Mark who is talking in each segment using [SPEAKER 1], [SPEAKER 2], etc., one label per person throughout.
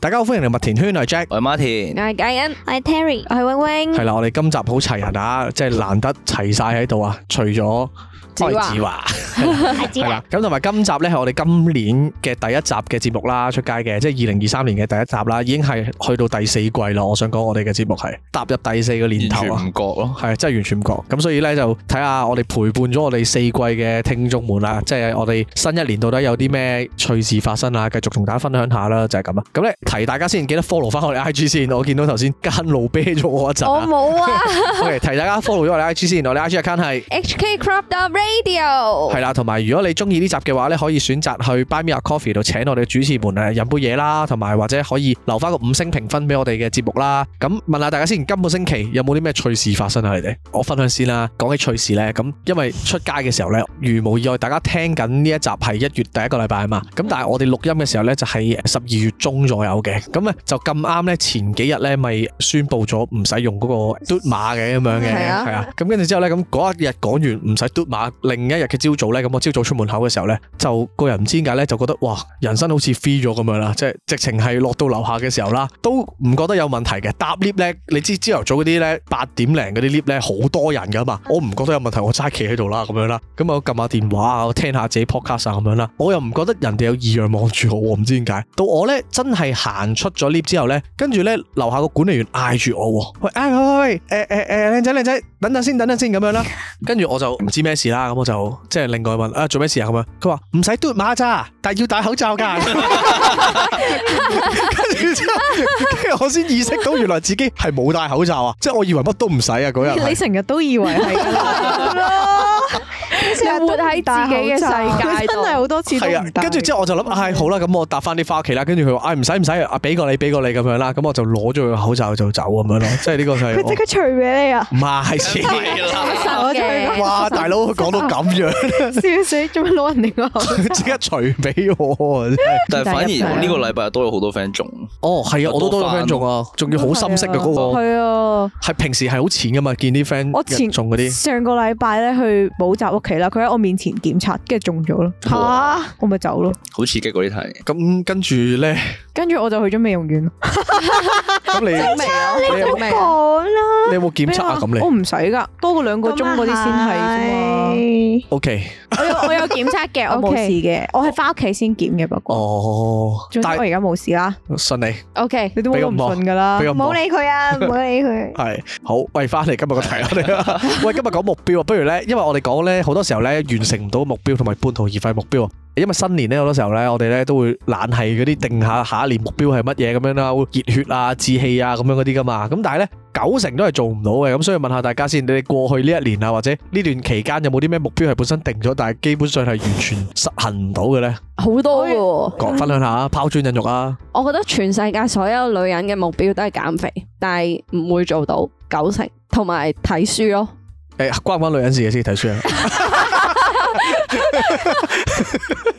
[SPEAKER 1] 大家好，歡迎嚟麥田圈啊，Jack。
[SPEAKER 2] 喂，Martin，
[SPEAKER 3] 我係嘉欣，
[SPEAKER 4] 我係 Terry，
[SPEAKER 3] 我係 wing
[SPEAKER 1] 係啦，我哋今集好齊人啊，即係難得齊晒喺度啊，除咗
[SPEAKER 3] 子華
[SPEAKER 1] 開子華。
[SPEAKER 4] 我知
[SPEAKER 1] 係
[SPEAKER 4] 啦
[SPEAKER 1] 啦，，咁同埋今集咧係我哋今年嘅第一集嘅節目啦，出街嘅，即係二零二三年嘅第一集啦，已經係去到第四季啦。我想講我哋嘅節目係踏入第四個年
[SPEAKER 2] 完
[SPEAKER 1] 頭
[SPEAKER 2] 全
[SPEAKER 1] 啊
[SPEAKER 2] 唔。覺咯。
[SPEAKER 1] 係真係完全唔覺，咁所以咧就睇下我哋陪伴咗我哋四季嘅聽眾們啦，即係我哋新一年到底有啲咩趣事發生啊，繼續同大家分享下啦，就係咁啦。啊咁咧提大家先，記得 follow 翻我哋 IG 先，我見到頭先間路啤咗我一陣
[SPEAKER 3] 我
[SPEAKER 1] 啊。
[SPEAKER 3] 冇啊
[SPEAKER 1] OK，提大家 follow 咗我哋 IG 先，我哋 IG account 係。
[SPEAKER 3] ，HK Crop Radio，
[SPEAKER 1] 係啦，同埋如果你中意呢集嘅話咧，可以選擇去 Buy Me a Coffee 度請我哋嘅主持們誒飲杯嘢啦，同埋或者可以留翻個五星評分俾我哋嘅節目啦。咁問下大家先，今個星期有冇啲咩趣事發生啊？你哋我分享先啦。講起趣事咧，咁因為出街嘅時候咧，如無意外，大家聽緊呢一集係一月第一個禮拜啊嘛。咁但係我哋錄音嘅時候咧，就係十二月中左右嘅。咁咧就咁啱咧，前幾日咧咪宣布咗唔使用嗰個嘟馬嘅咁樣嘅，
[SPEAKER 3] 係啊
[SPEAKER 1] 係啊。咁跟住之後咧，咁嗰一日講完唔使嘟馬，另一日嘅朝早咧，咁我朝早出門口嘅時候咧，就個人唔知點解咧，就覺得哇，人生好似 free 咗咁樣啦，即係直情係落到樓下嘅時候啦，都唔覺得有問題嘅。搭 lift 咧，你知朝頭早嗰啲咧八點零嗰啲 lift 咧好多人噶嘛，我唔覺得有問題，我齋企喺度啦咁樣啦，咁我撳下電話啊，我聽下自己 podcast 啊咁樣啦，我又唔覺得人哋有異樣望住我喎，唔知點解。到我咧真係行出咗 lift 之後咧，跟住咧樓下個管理員嗌住我喎，喂，哎喂喂，誒誒誒，靚仔靚仔，等等先，等等先咁樣啦。跟住我就唔知咩事啦，咁我就即係另外問啊做咩事啊咁樣，佢話唔使嘟馬咋，但係要戴口罩㗎。跟住之後，跟住我先意識到原來自己係冇戴口罩啊，即係我以為乜都唔使啊 嗰日係。
[SPEAKER 5] 成日都以為係㗎啦，
[SPEAKER 3] 你活喺自己嘅世界
[SPEAKER 5] 真係
[SPEAKER 3] 度，
[SPEAKER 5] 好多次都
[SPEAKER 1] 係啊
[SPEAKER 5] 唔，戴
[SPEAKER 1] 跟住之後我就諗，唉、好啦，咁我搭翻啲翻屋企啦。跟住佢話，唉、唔使唔使，啊，俾個你，俾個你咁樣啦。咁我就攞咗佢個口罩就走咁樣咯。即係呢個就係
[SPEAKER 5] 佢即刻除俾你啊！
[SPEAKER 1] 我唔係先，
[SPEAKER 2] 係啦
[SPEAKER 3] 我嘅
[SPEAKER 1] 哇！大佬佢講到咁樣，
[SPEAKER 5] 啊笑死，做咩攞人哋個口？
[SPEAKER 1] 佢 即刻除俾我啊！真係
[SPEAKER 2] 但係反而
[SPEAKER 5] 第一
[SPEAKER 2] 呢
[SPEAKER 5] 場
[SPEAKER 2] 個禮拜多咗好多 friend 中，
[SPEAKER 1] 哦，係啊，我都多咗 friend 中啊，仲要好深色嘅嗰個，
[SPEAKER 5] 係啊！
[SPEAKER 1] 係平時係好淺噶嘛，見啲 friend
[SPEAKER 5] 我前
[SPEAKER 1] 中嗰啲。
[SPEAKER 5] 上個禮拜咧去補習屋企啦，佢喺我面前檢查，跟住中咗咯。
[SPEAKER 2] 哇
[SPEAKER 5] 嚇！我咪走咯，
[SPEAKER 2] 好刺激嗰啲題。
[SPEAKER 1] 咁跟住咧，
[SPEAKER 5] 跟住我就去咗美容院。
[SPEAKER 1] 咁你
[SPEAKER 3] 整眉啊，你整眉啊，
[SPEAKER 4] 講啦，
[SPEAKER 1] 你有冇檢測啊？咁
[SPEAKER 5] 哎我
[SPEAKER 1] 你
[SPEAKER 5] 唔使㗎，多過兩個鐘嗰啲先係
[SPEAKER 3] 啊
[SPEAKER 5] 啫嘛。
[SPEAKER 4] 係。
[SPEAKER 1] OK，
[SPEAKER 3] 我有我有檢測嘅，我冇
[SPEAKER 5] OK
[SPEAKER 3] 事嘅，
[SPEAKER 5] 我係翻屋企先檢嘅，不過。
[SPEAKER 1] 哦，
[SPEAKER 5] 總之我
[SPEAKER 1] 但
[SPEAKER 5] 而家冇事啦，
[SPEAKER 1] 信你，
[SPEAKER 3] ，OK，
[SPEAKER 5] 你都
[SPEAKER 1] 俾
[SPEAKER 5] 我
[SPEAKER 1] 個
[SPEAKER 5] 唔
[SPEAKER 1] 望
[SPEAKER 5] 信㗎啦
[SPEAKER 1] 俾。個
[SPEAKER 4] 唔好
[SPEAKER 1] 望。
[SPEAKER 4] 理佢啊，唔好理佢
[SPEAKER 1] 係好，喂，翻嚟今日個題我哋啊，喂，今日講目標啊，不如咧，因為我哋講咧好多時候咧完成唔到目標同埋半途而廢目標啊，因為新年咧好多時候咧我哋咧都會懶係嗰啲定下下一年目標係乜嘢咁樣啦，會熱血啊、志氣啊咁樣嗰啲噶嘛，咁但係咧九成都係做唔到嘅，咁所以問下大家先，你哋過去呢一年啊或者呢段期間有冇啲咩目標係本身定咗，但係基本上係完全實行唔到嘅咧？
[SPEAKER 3] 好多嘅喎。
[SPEAKER 1] 講分享下啊，拋磚引玉啊！
[SPEAKER 3] 我覺得全世界所有女人嘅目標都係減肥，但係唔會做到九成，同埋睇書咯。
[SPEAKER 1] 誒，關唔關女人事嘅先睇書啊？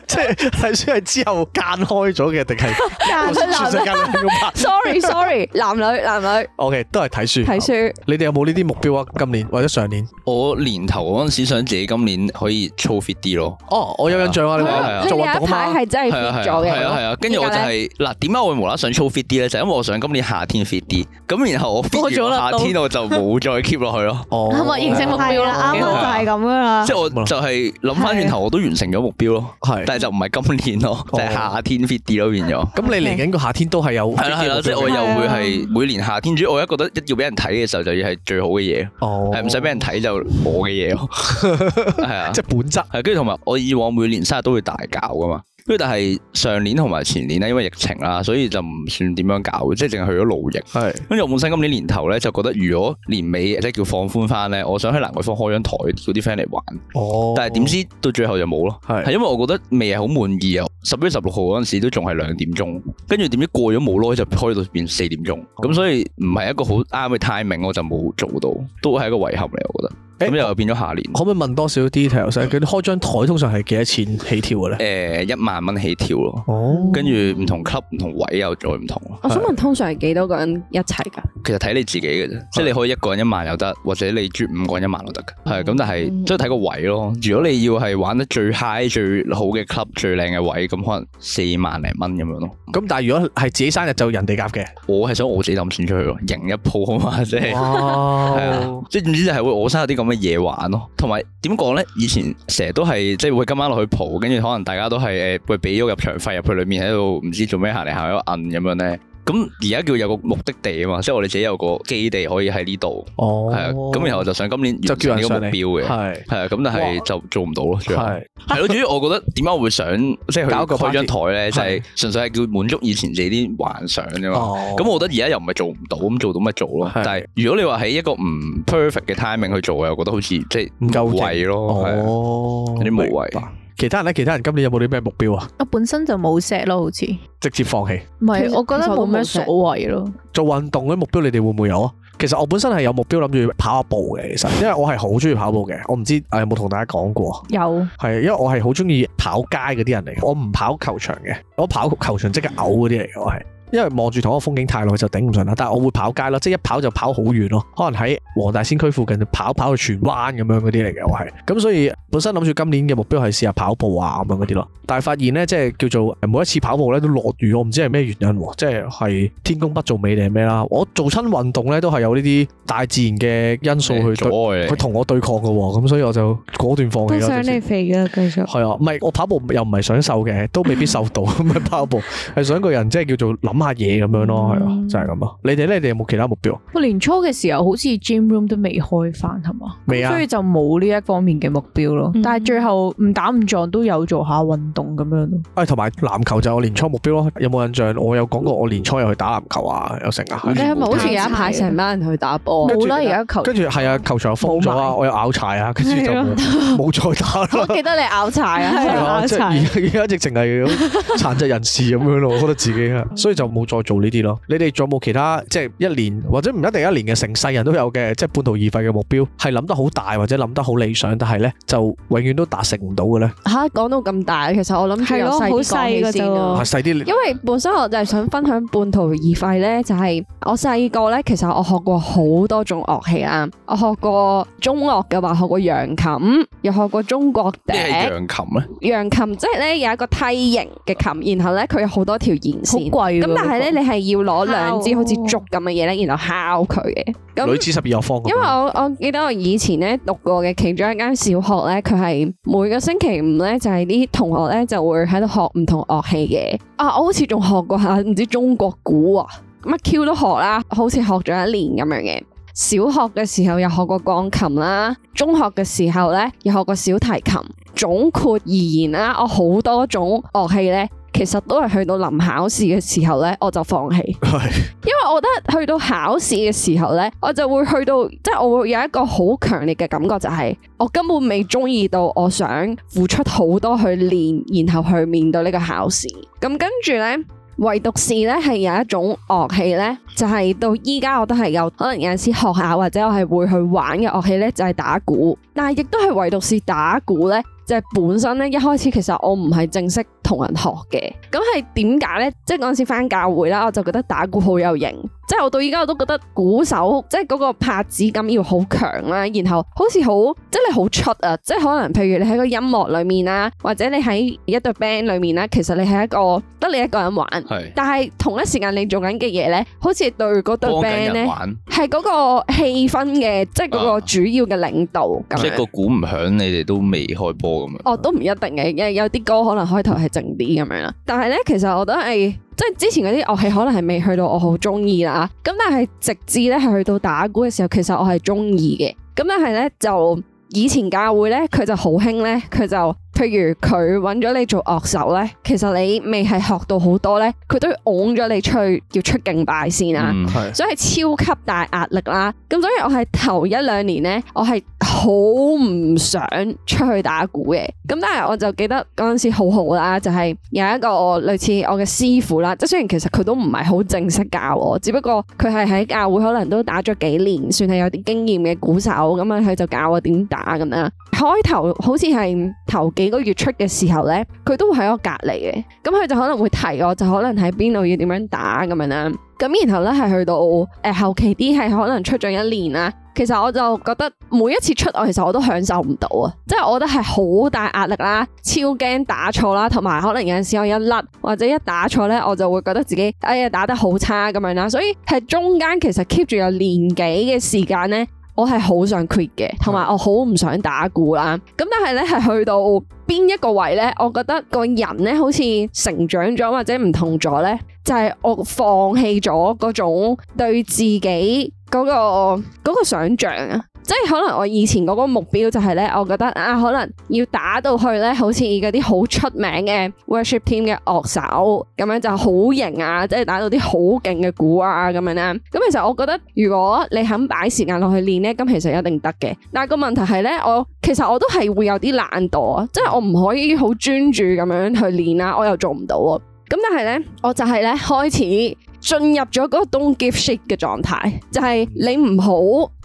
[SPEAKER 1] 即係睇書係之後間開咗嘅，定係
[SPEAKER 3] 男
[SPEAKER 5] Dạ,
[SPEAKER 1] 頭先全世界都咁 拍
[SPEAKER 3] Sorry，Sorry，男女男女
[SPEAKER 1] ？OK，都係睇書。
[SPEAKER 3] 睇。書。
[SPEAKER 1] 你哋有冇呢啲目標啊？今年或者上年？
[SPEAKER 2] 我年頭嗰陣時想自己今年可以操 fit 啲咯。
[SPEAKER 1] 哦，我有印象啊！你
[SPEAKER 2] 係啊係
[SPEAKER 1] 話
[SPEAKER 2] 啊
[SPEAKER 3] 你
[SPEAKER 1] 做
[SPEAKER 3] 有
[SPEAKER 1] 運動
[SPEAKER 3] 一
[SPEAKER 1] 啊
[SPEAKER 3] 排
[SPEAKER 1] 嘛。
[SPEAKER 3] 係真係
[SPEAKER 2] 係啊
[SPEAKER 3] fit
[SPEAKER 2] 係
[SPEAKER 3] 咗
[SPEAKER 2] 啊
[SPEAKER 3] 嘅，
[SPEAKER 2] 係啊係啊，跟住我就係嗱，點解我會無啦啦想操 fit 啲咧？就因為我想今年夏天 fit 啲，咁然後我 fit
[SPEAKER 5] 多咗
[SPEAKER 2] 完
[SPEAKER 5] 啦
[SPEAKER 2] 夏天我就冇再 keep 落去咯。
[SPEAKER 1] 哦。
[SPEAKER 5] 啱啊形成目標
[SPEAKER 4] 係
[SPEAKER 5] 咯
[SPEAKER 4] 啦，啱
[SPEAKER 2] 幾好啊
[SPEAKER 4] 啱就係咁噶啦
[SPEAKER 2] 即。係我就係諗翻轉頭，我都完成咗目標咯，
[SPEAKER 1] 係。
[SPEAKER 2] 但係就唔哦係今年咯，就係夏天 fit 啲咯，變咗。
[SPEAKER 1] 咁你嚟緊個夏天都係有
[SPEAKER 2] 係啦係啦，即係我又會係每年夏天，主要我一覺得一要俾人睇嘅時候，就要係最好嘅嘢，
[SPEAKER 1] 哦，
[SPEAKER 2] 係唔使俾人睇就我 嘅嘢咯。係啊，
[SPEAKER 1] 即係本質。
[SPEAKER 2] 係跟住同埋我以往每年生日都會大搞噶嘛，跟住但係上年同埋前年咧，因為疫情啦，所以就唔算點樣搞，即係淨係去咗露營。
[SPEAKER 1] 係。
[SPEAKER 2] 跟住我本身今年年頭咧就覺得，如果年尾即係叫放寬翻咧，我想喺蘭桂坊開張台叫啲 friend 嚟玩，
[SPEAKER 1] 哦。
[SPEAKER 2] 但係點？知到最後就冇咯。係
[SPEAKER 1] 係。
[SPEAKER 2] 因為我覺得未係好滿意啊！十月十六號嗰陣時都仲係兩點鐘，跟住點知過咗冇耐就開到變四點鐘，咁、
[SPEAKER 1] 哦
[SPEAKER 2] 所以唔係一個好啱嘅 timing，我就冇做到，都係一個遺憾嚟，我覺得。
[SPEAKER 1] 誒
[SPEAKER 2] 咁又變咗下年
[SPEAKER 1] 可唔可以問多少 details 啊咧？佢哋開張台通常係幾多錢起跳嘅咧？
[SPEAKER 2] 诶一萬蚊起跳咯。
[SPEAKER 1] 哦，
[SPEAKER 2] 跟住唔同 club 唔同位又再唔同咯，
[SPEAKER 3] 我想問，通常係幾多個人一齊㗎？
[SPEAKER 2] 其實睇你自己嘅啫，即係你可以一個人一萬又得，或者你專五個人一萬都得嘅，係咁，
[SPEAKER 1] 嗯
[SPEAKER 2] 但係都係睇個位咯。如果你要係玩得最 high 最好嘅 club 最靚嘅位，咁可能四萬零蚊咁樣咯。
[SPEAKER 1] 咁但係如果係自己生日就人哋夾嘅，
[SPEAKER 2] 我係想我自己抌錢出去咯，贏一鋪啊嘛，即
[SPEAKER 1] 哦
[SPEAKER 2] 係。係啊
[SPEAKER 1] 哇，
[SPEAKER 2] 即係總之就係會我生有啲咁嘅嘢玩咯，同埋點講咧？以前成日都係即係會今晚落去蒲，跟住可能大家都係誒會俾咗入場費入去裏面喺度唔知做咩行嚟行去喺度摁咁樣咧。咁而家叫有個目的地啊嘛，即係我哋自己有個基地可以喺呢度，
[SPEAKER 1] 哦
[SPEAKER 2] 係啊。咁然後就想今年
[SPEAKER 1] 就
[SPEAKER 2] 完
[SPEAKER 1] 叫
[SPEAKER 2] 成
[SPEAKER 1] 人
[SPEAKER 2] 呢個
[SPEAKER 1] 上
[SPEAKER 2] 目
[SPEAKER 1] 嚟，
[SPEAKER 2] 標嘅，
[SPEAKER 1] 係
[SPEAKER 2] 係啊。咁但係就做唔到咯，最後
[SPEAKER 1] 係
[SPEAKER 2] 係咯。主要我覺得點解我會想即係
[SPEAKER 1] 搞
[SPEAKER 2] 佢
[SPEAKER 1] 個
[SPEAKER 2] 開
[SPEAKER 1] party
[SPEAKER 2] 張台咧，就
[SPEAKER 1] 係
[SPEAKER 2] 係純粹係叫滿足以前自己啲幻想啫嘛。
[SPEAKER 1] 哦
[SPEAKER 2] 咁我覺得而家又唔係做唔到，咁做到咪做咯。
[SPEAKER 1] 係
[SPEAKER 2] 但係如果你話喺一個唔 perfect 嘅 timing 去做，我又覺得好似即係
[SPEAKER 1] 唔夠勁
[SPEAKER 2] 位咯，係啊
[SPEAKER 1] 哦，
[SPEAKER 2] 有啲無謂
[SPEAKER 1] 明白。其他人咧，其他人今年有冇啲咩目標啊？
[SPEAKER 5] 我本身就冇 set 咯，好似唔
[SPEAKER 1] 直接放棄。
[SPEAKER 3] 其
[SPEAKER 5] 係，
[SPEAKER 3] 實
[SPEAKER 5] 我覺得冇咩所謂咯。
[SPEAKER 1] 做運動嘅目標，你哋會唔會有啊？其實我本身係有目標諗住跑下步嘅，其實因為我係好中意跑步嘅，我唔知誒有冇同大家講過，
[SPEAKER 5] 有
[SPEAKER 1] 係啊因為我係好中意跑街嗰啲人嚟嘅，我唔跑球場嘅，我跑球場即刻嘔嗰啲嚟嘅，我係。因為望住同一個風景太耐就頂唔順啦，但係我會跑街咯，即係一跑就跑好遠咯，可能喺黃大仙區附近跑跑去荃灣咁樣嗰啲嚟嘅，我係咁所以本身諗住今年嘅目標係試下跑步啊咁樣嗰啲咯，但係發現呢，即係叫做每一次跑步呢都落雨，我唔知係咩原因喎，即係係天公不造美定係咩啦，我做親運動呢都係有呢啲大自然嘅因素去
[SPEAKER 2] 阻
[SPEAKER 1] 對
[SPEAKER 2] 礙
[SPEAKER 1] 佢
[SPEAKER 2] 你。
[SPEAKER 1] 同我對抗嘅喎，咁所以我就果斷放
[SPEAKER 6] 都
[SPEAKER 1] 棄啦。
[SPEAKER 6] 想
[SPEAKER 1] 直接
[SPEAKER 6] 你肥噶，繼續。
[SPEAKER 1] 系啊，唔係我跑步又唔係想瘦嘅，都未必瘦到 咁樣跑步，係想個人即係叫做諗下嘢咁樣
[SPEAKER 6] 嗯
[SPEAKER 1] 咯，係啊，就係咁啊。你哋咧，你哋有冇其他目標？
[SPEAKER 5] 我年初嘅時候，好似 à? gym room 都未開翻，係嘛？
[SPEAKER 1] 未啊
[SPEAKER 5] 所以就冇呢一方面嘅目標咯。
[SPEAKER 6] 嗯
[SPEAKER 5] 但係最後唔打唔撞都有做下運動咁樣咯。
[SPEAKER 1] 啊，同埋籃球就係我年初目標咯。有冇印象？我有講過我年初又去打籃球啊，有成啊。
[SPEAKER 2] 嗯
[SPEAKER 3] 你係咪好似有一排成班人去打波？
[SPEAKER 1] 跟住
[SPEAKER 5] 冇啦，而家球
[SPEAKER 1] 跟住係啊，球場又封咗
[SPEAKER 5] 冇
[SPEAKER 1] 啊，
[SPEAKER 5] 埋
[SPEAKER 1] 我又拗柴啊，跟住就冇冇再打
[SPEAKER 3] 我
[SPEAKER 1] 啦。
[SPEAKER 3] 記得你拗柴啊！
[SPEAKER 1] 係啊，
[SPEAKER 5] 拗
[SPEAKER 1] 即係
[SPEAKER 5] 柴
[SPEAKER 1] 而家而家 直情係咁殘疾人士咁樣咯，我覺得自己啊， 所以就冇再做呢啲咯。你哋仲有冇其他即係一年或者唔一定一年嘅，成世人都有嘅，即係半途而廢嘅目標，係諗得好大或者諗得好理想，但係咧就永遠都達成唔到嘅咧，
[SPEAKER 3] 吓，講到咁大，其實我諗住
[SPEAKER 4] 係
[SPEAKER 3] 由
[SPEAKER 4] 咯
[SPEAKER 3] 細
[SPEAKER 4] 好
[SPEAKER 3] 啲
[SPEAKER 4] 細
[SPEAKER 3] 講
[SPEAKER 4] 㗎
[SPEAKER 3] 起先
[SPEAKER 4] 啫
[SPEAKER 3] 咯
[SPEAKER 4] 喎
[SPEAKER 1] 係。細啲。
[SPEAKER 3] 哦因為本身我就係想分享半途而廢咧，就係、我細個咧，其實我學過好多種樂器啦，我學過中樂嘅話，學過揚琴，又學過中國笛
[SPEAKER 2] 你。係揚琴咧，
[SPEAKER 3] 揚琴即係咧有一個梯形嘅琴，然後咧佢有好多條弦
[SPEAKER 5] 好
[SPEAKER 3] 線。
[SPEAKER 5] 貴喎
[SPEAKER 3] 咁但係咧，你係要攞兩支
[SPEAKER 5] 敲
[SPEAKER 3] 好似竹咁嘅嘢咧，然後敲佢嘅。
[SPEAKER 1] 女
[SPEAKER 3] 咁
[SPEAKER 1] 子十二樂坊咁樣，
[SPEAKER 3] 因為我我記得我以前咧讀過嘅其中一間小學咧，佢係每個星期五咧就係啲同學咧就會喺度學唔同樂器嘅。啊，我好似仲學過下唔知中國鼓啊，乜 Q 都學啦，好似學咗一年咁樣嘅。小學嘅時候又學過鋼琴啦，中學嘅時候咧又學過小提琴。總括而言啦，我好多種樂器咧，其實都係去到臨考試嘅時候咧，我就放棄。
[SPEAKER 1] 係
[SPEAKER 3] 因為我覺得去到考試嘅時候咧，我就會去到，即係我會有一個好強烈嘅感覺，就係我根本未中意到，我想付出好多去練，然後去面對呢個考試。咁跟住咧。唯獨是咧係有一種樂器咧，就係、到依家我都係有可能有陣時學下或者我係會去玩嘅樂器咧，就係、打鼓。但係亦都係唯獨是打鼓咧，就係、本身咧一開始其實我唔係正式同人學嘅。咁係點解咧？即係嗰陣時翻教會啦，我就覺得打鼓好有型。即係我到依家我都覺得鼓手即係嗰個拍子感要好強啦，然後好似好即係你好出啊！即係可能譬如你喺個音樂裏面啦，或者你喺一隊 band 裏面啦，其實你係一個得你一個人玩。
[SPEAKER 2] 係
[SPEAKER 3] 但係同一時間你做緊嘅嘢咧，好似對嗰隊
[SPEAKER 2] 幫
[SPEAKER 3] band
[SPEAKER 2] 緊人
[SPEAKER 3] 咧
[SPEAKER 2] 玩，啊
[SPEAKER 3] 係嗰個氣氛嘅，即係嗰個主要嘅領導咁
[SPEAKER 2] 即係個
[SPEAKER 3] 樣。
[SPEAKER 2] 鼓唔響，你哋都未開波咁樣。
[SPEAKER 3] 哦，都唔一定嘅，因為有啲歌可能開頭係靜啲咁樣啦。但係咧，其實我都係即係之前嗰啲樂器可能係未去到我好中意啦。咁但係直至咧係去到打鼓嘅時候，其實我係中意嘅。咁但係咧就以前教會咧，佢就好興咧，佢就。譬如佢揾咗你做樂手咧，其實你未係學到好多咧，佢都要㧬咗你出去要出競拜先啊。
[SPEAKER 2] 嗯
[SPEAKER 1] 係
[SPEAKER 3] 所以係超級大壓力啦。咁所以我係頭一兩年呢，我係好唔想出去打鼓嘅。咁但係我就記得嗰陣時好好啦，就係、有一個類似我嘅師傅啦，即係雖然其實佢都唔係好正式教我，只不過佢係喺教會可能都打咗幾年，算係有啲經驗嘅鼓手咁樣，佢就教我點打咁啦。開頭好似係頭幾個月出嘅時候呢，佢都會喺我隔離嘅，咁佢就可能會提我，就可能喺邊度要點樣打咁樣啦。咁然後咧係去到誒、呃、後期啲係可能出咗一年啦。其實我就覺得每一次出我其實我都享受唔到啊，即係我覺得係好大壓力啦，超驚打錯啦，同埋可能有陣時我一甩或者一打錯咧，我就會覺得自己哎呀打得好差咁樣啦，所以係中間其實 keep 住有年幾嘅時間咧。我係好想 quit 嘅，同埋我好唔想打鼓啦。咁但係咧，係去到邊一個位咧，我覺得個人咧好似成長咗或者唔同咗咧，就係、我放棄咗嗰種對自己嗰、個嗰個想像啊。即係可能我以前嗰個目標就係咧，我覺得啊，可能要打到去咧，好似嗰啲好出名嘅 worship team 嘅樂手咁樣就好型啊，即係打到啲好勁嘅鼓啊咁樣啦。咁其實我覺得如果你肯擺時間落去練咧，咁其實一定得嘅。但係個問題係咧，我其實我都係會有啲懶惰啊，即係我唔可以好專注咁樣去練啦，我又做唔到啊喎。咁但係咧，我就係咧開始進入咗嗰個 don't give shit 嘅狀態，就係、你唔好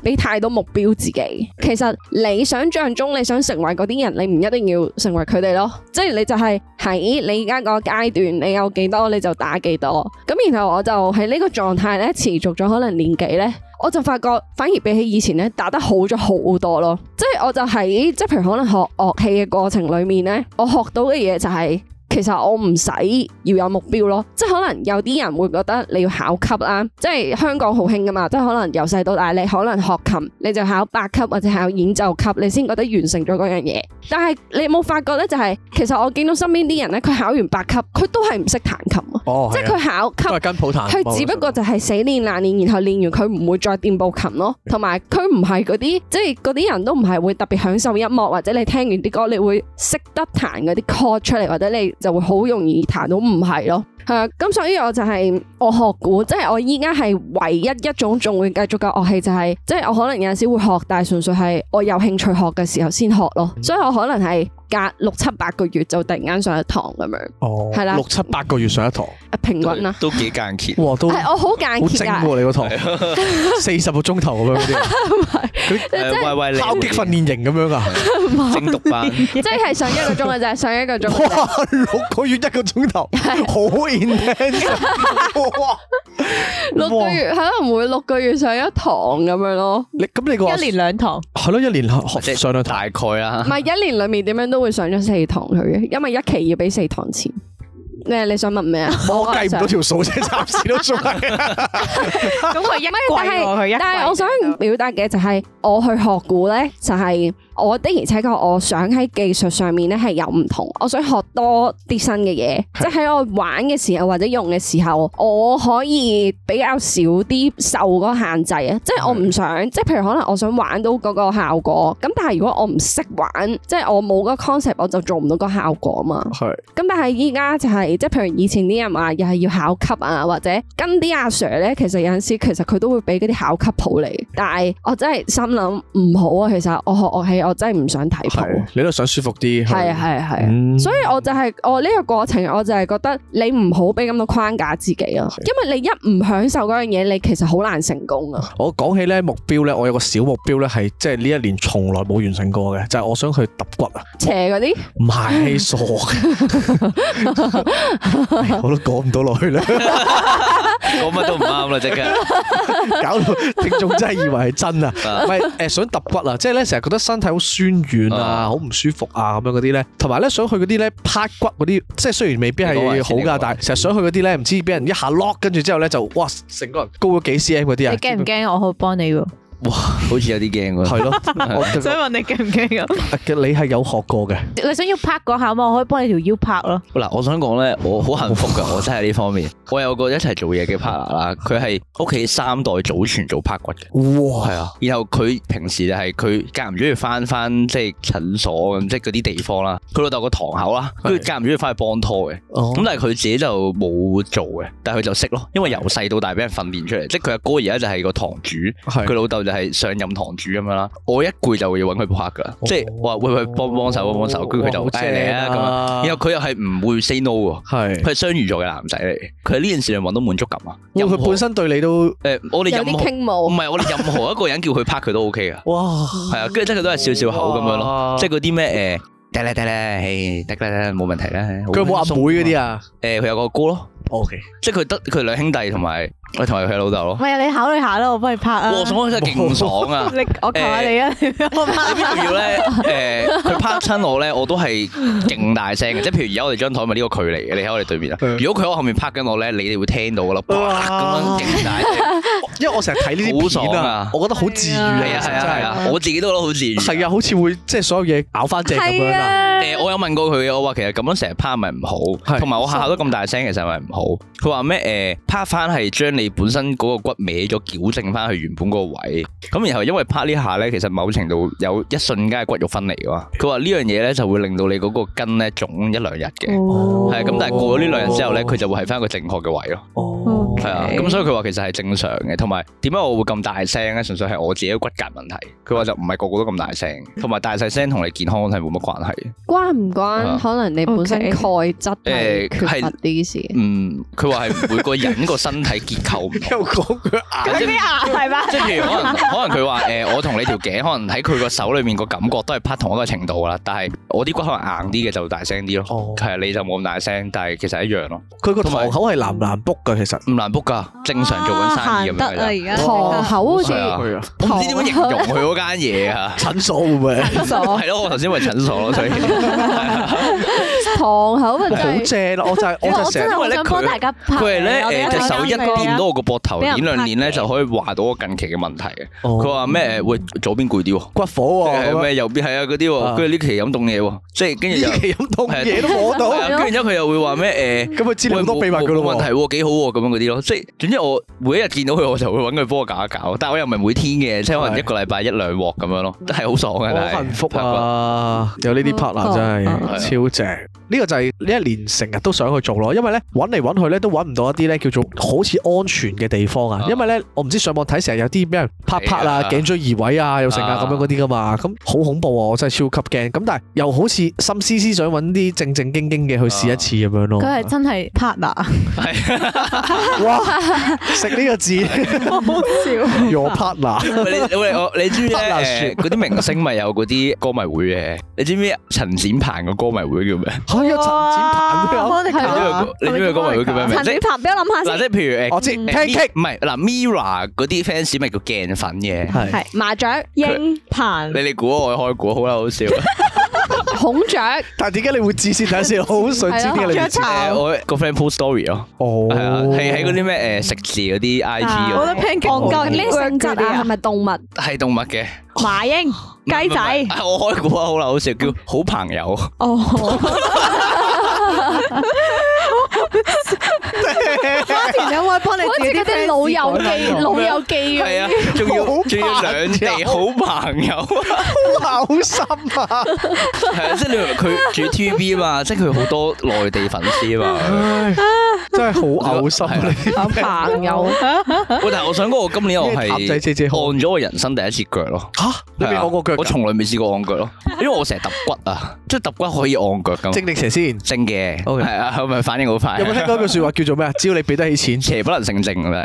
[SPEAKER 3] 俾太多目標自己。其實你想象中你想成為嗰啲人，你唔一定要成為佢哋咯。即係你就係喺你而家個階段，你有幾多你就打幾多。咁然後我就喺呢個狀態咧持續咗可能年幾咧。我就發覺反而比起以前咧打得好咗好多咯，即係我就喺即係譬如可能學樂器嘅過程裡面咧，我學到嘅嘢就係、其實我唔使要有目標咯，即係可能有啲人會覺得你要考級啦，即係香港好興噶嘛，即係可能由細到大你可能學琴，你就考八級或者考演奏級，你先覺得完成咗嗰樣嘢。但係你有冇發覺呢？就係、其實我見到身邊啲人呢，佢考完八級，佢都係唔識彈琴啊，
[SPEAKER 1] 哦，
[SPEAKER 3] 即係佢考級
[SPEAKER 1] 都係跟譜彈，
[SPEAKER 3] 佢只不過就係死練爛練，然後練完佢唔會再掂部琴咯，同埋佢唔係嗰啲，即係嗰啲人都唔係會特別享受音樂，或者你聽完啲歌你會識得彈嗰啲 chord 出嚟，或者你就會好容易彈到唔係咯。係啊，咁所以我就係、我學鼓，即係我依家係唯一一種仲會繼續嘅樂器，就係、即係我可能有陣時會學，但係純粹係我有興趣學嘅時候先學咯。所以我可能係隔六七八個月就突然間上一堂咁樣，
[SPEAKER 1] 哦，
[SPEAKER 3] 係啦
[SPEAKER 1] 六七八個月上一堂，
[SPEAKER 3] 平均啦。
[SPEAKER 2] 都都幾間 歇。
[SPEAKER 1] 哇，都
[SPEAKER 3] 係
[SPEAKER 1] 好
[SPEAKER 3] 我好間
[SPEAKER 1] 精
[SPEAKER 3] 歇啊！
[SPEAKER 1] 喎你個堂， 四十個鐘頭咁樣嗰啲，
[SPEAKER 2] 誒喂喂，你
[SPEAKER 1] 敲擊訓練營咁樣啊，
[SPEAKER 2] 精讀班，
[SPEAKER 3] 即係上一個鐘嘅啫，上一個鐘嘅啫。
[SPEAKER 1] 哇，六個月一個鐘頭，好 intense，啊哇，
[SPEAKER 3] 六個月可能每六個月上一堂咁樣咯，
[SPEAKER 1] 你咁你個
[SPEAKER 5] 一年兩堂，
[SPEAKER 1] 係咯，一年
[SPEAKER 2] 即
[SPEAKER 1] 學
[SPEAKER 2] 係
[SPEAKER 1] 上兩堂，
[SPEAKER 2] 大概啦
[SPEAKER 1] 啊
[SPEAKER 3] 唔。係一年裏面點樣都會上咗四堂佢嘅，因為一期要俾四堂錢。咩？你想問咩啊？
[SPEAKER 1] 我計唔到
[SPEAKER 3] 想
[SPEAKER 1] 條數啫，暫時都仲係。
[SPEAKER 5] 咁佢一季
[SPEAKER 3] 但係
[SPEAKER 5] 喎，佢一季
[SPEAKER 3] 但係我想表達嘅就係、我去學鼓咧，就係、我的而且確我想喺技術上面咧係有唔同，我想學多啲新嘅嘢，即係喺我玩嘅時候或者用嘅時候，我可以比較少啲受嗰個限制啊，即係我唔想，即係譬如可能我想玩到嗰個效果，咁但係如果我唔識玩，即係我冇嗰個 concept，我就做唔到個效果嘛。
[SPEAKER 1] 係
[SPEAKER 3] 咁但係依家就係、即係譬如以前啲人話又係要考級啊，或者跟啲阿 Sir 咧，其實有陣時其實佢都會俾嗰啲考級譜嚟，但係我真係心諗唔好啊，其實我學樂器我真係唔想睇譜
[SPEAKER 1] 係，，你都想舒服啲，
[SPEAKER 3] 係啊係啊係啊。
[SPEAKER 1] 嗯
[SPEAKER 3] 所以我就係、我呢個過程，我就係覺得你唔好俾咁多框架自己啊，因為你一唔享受嗰樣嘢，你其實好難成功啊。
[SPEAKER 1] 我講起咧目標咧，我有個小目標咧，係即係呢一年從來冇完成過嘅，就係、我想去揼骨啊！
[SPEAKER 3] 斜嗰啲
[SPEAKER 1] 唔係傻嘅， 唉我都講唔到落去啦，
[SPEAKER 2] 講乜都唔啱啦，即刻。
[SPEAKER 1] 搞到聽眾真係以為係真啊！唔係誒想揼骨啊，即係咧成日覺得身體好酸軟啊，
[SPEAKER 2] 啊
[SPEAKER 1] 好唔舒服啊咁樣嗰啲咧，同埋咧想去嗰啲咧拍骨嗰啲，即係雖然未必
[SPEAKER 2] 你講
[SPEAKER 1] 係
[SPEAKER 2] 埋
[SPEAKER 1] 好
[SPEAKER 2] 先你講
[SPEAKER 1] 㗎
[SPEAKER 2] 埋，
[SPEAKER 1] 但係成日想去嗰啲咧，唔知俾人一下 lock 跟住之後咧就哇成個人高咗幾 cm 嗰啲啊！
[SPEAKER 5] 你驚唔驚？我可以幫你喎。
[SPEAKER 2] 哇，好似有啲驚喎。
[SPEAKER 1] 係咯，
[SPEAKER 2] 啊
[SPEAKER 1] 我
[SPEAKER 5] 想問你驚唔驚啊？
[SPEAKER 1] 嘅你係有學過嘅，
[SPEAKER 5] 你想要拍嗰下嘛？我可以幫你條腰拍咯。
[SPEAKER 2] 嗱，我想講咧，我 好幸福噶，我真係呢方面，我有個一齊做嘢嘅 partner 啦，佢係屋企三代祖傳做拍骨嘅。
[SPEAKER 1] 哇
[SPEAKER 2] 系！啊，然後佢平時就係佢間唔中要翻翻即係診所咁，即係嗰啲地方啦。佢老豆個堂口啦，跟住間唔中要翻去幫拖嘅。
[SPEAKER 1] 哦
[SPEAKER 2] 咁但係佢自己就冇做嘅，但係佢就識咯，因為由細到大俾人訓練出嚟。即係佢阿哥而家就係個堂主，
[SPEAKER 1] 係
[SPEAKER 2] 佢老豆就係上任堂主咁樣啦。我一攰就要揾佢拍噶，即係我話喂喂幫幫手幫幫手，跟住佢就
[SPEAKER 1] 哦哇好
[SPEAKER 2] 誒嚟啊
[SPEAKER 1] 正
[SPEAKER 2] 咁啊。
[SPEAKER 1] 啊
[SPEAKER 2] 然後佢又係唔會 say no 喎，
[SPEAKER 1] 係
[SPEAKER 2] 佢係雙魚座嘅男仔嚟嘅，佢喺呢件事上揾到滿足感啊。
[SPEAKER 1] 哇
[SPEAKER 2] 任何
[SPEAKER 1] 佢本身對你都
[SPEAKER 2] 誒，我哋
[SPEAKER 3] 有
[SPEAKER 2] 任
[SPEAKER 3] 啲
[SPEAKER 2] 何
[SPEAKER 3] 傾
[SPEAKER 2] 唔
[SPEAKER 3] 慕，
[SPEAKER 2] 係我哋任何一個人叫佢拍佢都 OK 噶。
[SPEAKER 1] 哇，
[SPEAKER 2] 系啊，跟住即係佢都係笑笑口咁樣咯，
[SPEAKER 1] 咯
[SPEAKER 2] 即係嗰啲咩诶，得啦得啦，唉得啦得啦，冇問題啦。
[SPEAKER 1] 佢有冇阿妹嗰啲啊
[SPEAKER 2] 诶，誒佢有個哥咯，
[SPEAKER 1] ？OK，
[SPEAKER 2] 即係佢得佢兩兄弟同埋，誒同埋佢老豆咯。
[SPEAKER 5] 喂，你考慮下啦，我幫你拍啊。
[SPEAKER 2] 哇，爽真係勁爽啊！
[SPEAKER 5] 你我求下你啊，你俾 我拍。
[SPEAKER 2] 你邊度要咧？诶，佢拍親我咧，我都係勁大聲嘅，即係譬如而家我哋張台咪呢個距離嘅，你喺我哋對面啊。
[SPEAKER 1] 嗯
[SPEAKER 2] 如果佢喺我後面拍緊我咧，你哋會聽到噶啦，
[SPEAKER 1] 哇
[SPEAKER 2] 啪咁樣勁大聲。
[SPEAKER 1] 因為我成日睇呢
[SPEAKER 2] 好
[SPEAKER 1] 啲
[SPEAKER 2] 爽
[SPEAKER 1] 片啊
[SPEAKER 2] 啊，
[SPEAKER 1] 我覺得好治愈啊，
[SPEAKER 2] 係啊
[SPEAKER 1] 其
[SPEAKER 2] 係
[SPEAKER 1] 實
[SPEAKER 2] 啊
[SPEAKER 1] 真
[SPEAKER 2] 係
[SPEAKER 1] 係。
[SPEAKER 2] 啊，我自己都覺得好自然。
[SPEAKER 1] 係啊，好似會即係所有嘢咬翻正咁樣啦。
[SPEAKER 3] 啊
[SPEAKER 2] 誒、我有問過佢嘅，我話其實咁樣成日趴咪唔
[SPEAKER 1] 係
[SPEAKER 2] 好，同埋我下下都咁大聲，其實咪唔好。佢話咩誒趴翻係將你本身嗰個骨歪咗，矯正翻去原本嗰個位。咁然後因為趴呢下咧，其實某程度有一瞬間係骨肉分離嘅嘛。佢話呢樣嘢咧就會令到你嗰個筋咧腫一兩日嘅。
[SPEAKER 1] 哦
[SPEAKER 2] 係咁，但係過咗呢兩日之後咧，
[SPEAKER 1] 哦
[SPEAKER 2] 佢就會係翻一個正確嘅位咯。
[SPEAKER 1] 哦
[SPEAKER 5] OK
[SPEAKER 2] 係啊，咁所以佢話其實係正常嘅，同埋點解我會咁大聲咧？純粹係我自己嘅骨骼問題。佢話就唔係個個都咁大聲，同埋大細聲同你健康係冇乜關係嘅。
[SPEAKER 3] 關唔關
[SPEAKER 2] 啊
[SPEAKER 3] 可能你本身
[SPEAKER 5] OK
[SPEAKER 3] 鈣質係
[SPEAKER 2] 誒
[SPEAKER 3] 缺乏
[SPEAKER 2] 係
[SPEAKER 3] 呢啲事？
[SPEAKER 2] 嗯，佢話係每個人個身體結構唔 同，
[SPEAKER 1] 又講佢咬
[SPEAKER 2] 咁即係
[SPEAKER 5] 牙啊係嘛？
[SPEAKER 2] 即係譬如可能 可能佢話誒，我同你條頸可能喺佢個手裏面個感覺都係拍同一個程度噶啦，但係我啲骨可能硬啲嘅就大聲啲
[SPEAKER 1] 哦
[SPEAKER 2] 咯，係啊你就冇咁大聲，但係其實一樣咯，
[SPEAKER 1] 佢個
[SPEAKER 2] 同埋
[SPEAKER 1] 堂口係難唔難 book 㗎，其實。
[SPEAKER 2] 唔難 book 噶，正常做緊生意咁樣㗎
[SPEAKER 5] 啊而
[SPEAKER 3] 堂口好似
[SPEAKER 2] 係 啊
[SPEAKER 1] 去啊，，
[SPEAKER 2] 我唔知點樣形容佢嗰間嘢啊
[SPEAKER 1] 診所會唔會？
[SPEAKER 5] 哦
[SPEAKER 3] 所
[SPEAKER 2] 係咯，我頭先咪診所咯， 所以
[SPEAKER 3] 堂口咪就
[SPEAKER 1] 好
[SPEAKER 3] 係
[SPEAKER 1] 正啦！我就係我就成日
[SPEAKER 2] 因為咧佢
[SPEAKER 5] 家拍
[SPEAKER 2] 佢
[SPEAKER 5] 啊
[SPEAKER 2] 係咧誒隻手一掂哦到我個膊頭，
[SPEAKER 5] 俾人
[SPEAKER 2] 點兩年咧
[SPEAKER 5] 拍嘅
[SPEAKER 2] 就
[SPEAKER 5] 哦
[SPEAKER 2] 可以話到我近期嘅問題嘅。佢
[SPEAKER 1] 佢
[SPEAKER 2] 話咩誒？喂，左邊攰啲喎。
[SPEAKER 1] 骨火喎，
[SPEAKER 2] 誒
[SPEAKER 1] 咁樣
[SPEAKER 2] 咩右邊係啊嗰啲
[SPEAKER 1] 啊
[SPEAKER 2] 喎，跟住呢期飲凍嘢喎，即係跟住又
[SPEAKER 1] 呢期飲凍嘢都摸到，
[SPEAKER 2] 係啊，跟住之後佢又會話咩誒？
[SPEAKER 1] 咁佢知你好多秘密
[SPEAKER 2] 喂
[SPEAKER 1] 㗎
[SPEAKER 2] 冇
[SPEAKER 1] 咯
[SPEAKER 2] 冇問題
[SPEAKER 1] 喎。
[SPEAKER 2] 喎，幾好喎，咁樣嗰啲咯，即係總之我每一日見到佢，我就會揾佢幫我搞一搞，但係我又唔係每天嘅，即係可能一個禮拜一兩鑊咁樣咯，都係好爽嘅，
[SPEAKER 1] 好
[SPEAKER 2] 但係
[SPEAKER 1] 幸福！啊！有呢啲 partner 真
[SPEAKER 3] 嗯
[SPEAKER 5] 啊
[SPEAKER 2] 嗯
[SPEAKER 1] 係超正。呢個就係呢一年成日都想去做咯，因為咧揾嚟揾去咧都揾唔到一啲咧叫做好似安全嘅地方啊。
[SPEAKER 2] 嗯
[SPEAKER 1] 因為咧我唔知上網睇成日有啲咩人拍拍啊、
[SPEAKER 2] 係啊
[SPEAKER 1] 頸椎移位啊、又成啊咁樣嗰啲噶嘛，咁好恐怖啊！我真係超級驚。咁但係又好似心思思想揾啲正正經經嘅去試一次咁樣咯。
[SPEAKER 5] 佢係真係 partner，
[SPEAKER 2] 係
[SPEAKER 1] 哇！食呢個字
[SPEAKER 5] 好笑。
[SPEAKER 1] ，your partner
[SPEAKER 2] 喂你喂我你知唔知咧？
[SPEAKER 1] 不能
[SPEAKER 2] 誒
[SPEAKER 1] 説
[SPEAKER 2] 嗰啲明星咪有嗰啲歌迷會嘅，你知唔知陳展鵬個歌迷會叫咩？
[SPEAKER 1] 嚇有陳展鵬都有。
[SPEAKER 5] 我哋
[SPEAKER 3] 係
[SPEAKER 2] 啊你知唔知佢歌迷會叫咩名
[SPEAKER 5] 陳展鵬，俾我諗下
[SPEAKER 2] 嗱，即係
[SPEAKER 5] 先。
[SPEAKER 2] 譬如誒
[SPEAKER 1] 我知 p
[SPEAKER 2] 誒
[SPEAKER 1] a n c a k
[SPEAKER 2] 唔係嗱，Mira 嗰啲 fans 咪叫鏡粉嘅。
[SPEAKER 1] e 係
[SPEAKER 5] 麻雀英
[SPEAKER 2] 你
[SPEAKER 5] 鵬，
[SPEAKER 2] 哋估我開估，好啦，好笑。
[SPEAKER 3] 孔雀。
[SPEAKER 1] 但係點解你會自先睇下先？我好想知點解你會
[SPEAKER 5] 雀
[SPEAKER 1] 知
[SPEAKER 2] 誒，
[SPEAKER 5] 巢
[SPEAKER 2] 我個 friend post story 咯，
[SPEAKER 1] 哦，
[SPEAKER 2] 係啊，係喺嗰啲咩誒食字嗰啲 IG 嗰
[SPEAKER 5] 我覺得
[SPEAKER 2] 啲，
[SPEAKER 3] 戇
[SPEAKER 5] Pancake
[SPEAKER 3] 鳩咩性質啊？係
[SPEAKER 5] 啊？
[SPEAKER 3] 咪動物？
[SPEAKER 2] 係動物嘅
[SPEAKER 5] 麻英雞
[SPEAKER 2] 唔係唔係唔
[SPEAKER 5] 仔，
[SPEAKER 2] 係我開估啊，好啦，好笑，叫好朋友，
[SPEAKER 5] 哦，當啊然有我幫你
[SPEAKER 3] 好似
[SPEAKER 5] 自己
[SPEAKER 3] 嗰啲老友記、老友記
[SPEAKER 2] 係
[SPEAKER 3] 咁
[SPEAKER 2] 啊。，仲要
[SPEAKER 1] 好朋友
[SPEAKER 2] 仲要兩地好朋友，
[SPEAKER 1] 好嘔心啊！
[SPEAKER 2] 係啊，即係你明唔明佢住 TVB 啊嘛，即係佢好多內地粉絲啊 嘛。
[SPEAKER 1] 唉，真係好嘔心啊！
[SPEAKER 3] 朋友，
[SPEAKER 2] 喂，但係我想講，我今年我係
[SPEAKER 1] 呢啲塔仔姐姐
[SPEAKER 2] 按
[SPEAKER 1] 好
[SPEAKER 2] 咗我人生第一次腳咯。
[SPEAKER 1] 吓，你未
[SPEAKER 2] 係啊
[SPEAKER 1] 按過腳
[SPEAKER 2] 我
[SPEAKER 1] 㗎？
[SPEAKER 2] 從來未試過按腳咯，因為我成日揼骨啊，即係揼骨可以按腳噶嘛。
[SPEAKER 1] 正定邪先，
[SPEAKER 2] 正嘅，
[SPEAKER 1] OK
[SPEAKER 2] 係啊，係咪反應好快？
[SPEAKER 1] 有冇聽過一句說話叫做咩啊？只要你俾得 起錢，
[SPEAKER 2] 邪不能勝正嘅咧？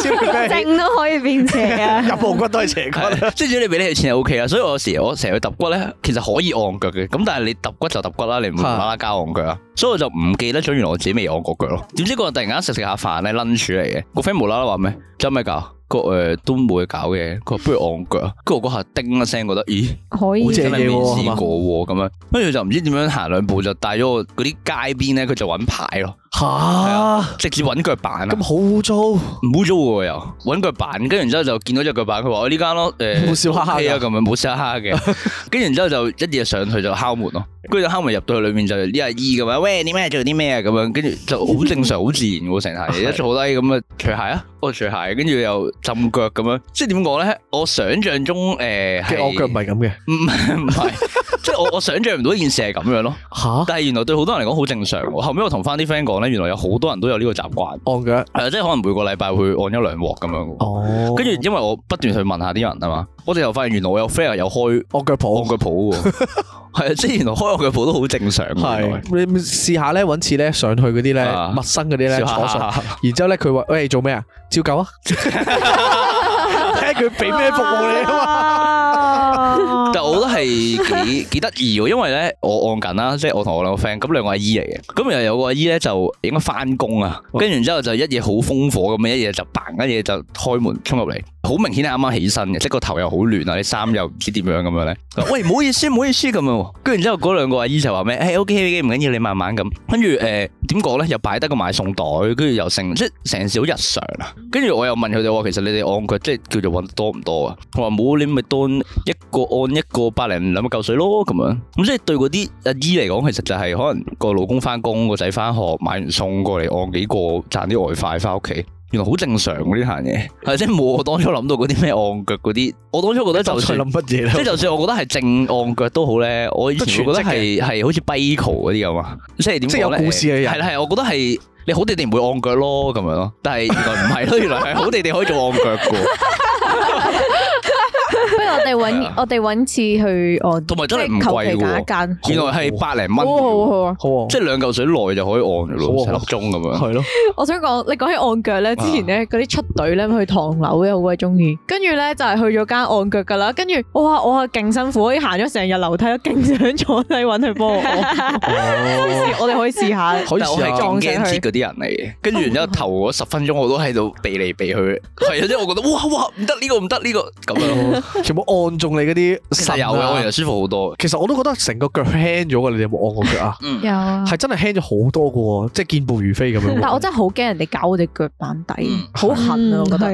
[SPEAKER 1] 只要你俾得起
[SPEAKER 5] 正都可以變邪 啊！
[SPEAKER 1] 入毛骨都係邪骨。
[SPEAKER 2] 係啊即係只要你俾得起錢就 O K 啦。所以我有時我成日去揼骨咧，其實可以按腳嘅。咁但係你揼骨就揼骨啦，你唔會無啦啦加按腳啊。所以我就唔記得咗，原來我自己未按過腳咯。點知嗰日突然間食食下飯咧，lunch 嚟嘅，個 friend 無啦啦話咩？真咩搞？個誒都冇嘢搞嘅，佢話不如按腳啊。跟住我嗰下叮一聲，覺得咦，
[SPEAKER 5] 可
[SPEAKER 2] 好
[SPEAKER 1] 以
[SPEAKER 2] 似真係未
[SPEAKER 1] 好正嘢喎
[SPEAKER 2] 試過喎咁樣。跟住就唔知點樣行兩步就帶咗我嗰啲街邊咧，佢就揾牌咯。
[SPEAKER 1] 吓
[SPEAKER 2] 直接揾腳板啊
[SPEAKER 1] 咁！好污糟，
[SPEAKER 2] 唔污糟嘅喎又，揾腳板，跟住然之後就見到只腳板，佢話哦我呢間咯，誒
[SPEAKER 1] 冇笑哈哈
[SPEAKER 2] OK 啊
[SPEAKER 1] 㗎
[SPEAKER 2] 咁樣，冇笑哈 哈嘅，跟住然之後就一夜上去就敲門咯，跟住就敲門入到去裏面就呢阿姨咁樣，喂點咩做啲咩啊咁樣，跟住就好正常好自然喎成 下嘢，一坐低咁啊除鞋啊，我除鞋，跟住又浸腳咁樣，即係點講咧？我想象中誒
[SPEAKER 1] 其實我腳唔
[SPEAKER 2] 係
[SPEAKER 1] 係咁嘅
[SPEAKER 2] 唔係 唔係，即係我我想象唔到件事係咁樣咯，
[SPEAKER 1] 吓，
[SPEAKER 2] 但係原來對好多人嚟講好正常喎。後尾我同翻啲 friend 講咧，原來有好多人都有呢個習慣。
[SPEAKER 1] 按腳
[SPEAKER 2] 係啊，即係可能每個禮拜會按一兩鑊咁樣嘅。
[SPEAKER 1] 哦，
[SPEAKER 2] 跟住因為我不斷去問下啲人啊嘛，我哋又發現原來我有 friend 有開
[SPEAKER 1] 按腳
[SPEAKER 2] 按
[SPEAKER 1] 蹼。
[SPEAKER 2] 腳鋪喎， 係啊，即係原來開按腳鋪都好正常嘅。原來
[SPEAKER 1] 系你試下咧，揾次咧上去嗰啲咧
[SPEAKER 2] 啊
[SPEAKER 1] 陌生嗰啲咧
[SPEAKER 2] 笑
[SPEAKER 1] 坐上，
[SPEAKER 2] 哈哈
[SPEAKER 1] 然之后咧佢話：喂，做咩啊？照舊 啊！睇下佢俾 咩服務你啊嘛。
[SPEAKER 5] 嘛
[SPEAKER 2] 但我覺得係幾幾得意喎，因為咧我按緊啦，即係我同我兩個 friend，咁兩個阿姨嚟嘅，咁又有個阿姨咧就應該翻工啊，跟住然之後就一夜好烽火咁樣，一夜就嘭一嘢就開門衝入嚟，好明顯係啱啱起身嘅，即係個頭又好亂啊，啲衫又唔知點樣咁樣咧，就喂唔好意思唔好意思咁樣喎，跟住然之後嗰兩個阿姨就話咩？誒 OK OK 唔緊要，你慢慢咁，跟住誒點講咧？又擺低個買餸袋，跟住又成即係成小日常啊，跟住我又問佢哋話，其實你哋按腳即係叫做揾得多唔多啊？我話冇，你咪當一個按一個百零兩嚿水咯，咁樣咁即係對嗰啲阿姨嚟講，其實就係可能個老公翻工，個仔翻學，買完餸過嚟按幾個賺啲外快翻屋企。原來好正常嗰啲行嘢，係即係冇我當初諗到嗰啲咩按腳嗰啲，我當初覺得 就
[SPEAKER 1] 佢
[SPEAKER 2] 算
[SPEAKER 1] 諗乜嘢咧
[SPEAKER 2] 即？係就算我覺得係正按腳都好咧，我以前會覺得
[SPEAKER 1] 不全
[SPEAKER 2] 係係好似 Bico 嗰啲咁啊，即係點講呢
[SPEAKER 1] 即係有故事嘅人
[SPEAKER 2] 係啦係，我覺得係你好地地唔會按腳咯咁樣咯，但係原來唔係咯，原 來係好地地可以做按腳嘅，係啊
[SPEAKER 5] 不如我哋揾我哋揾次去哦，
[SPEAKER 2] 同埋真係唔
[SPEAKER 5] 求
[SPEAKER 2] 貴
[SPEAKER 5] 其
[SPEAKER 2] 嘅
[SPEAKER 5] 揀一
[SPEAKER 2] 喎，
[SPEAKER 5] 間。
[SPEAKER 2] 原來係百零蚊
[SPEAKER 3] 好啊好
[SPEAKER 2] 嘅
[SPEAKER 3] 啊
[SPEAKER 2] 喎，
[SPEAKER 3] 好啊！
[SPEAKER 1] 好啊，
[SPEAKER 2] 即係兩嚿水內就可以按嘅
[SPEAKER 1] 好啊
[SPEAKER 2] 咯，成粒鐘咁樣。
[SPEAKER 1] 係咯，
[SPEAKER 5] 我想講，你講起按腳咧，之前咧嗰啲出隊咧去唐樓嘅好鬼中意，跟住咧就係去咗間按腳噶啦，跟住我話我係勁辛苦，我已經行咗成日樓梯，我勁想坐低揾佢 幫我按。
[SPEAKER 1] 哦啊
[SPEAKER 5] 我哋可以試下，
[SPEAKER 1] 可以
[SPEAKER 2] 但我
[SPEAKER 1] 試
[SPEAKER 2] 係
[SPEAKER 1] 下
[SPEAKER 2] 勁
[SPEAKER 5] 撞上
[SPEAKER 2] 驚鐵
[SPEAKER 5] 去
[SPEAKER 2] 嗰啲人嚟嘅，跟住然之後頭嗰十分鐘我都喺度避嚟避去，係啊，即係我覺得哇哇唔得呢個唔得呢個咁樣咯，
[SPEAKER 1] 啊全部按中你嗰啲
[SPEAKER 2] 其實
[SPEAKER 1] 神
[SPEAKER 2] 有嘅，我
[SPEAKER 1] 啊
[SPEAKER 2] 其實舒服好多嘅。
[SPEAKER 1] 其實我都覺得成個腳輕咗嘅，你哋有冇按過腳啊？
[SPEAKER 2] 嗯
[SPEAKER 5] 有啊
[SPEAKER 1] 係真係輕咗好多嘅喎，即係健步如飛咁樣喎。
[SPEAKER 5] 但我真係啊好驚人哋搞我哋腳板
[SPEAKER 2] 嗯
[SPEAKER 5] 底，好痕啊！我覺得。
[SPEAKER 4] 得。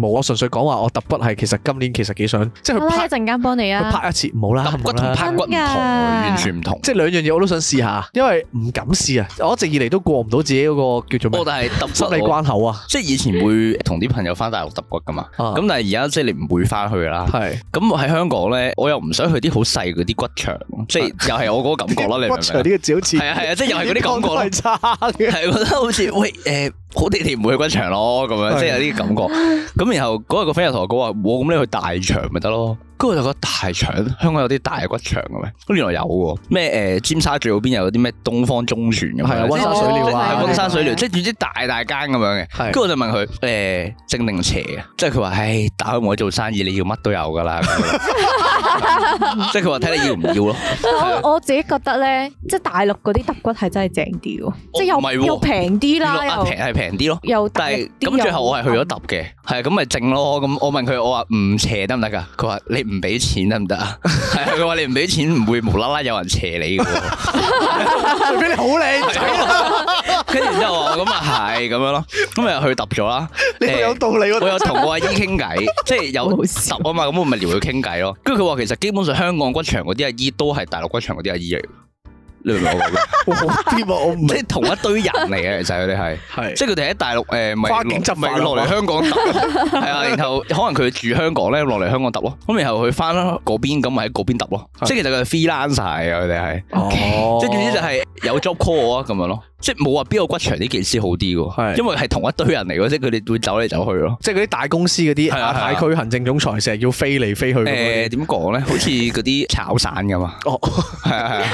[SPEAKER 1] 冇，我純粹講話我揼筆係其實今年其實幾想，即係
[SPEAKER 5] 好
[SPEAKER 1] 佢
[SPEAKER 5] 啦，一
[SPEAKER 1] 拍
[SPEAKER 5] 陣間幫你
[SPEAKER 1] 佢
[SPEAKER 5] 啊。
[SPEAKER 1] 拍一次唔好啦，
[SPEAKER 2] 揼
[SPEAKER 1] 唔
[SPEAKER 2] 骨
[SPEAKER 1] 好
[SPEAKER 2] 同
[SPEAKER 1] 啦
[SPEAKER 2] 拍骨唔同
[SPEAKER 5] 真
[SPEAKER 2] 喎，
[SPEAKER 5] 㗎
[SPEAKER 2] 完全唔同。
[SPEAKER 1] 即係兩樣嘢我都想試下，因為唔敢試啊！我一直以嚟都過唔到自己嗰個叫做
[SPEAKER 2] 我
[SPEAKER 1] 咩
[SPEAKER 2] 但係揼
[SPEAKER 1] 心
[SPEAKER 2] 骨
[SPEAKER 1] 理
[SPEAKER 2] 我，
[SPEAKER 1] 關口啊！
[SPEAKER 2] 即係以前會同啲朋友翻大陸揼骨噶嘛。
[SPEAKER 1] 啊
[SPEAKER 2] 咁但係而家即係你唔會翻去啦。
[SPEAKER 1] 係
[SPEAKER 2] 咁我喺香港咧，我又唔想去啲好細嗰啲骨場，即係又係我嗰個感覺啦。你明唔
[SPEAKER 1] 骨長呢
[SPEAKER 2] 明啊？
[SPEAKER 1] 個字好似
[SPEAKER 2] 啊係啊係啊，即係又係嗰啲感覺咯
[SPEAKER 1] 係。差嘅，
[SPEAKER 2] 係覺得好似喂誒，好地地唔會去骨場咯，咁樣
[SPEAKER 1] 係
[SPEAKER 2] 即係有啲感覺。咁然後嗰日個 friend 又同我講話，我咁你去大場咪得咯。跟住我就覺得大場，香港有啲大嘅骨場嘅咩？咁原來有喎，咩誒尖沙咀嗰邊有啲咩東方中船咁樣，
[SPEAKER 1] 係啊
[SPEAKER 2] 即
[SPEAKER 1] 溫
[SPEAKER 2] 係
[SPEAKER 1] 莎水療
[SPEAKER 2] 係
[SPEAKER 1] 啊
[SPEAKER 2] 溫莎水療，即係總之大大間咁樣嘅。
[SPEAKER 1] 係
[SPEAKER 2] 跟住我就問佢誒正定邪啊，即係佢話唉打開門做生意，你要乜都有㗎啦。咁 樣即係佢話睇你要唔要咯。
[SPEAKER 5] 我我自己覺得咧，即係大陸嗰啲揼骨係真係正啲喎，即係
[SPEAKER 2] 哦唔係
[SPEAKER 5] 又
[SPEAKER 2] 喎
[SPEAKER 5] 又平啲
[SPEAKER 2] 原
[SPEAKER 5] 啦，
[SPEAKER 2] 來啊
[SPEAKER 5] 又
[SPEAKER 2] 平係平啲咯。
[SPEAKER 5] 又大
[SPEAKER 2] 但
[SPEAKER 5] 力
[SPEAKER 2] 係
[SPEAKER 5] 啲
[SPEAKER 2] 咁最後我係去咗
[SPEAKER 5] 又啊
[SPEAKER 2] 揼嘅，係啊咁咪正咯。咁我問佢，我話唔斜得唔得㗎？佢話你唔俾錢得唔得啊？ 係啊，佢話你唔俾錢唔會無啦啦有人斜 你㗎喎。
[SPEAKER 1] 除非你啊好靚
[SPEAKER 2] 啊
[SPEAKER 1] 仔啦，
[SPEAKER 2] 跟住然之後我話咁啊係咁樣咯，咁咪又去揼咗啦。
[SPEAKER 1] 你好有道理喎
[SPEAKER 2] 我。有同個阿姨傾偈，即係有
[SPEAKER 5] 好笑
[SPEAKER 2] 揼啊嘛，咁我咪撩佢傾偈咯。跟住佢話其實基本上香港骨場嗰啲阿姨都係大陸骨場嗰啲阿姨嚟嘅，你明唔明我講咩？
[SPEAKER 1] 我好啲啊！我唔
[SPEAKER 2] 即係同一堆人嚟嘅，其實佢哋係。
[SPEAKER 1] 係
[SPEAKER 2] 即係佢哋喺大陸誒，咪
[SPEAKER 1] 跨境
[SPEAKER 2] 落
[SPEAKER 1] 執法
[SPEAKER 2] 咪落嚟香港揼咯，係啊，然後可能佢住香港咧，落嚟香港揼咯，咁然後佢翻嗰邊，咁咪喺嗰邊揼咯，
[SPEAKER 1] 係
[SPEAKER 2] 即係其實佢係 freelance 曬嘅，佢哋係，
[SPEAKER 1] 哦
[SPEAKER 2] 即係總之就係有 job call 我啊咁樣咯，即係冇話邊個骨場啲技師好啲
[SPEAKER 1] 係
[SPEAKER 2] 喎，因為係同一堆人嚟嘅，即係佢哋會走嚟走去咯。
[SPEAKER 1] 即係嗰啲大公司嗰啲
[SPEAKER 2] 係啊
[SPEAKER 1] 亞太區行政總裁成日要飛嚟飛去咁
[SPEAKER 2] 誒
[SPEAKER 1] 嗰啲。
[SPEAKER 2] 點講咧？好似嗰啲炒散 咁啊，
[SPEAKER 1] 哦
[SPEAKER 2] 係啊係啊，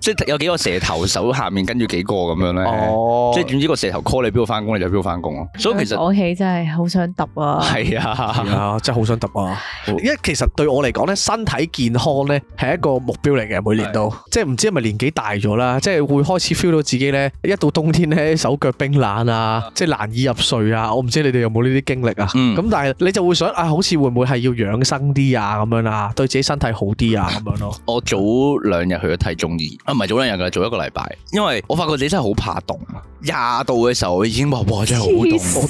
[SPEAKER 2] 即係有幾個蛇頭手下面跟住幾個咁樣咧，
[SPEAKER 1] 哦，
[SPEAKER 2] 即係總之個蛇頭 call 你邊度翻工你就邊度翻工咯。所以其實
[SPEAKER 5] 講起真係好想揼啊！
[SPEAKER 2] 係啊。
[SPEAKER 1] 啊，真係好想揼啊！因為其實對我嚟講咧，身體健康咧係一個目標嚟嘅，每年都即係唔知係咪年紀大咗啦，即係會開始 feel 到自己咧，一到冬天咧手腳冰冷啊，即係難以入睡啊。我唔知你哋有冇呢啲經歷啊？
[SPEAKER 2] 嗯
[SPEAKER 1] 咁、但係你就會想啊，好似會唔會係要
[SPEAKER 2] 嗯
[SPEAKER 1] 養生啲啊咁樣啊，對自己身體好啲啊咁樣咯。
[SPEAKER 2] 我早兩日去咗睇中醫，啊，唔係早兩日噶，早一個禮拜。因為我發覺自己真係好怕凍啊，廿度嘅時候我已經話哇真係好凍，我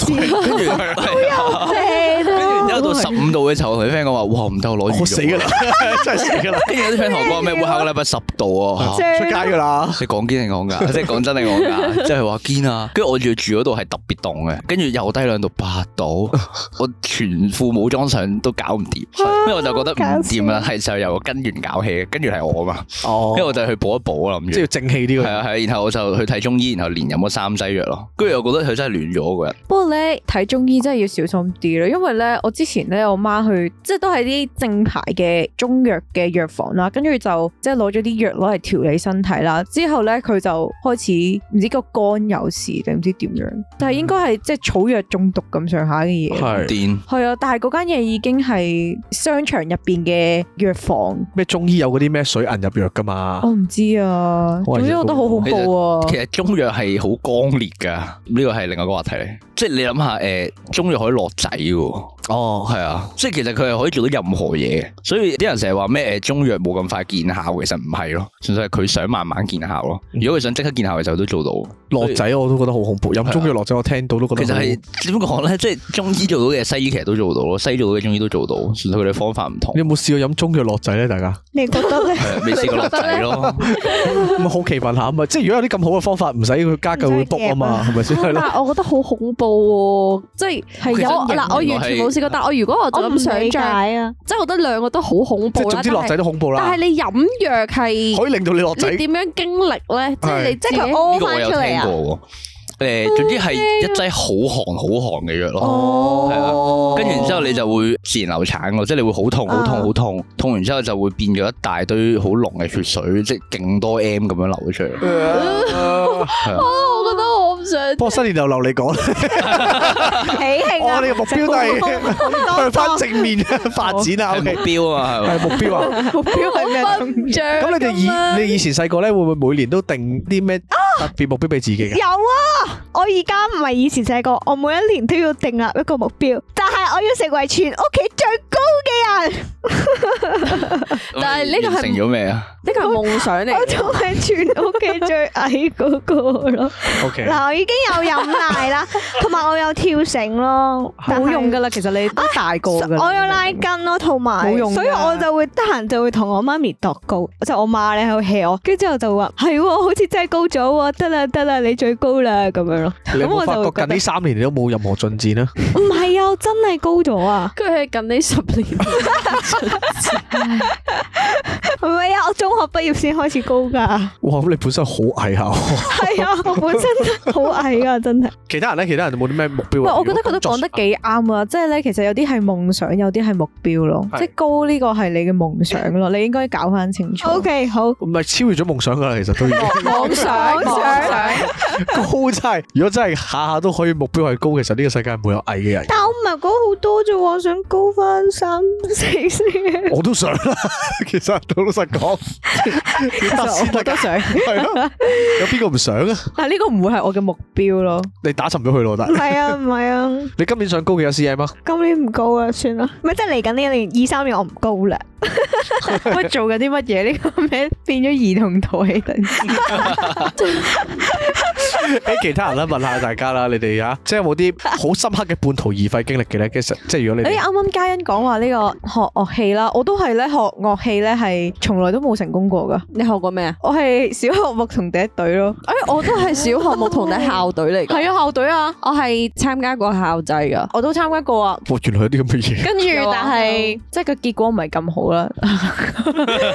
[SPEAKER 2] 都係跟住
[SPEAKER 1] 啊
[SPEAKER 2] 跟住一到十五度嘅時候，我同啲 friend 講話哇唔得， 我攞羽絨啊
[SPEAKER 1] 我死噶啦， 真系死噶啦，
[SPEAKER 2] 跟住有啲 friend 同我講咩，會下個禮拜十度啊。嚇
[SPEAKER 1] 出街噶啦。
[SPEAKER 2] 你講堅 定講㗎，即係講真定講㗎，即係話堅啊！跟住我住住嗰度係特別凍嘅，跟住又低兩度八 度，我全副武裝上都搞唔掂，
[SPEAKER 1] 啊
[SPEAKER 2] 跟住我就覺得唔掂啦，係就由根源搞起嘅，根源係我嘛，
[SPEAKER 1] 哦
[SPEAKER 2] 跟住我就去補一補啦，諗
[SPEAKER 1] 即系
[SPEAKER 2] 住
[SPEAKER 1] 要。正氣啲
[SPEAKER 2] 係
[SPEAKER 1] 嘅。
[SPEAKER 2] 啊係啊，然後我就去睇中醫，然後連飲咗三劑藥咯，跟住我覺得佢真係亂咗個人，
[SPEAKER 5] 不過咧睇中醫真係要小心啲咯，因為咧我之前咧我媽去即係都係啲正牌嘅中藥嘅藥房啦，跟住就即係攞咗啲藥攞嚟調理身體啦。之後咧佢就開始唔知個肝有事定唔知點樣，但係應該係即係草藥中毒咁上下嘅嘢。
[SPEAKER 1] 係
[SPEAKER 2] 癲
[SPEAKER 5] 係啊，但係嗰間嘢已經係商場入邊嘅藥房，
[SPEAKER 1] 咩中醫有嗰啲咩水銀入藥噶嘛？
[SPEAKER 5] 我哦唔知啊。
[SPEAKER 1] 哇
[SPEAKER 5] 總之我覺得好恐怖啊。
[SPEAKER 2] 其實中藥係好剛烈㗎，呢個係另外一個話題嚟。即係你諗下，誒、中藥可以落仔喎。哦，係啊，即係其實佢係可以做到任何嘢嘅。所以啲人成日話咩誒中藥冇咁快見效，其實唔係咯，純粹係佢想慢慢見效咯。如果佢想即刻見效嘅時候都做到。
[SPEAKER 1] 落仔我都覺得好恐怖，飲中藥落仔我聽到都覺得
[SPEAKER 2] 啊其實
[SPEAKER 1] 好
[SPEAKER 2] 係點講咧？即係中醫做到嘅，西醫其實都做到咯，西醫做到嘅中醫都做到，純粹佢哋方法唔同
[SPEAKER 1] 你。 有冇試過飲中藥落仔咧？大家
[SPEAKER 4] 你覺得咧？
[SPEAKER 2] 係啊未試過落仔咯，
[SPEAKER 1] 咁好奇問下啊嘛，即係如果有啲咁好嘅方法，唔使佢加佢會卜啊嘛，係咪先？係
[SPEAKER 3] 但
[SPEAKER 1] 咯，
[SPEAKER 3] 係我覺得好恐怖喎，即係係有
[SPEAKER 2] 其實
[SPEAKER 3] 嗱，我
[SPEAKER 2] 原來
[SPEAKER 3] 完全冇試過。但係我如果我就
[SPEAKER 4] 我唔
[SPEAKER 3] 咁
[SPEAKER 4] 理
[SPEAKER 3] 想
[SPEAKER 4] 解
[SPEAKER 3] 像，
[SPEAKER 4] 啊！
[SPEAKER 3] 即係我覺得兩個都好恐
[SPEAKER 1] 即
[SPEAKER 3] 怖
[SPEAKER 1] 係總。
[SPEAKER 3] 啦
[SPEAKER 1] 之落仔都恐怖
[SPEAKER 3] 但係但
[SPEAKER 1] 啦，
[SPEAKER 3] 係你飲藥係
[SPEAKER 1] 可以令到你落仔
[SPEAKER 3] 你點樣經歷咧？即係你
[SPEAKER 4] 即係佢
[SPEAKER 2] 呢
[SPEAKER 4] 屙
[SPEAKER 2] 個我
[SPEAKER 4] 翻
[SPEAKER 2] 有
[SPEAKER 4] 出
[SPEAKER 2] 聽
[SPEAKER 4] 嚟啊！
[SPEAKER 2] 過喎。誒，總之係一劑好寒好寒嘅藥咯。係啊
[SPEAKER 1] 哦
[SPEAKER 2] 跟住然之後你就會自然流產喎，即係你會好痛、好痛、好痛，痛完之後就會變咗一大堆好濃嘅血水，即係勁多 M 咁樣流出嚟。係啊
[SPEAKER 3] 我覺得我唔想。
[SPEAKER 1] 不過新年就留你講啦，
[SPEAKER 4] 喜慶
[SPEAKER 2] 哦
[SPEAKER 4] 啊！
[SPEAKER 1] 我哋嘅目標都係 向翻正面 發展啊
[SPEAKER 2] 係目
[SPEAKER 1] ，OK，
[SPEAKER 2] 標啊，係咪？
[SPEAKER 1] 係目標啊。
[SPEAKER 5] 目標係咩啊？
[SPEAKER 1] 咁
[SPEAKER 3] 咁
[SPEAKER 1] 你哋以你以前細個咧，會唔會每年都定啲咩特別目標俾自己 嘅？
[SPEAKER 4] 有啊！我而家唔係以前細個，我每一年都要定立一個目標，但係我要成為全屋企最高嘅 人，
[SPEAKER 3] 但係呢個係
[SPEAKER 2] 完成咗未啊？
[SPEAKER 3] 呢個係夢想嚟
[SPEAKER 4] 我
[SPEAKER 3] 嘅，
[SPEAKER 4] 仲係全屋企最矮嗰個咯。
[SPEAKER 1] O K，
[SPEAKER 4] 嗱，我已經有飲奶 啦，同埋我有跳繩咯，
[SPEAKER 5] 冇用
[SPEAKER 4] 㗎。
[SPEAKER 5] 噶啦，其實你都大個噶啦。
[SPEAKER 4] 我有拉筋咯，同埋
[SPEAKER 5] 冇，用㗎
[SPEAKER 4] 所以我就會得閒就會同我媽咪度高，即係我媽咧喺度 hea 我，跟住之後就話係喎，好似真係高咗喎，得啦得啦，你最高啦咁樣咯。
[SPEAKER 1] 你有
[SPEAKER 4] 咁
[SPEAKER 1] 冇
[SPEAKER 4] 我就
[SPEAKER 1] 發
[SPEAKER 4] 會
[SPEAKER 1] 覺
[SPEAKER 4] 覺
[SPEAKER 1] 近
[SPEAKER 4] 得
[SPEAKER 1] 呢三年你都冇任何進展啊？
[SPEAKER 4] 唔係啊，我真係高咗啊！
[SPEAKER 3] 佢係近呢十年。
[SPEAKER 4] 唔係啊，我中學畢業先開始高㗎。
[SPEAKER 1] 哇！咁你本身好矮下喎，
[SPEAKER 4] 係啊，我本身好矮㗎，真 係。
[SPEAKER 1] 其他人咧，其他人有冇啲咩目標
[SPEAKER 5] 喂，
[SPEAKER 1] 啊？
[SPEAKER 5] 我覺得佢
[SPEAKER 1] 如果
[SPEAKER 5] 都
[SPEAKER 1] 作
[SPEAKER 5] 講得幾啱啊！即係咧，其實有啲係夢想，有啲係目標咯。
[SPEAKER 1] 係
[SPEAKER 5] 即係高呢個係你嘅夢想 咯，你應該搞翻清楚。
[SPEAKER 4] O K，好。
[SPEAKER 1] 唔係超越咗夢想噶啦，其實都已經
[SPEAKER 5] 哦
[SPEAKER 3] 妄想，
[SPEAKER 4] 妄想
[SPEAKER 3] 妄想。
[SPEAKER 1] 高真係。如果真係下下都可以目標係高，其實呢個世界唔會有矮嘅 人。
[SPEAKER 4] 但我唔係高好多啫喎，我想高翻三四先。
[SPEAKER 1] 我都想啦， 其實老實 講，要得先得
[SPEAKER 5] 我
[SPEAKER 1] 㗎
[SPEAKER 5] 都想，
[SPEAKER 1] 係咯。有邊個唔想啊？
[SPEAKER 5] 但係呢個唔會係我嘅目標 咯。
[SPEAKER 1] 你打沉咗佢咯，但
[SPEAKER 4] 唔係啊，唔係啊，
[SPEAKER 1] 你今年想高幾多 cm 啊？
[SPEAKER 4] 今年唔高啊，算啦。咪即係嚟緊呢一年，二三年我唔高啦。
[SPEAKER 5] 乜做緊啲乜嘢？呢個名變咗兒童台，突然之間
[SPEAKER 1] 誒，其他人啦，問下大家啦，你哋啊，即係有冇啲好深刻嘅半途而廢經歷嘅咧？其實即係如果你
[SPEAKER 5] 誒
[SPEAKER 1] 哋
[SPEAKER 5] 啱啱嘉欣講話呢個學樂器啦，我都係咧學樂器咧係從來都冇成功過噶。
[SPEAKER 3] 你學過咩啊？
[SPEAKER 5] 我係小學木同笛隊咯，
[SPEAKER 3] 誒，我都係小學冇同你校隊嚟㗎。
[SPEAKER 5] 係啊校隊啊，
[SPEAKER 3] 我係參加過校際㗎。
[SPEAKER 5] 我都參加過啊。
[SPEAKER 1] 哇，原來有啲咁嘅嘢。
[SPEAKER 5] 跟住
[SPEAKER 3] 有啊
[SPEAKER 5] 但係即係個結果唔係咁好 啦，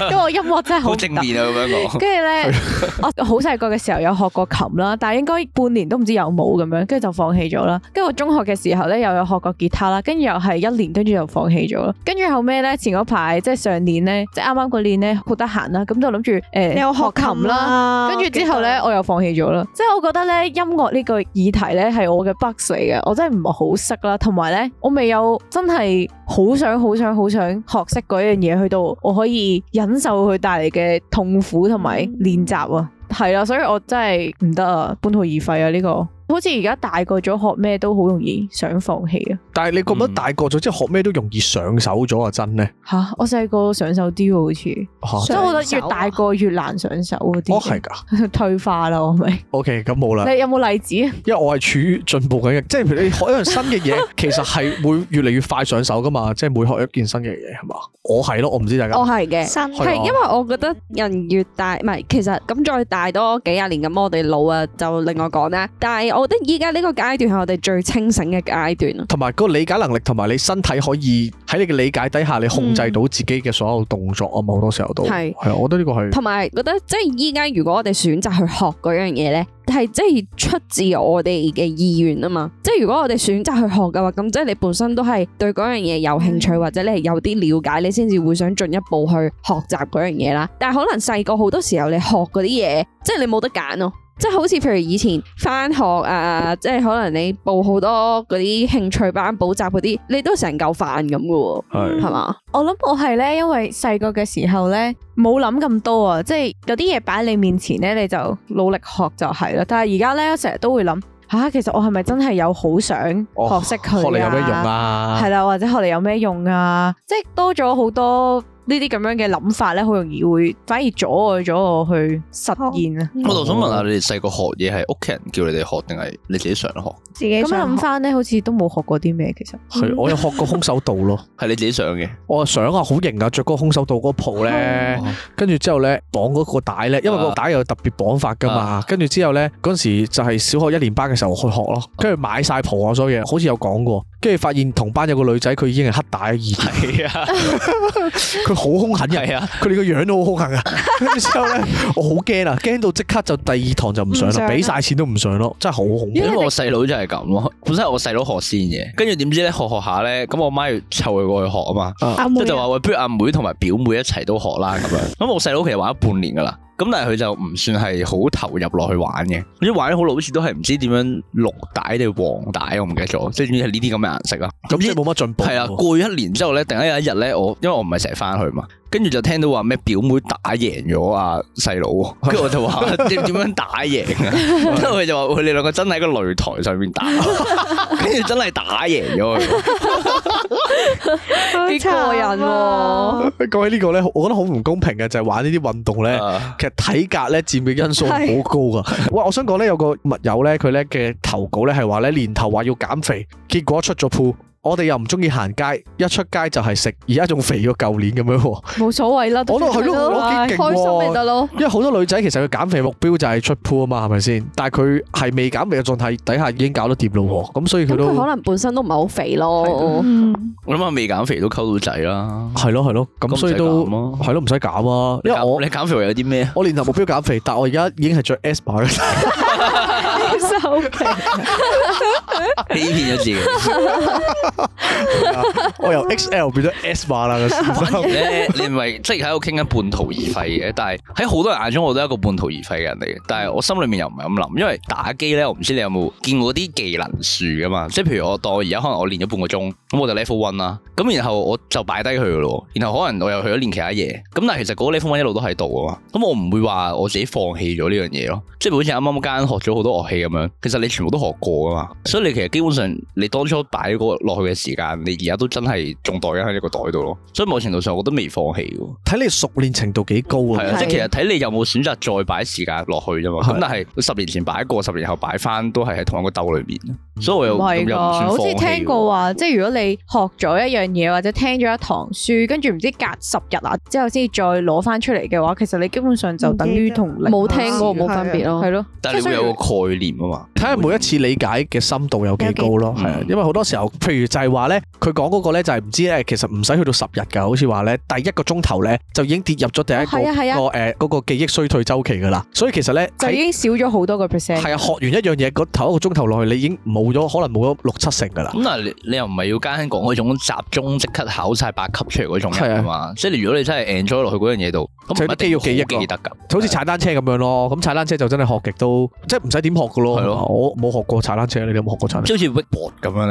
[SPEAKER 5] 因為我音樂真係好
[SPEAKER 2] 好
[SPEAKER 5] 唔
[SPEAKER 2] 正
[SPEAKER 5] 得。
[SPEAKER 2] 面啊，咁樣 講。
[SPEAKER 5] 跟住咧， 我好細個嘅時候有學過琴啦，但係應該半年都唔知有冇咁樣，跟住就放棄咗啦。跟住我中學嘅時候咧，又有學過吉他啦，跟住又係一年，跟住就放棄咗啦。跟住後尾咧，前嗰排即係上年咧，即係啱啱嗰年咧，好得閒啦，咁就諗住誒
[SPEAKER 4] 你有學琴。啦，
[SPEAKER 5] 跟住之後咧，我又放棄咗啦。啊即係我覺得咧，音樂呢個議題咧係我嘅 bug 嚟嘅，我真係唔係好識啦。同埋咧，我未有真係好想、好想、好想學識嗰樣嘢，去到我可以忍受佢帶嚟嘅嗯痛苦同埋練習啊。係啦，所以我真係唔得啊，半途而廢啊呢個。好似而家大個咗學咩都好容易想放棄啊！
[SPEAKER 1] 但係你覺唔覺得
[SPEAKER 2] 嗯
[SPEAKER 1] 大個咗之後學咩都容易上手咗啊？真咧
[SPEAKER 5] 吓，我細個上手啲喎，好似，即
[SPEAKER 1] 吓，
[SPEAKER 5] 係我覺
[SPEAKER 4] 上
[SPEAKER 5] 得
[SPEAKER 4] 手
[SPEAKER 5] 越
[SPEAKER 4] 啊
[SPEAKER 5] 大個越難上手嗰啲。
[SPEAKER 1] 哦係㗎
[SPEAKER 5] 係 退化啦，我咪。
[SPEAKER 1] ，OK 咁冇啦。
[SPEAKER 5] 你有冇例子啊？
[SPEAKER 1] 因為我係處於進步緊嘅，即係譬如你學一樣新嘅嘢，其實係會越嚟越快上手噶嘛，即係每學一件新嘅嘢係嘛？我係咯，我唔知大家
[SPEAKER 3] 我係嘅。
[SPEAKER 4] 新
[SPEAKER 1] 係啊
[SPEAKER 3] 係因為我覺得人越大，唔係其實咁再大多幾廿年咁，我哋老啊就另外講啦。但係我覺得依家呢個階段係我哋最清醒嘅階段咯。
[SPEAKER 1] 同埋嗰個理解能力，同埋你身體可以喺你嘅理解底下，你控制到自己嘅所有動作啊嘛，好多時候都
[SPEAKER 3] 係
[SPEAKER 1] 係啊，我覺得呢個係
[SPEAKER 3] 同埋覺得即係依家如果我哋選擇去學嗰樣嘢咧，係即係出自我哋嘅意願啊嘛。即係如果我哋選擇去學嘅話，咁即係你本身都係對嗰樣嘢有興趣，或者你係有啲了解，你先至會想進一步去學習嗰樣嘢啦。但係可能細個好多時候你學嗰啲嘢，即係你冇得揀咯。即係好似譬如以前翻學啊，即係可能你報好多嗰啲興趣班、補習嗰啲，你都成嚿飯咁嘅喎，
[SPEAKER 1] 係
[SPEAKER 3] 係嘛？
[SPEAKER 5] 我諗我係咧，因為細個嘅時候咧冇諗咁多啊，即係有啲嘢擺喺你面前咧，你就努力學就係啦。但係而家咧，成日都會諗吓、其實我係咪真係有好想
[SPEAKER 1] 哦
[SPEAKER 5] 學識佢、啊
[SPEAKER 1] 學你有咩用啊？
[SPEAKER 5] 係啦，或者學嚟有咩用啊？即係多咗好多呢啲咁樣嘅諗法咧，好容易會反而阻礙咗我去實
[SPEAKER 1] 哦
[SPEAKER 5] 現啊。
[SPEAKER 2] 我就想問下你哋細個學嘢係屋企人叫你哋學定係你自己想學？
[SPEAKER 4] 自己
[SPEAKER 5] 咁諗
[SPEAKER 4] 想學
[SPEAKER 5] 翻咧，好似都冇學過啲咩，其實
[SPEAKER 1] 係我有學過空手道咯，
[SPEAKER 2] 係你自己想嘅。
[SPEAKER 1] 我想啊好型啊，着嗰個空手道嗰個袍咧。
[SPEAKER 2] 哦
[SPEAKER 1] 跟住之後咧，綁嗰個帶咧，因為個帶有特別綁法噶嘛
[SPEAKER 2] 啊。哦
[SPEAKER 1] 跟住之後咧，嗰陣時就係小學一年班嘅時候去學咯，跟住買晒蒲啊所有嘢，好似有講過。跟住發現同班有個女仔，佢已經係黑帶二，
[SPEAKER 2] 係啊，
[SPEAKER 1] 佢好兇狠嘅，
[SPEAKER 2] 係啊，
[SPEAKER 1] 佢哋個樣都好兇狠啊。跟住之後咧，我好驚啊，驚到即刻就第二堂就唔上
[SPEAKER 4] 唔上
[SPEAKER 1] 啦，
[SPEAKER 4] 啦
[SPEAKER 1] 俾晒錢都唔上咯，真係好恐怖
[SPEAKER 2] 啊因。為我細佬就係咁咯。本身係我細佬學先嘅，跟住點知咧學學下咧，咁我媽要湊佢過去學啊嘛。
[SPEAKER 4] 阿
[SPEAKER 2] 即
[SPEAKER 4] 妹
[SPEAKER 2] 係就
[SPEAKER 4] 啊
[SPEAKER 2] 話喂，不如阿妹同埋表妹一齊都學啦咁樣。咁我細佬其實玩咗半年噶啦，咁但係佢就唔算係好投入落去玩嘅，啲玩得好耐，好似都係唔知點樣綠帶定黃帶，我唔記得咗，即係總之係呢啲咁嘅顏色啊啦。
[SPEAKER 1] 咁即係
[SPEAKER 2] 呢
[SPEAKER 1] 冇乜進步。
[SPEAKER 2] 係啊，過咗一年之後咧，突然間有一日咧，我因為我唔係成日翻去嘛，跟住就聽到話咩表妹打贏咗啊細佬喎， 跟住我就話 點點樣打贏啊？跟住佢就話佢哋兩個真係喺個擂台上 面打，跟住真係打贏咗佢。
[SPEAKER 4] 好
[SPEAKER 3] 幾過
[SPEAKER 4] 慘
[SPEAKER 3] 癮
[SPEAKER 4] 啊
[SPEAKER 3] 喎！
[SPEAKER 1] 講起呢個咧，我覺得好唔公平嘅就係玩呢啲運動咧。
[SPEAKER 2] 啊
[SPEAKER 1] 其實體格咧佔嘅因素好高噶。喂，我想講咧，有個密友咧，佢咧嘅投稿咧係話咧年頭話要減肥，結果出咗鋪。我哋又唔中意行街，一出街就係食，而家仲肥過舊年咁樣 喎。
[SPEAKER 5] 冇所謂啦。
[SPEAKER 1] 我都係咯，我幾 勁啊
[SPEAKER 3] 開心咪
[SPEAKER 1] 喎。
[SPEAKER 3] 得咯。
[SPEAKER 1] 因為好多女仔其實佢減肥目標就係出鋪啊嘛，係咪先？但係佢係未減肥嘅狀態底下已經搞得掂咯喎，咁所以
[SPEAKER 3] 咁
[SPEAKER 1] 佢都
[SPEAKER 3] 佢可能本身都唔係好肥咯，
[SPEAKER 4] 嗯
[SPEAKER 2] 我諗下未減肥都溝到仔啦。
[SPEAKER 1] 係咯係咯，咁所以都
[SPEAKER 2] 咁唔使減咯
[SPEAKER 1] 係咯，唔使減啊。因為我
[SPEAKER 2] 你減肥有啲咩啊？
[SPEAKER 1] 我年頭目標減肥，但我而家已經係着 S 碼嘅。
[SPEAKER 4] 收皮，
[SPEAKER 2] 欺騙咗自己。
[SPEAKER 1] 我由 XL 變咗 S 碼啦，個
[SPEAKER 2] 反而咧，你咪即係喺度傾緊半途而廢嘅。但係喺好多人眼中，我都係一個半途而廢嘅人嚟嘅。但係我心裏面又唔係咁諗，因為打機咧，我唔知你有冇見過啲技能樹噶嘛？即係譬如我當而家可能我練咗半個鐘，咁我就 level one 啦。咁然後我就擺低佢噶咯。然後可能我又去咗練其他嘢。咁但係其實嗰個 level one 一路都喺度啊嘛。咁我唔會話我自己放棄咗呢樣嘢咯。即係好似啱啱間學咗好多樂器咁樣，其實你全部都學過噶嘛。所以你其實基本上你當初擺嗰個落去嘅時間，你而家都真係仲袋緊喺呢個袋度咯。所以某程度上，我覺得未放棄嘅。
[SPEAKER 1] 睇你熟練程度幾高啊！
[SPEAKER 2] 係啊，即係
[SPEAKER 3] 係
[SPEAKER 2] 其實睇你有冇選擇再擺時間落去啫嘛。
[SPEAKER 1] 係
[SPEAKER 2] 咁但係十年前擺過，十年後擺翻都係喺同一個兜裏面，所以我又
[SPEAKER 5] 唔係
[SPEAKER 2] 咁
[SPEAKER 5] 噶，
[SPEAKER 2] 又唔算
[SPEAKER 5] 好似
[SPEAKER 2] 放棄
[SPEAKER 5] 聽過話，即係如果你學咗一樣嘢或者聽咗一堂書，跟住唔知隔十日啊之後先至再攞翻出嚟嘅話，其實你基本上就等於同零啊
[SPEAKER 3] 冇聽過冇分別啊咯
[SPEAKER 5] 係。咯。
[SPEAKER 2] 但係你會有個概念啊嘛。
[SPEAKER 1] 睇下每一次理解嘅深度有幾高咯，
[SPEAKER 2] 有幾
[SPEAKER 1] 係啊
[SPEAKER 2] 嗯，
[SPEAKER 1] 因為好多時候，譬如就係話咧，佢講嗰個咧就係唔知咧，其實唔使去到十日㗎，好似話咧第一個鐘頭咧就已經跌入咗第一個
[SPEAKER 5] 哦係啊係啊
[SPEAKER 1] 個誒嗰個記憶衰退周期㗎啦，所以其實咧
[SPEAKER 5] 就已
[SPEAKER 1] 喺
[SPEAKER 5] 經少咗好多個 percent。
[SPEAKER 1] 係啊學完一樣嘢嗰頭一個鐘頭落去，你已經冇咗可能冇咗六七成㗎啦，
[SPEAKER 2] 咁但係你你又唔係要間講嗰種集中即刻考晒八級出嚟嗰種人啊嘛，即係你如果你真係 enjoy 落去嗰樣嘢度，咁
[SPEAKER 1] 就
[SPEAKER 2] 唔
[SPEAKER 1] 有啲
[SPEAKER 2] 一定要
[SPEAKER 1] 肌肉記憶咯
[SPEAKER 2] 好記得㗎。
[SPEAKER 1] 就好似踩單車咁樣咯，咁踩單車就真係學極都即係唔使點學㗎噶咯。
[SPEAKER 2] 係咯
[SPEAKER 1] 我冇學過踩單車，你哋有冇學過踩單車？
[SPEAKER 2] 即係好似 wakeboard 咁樣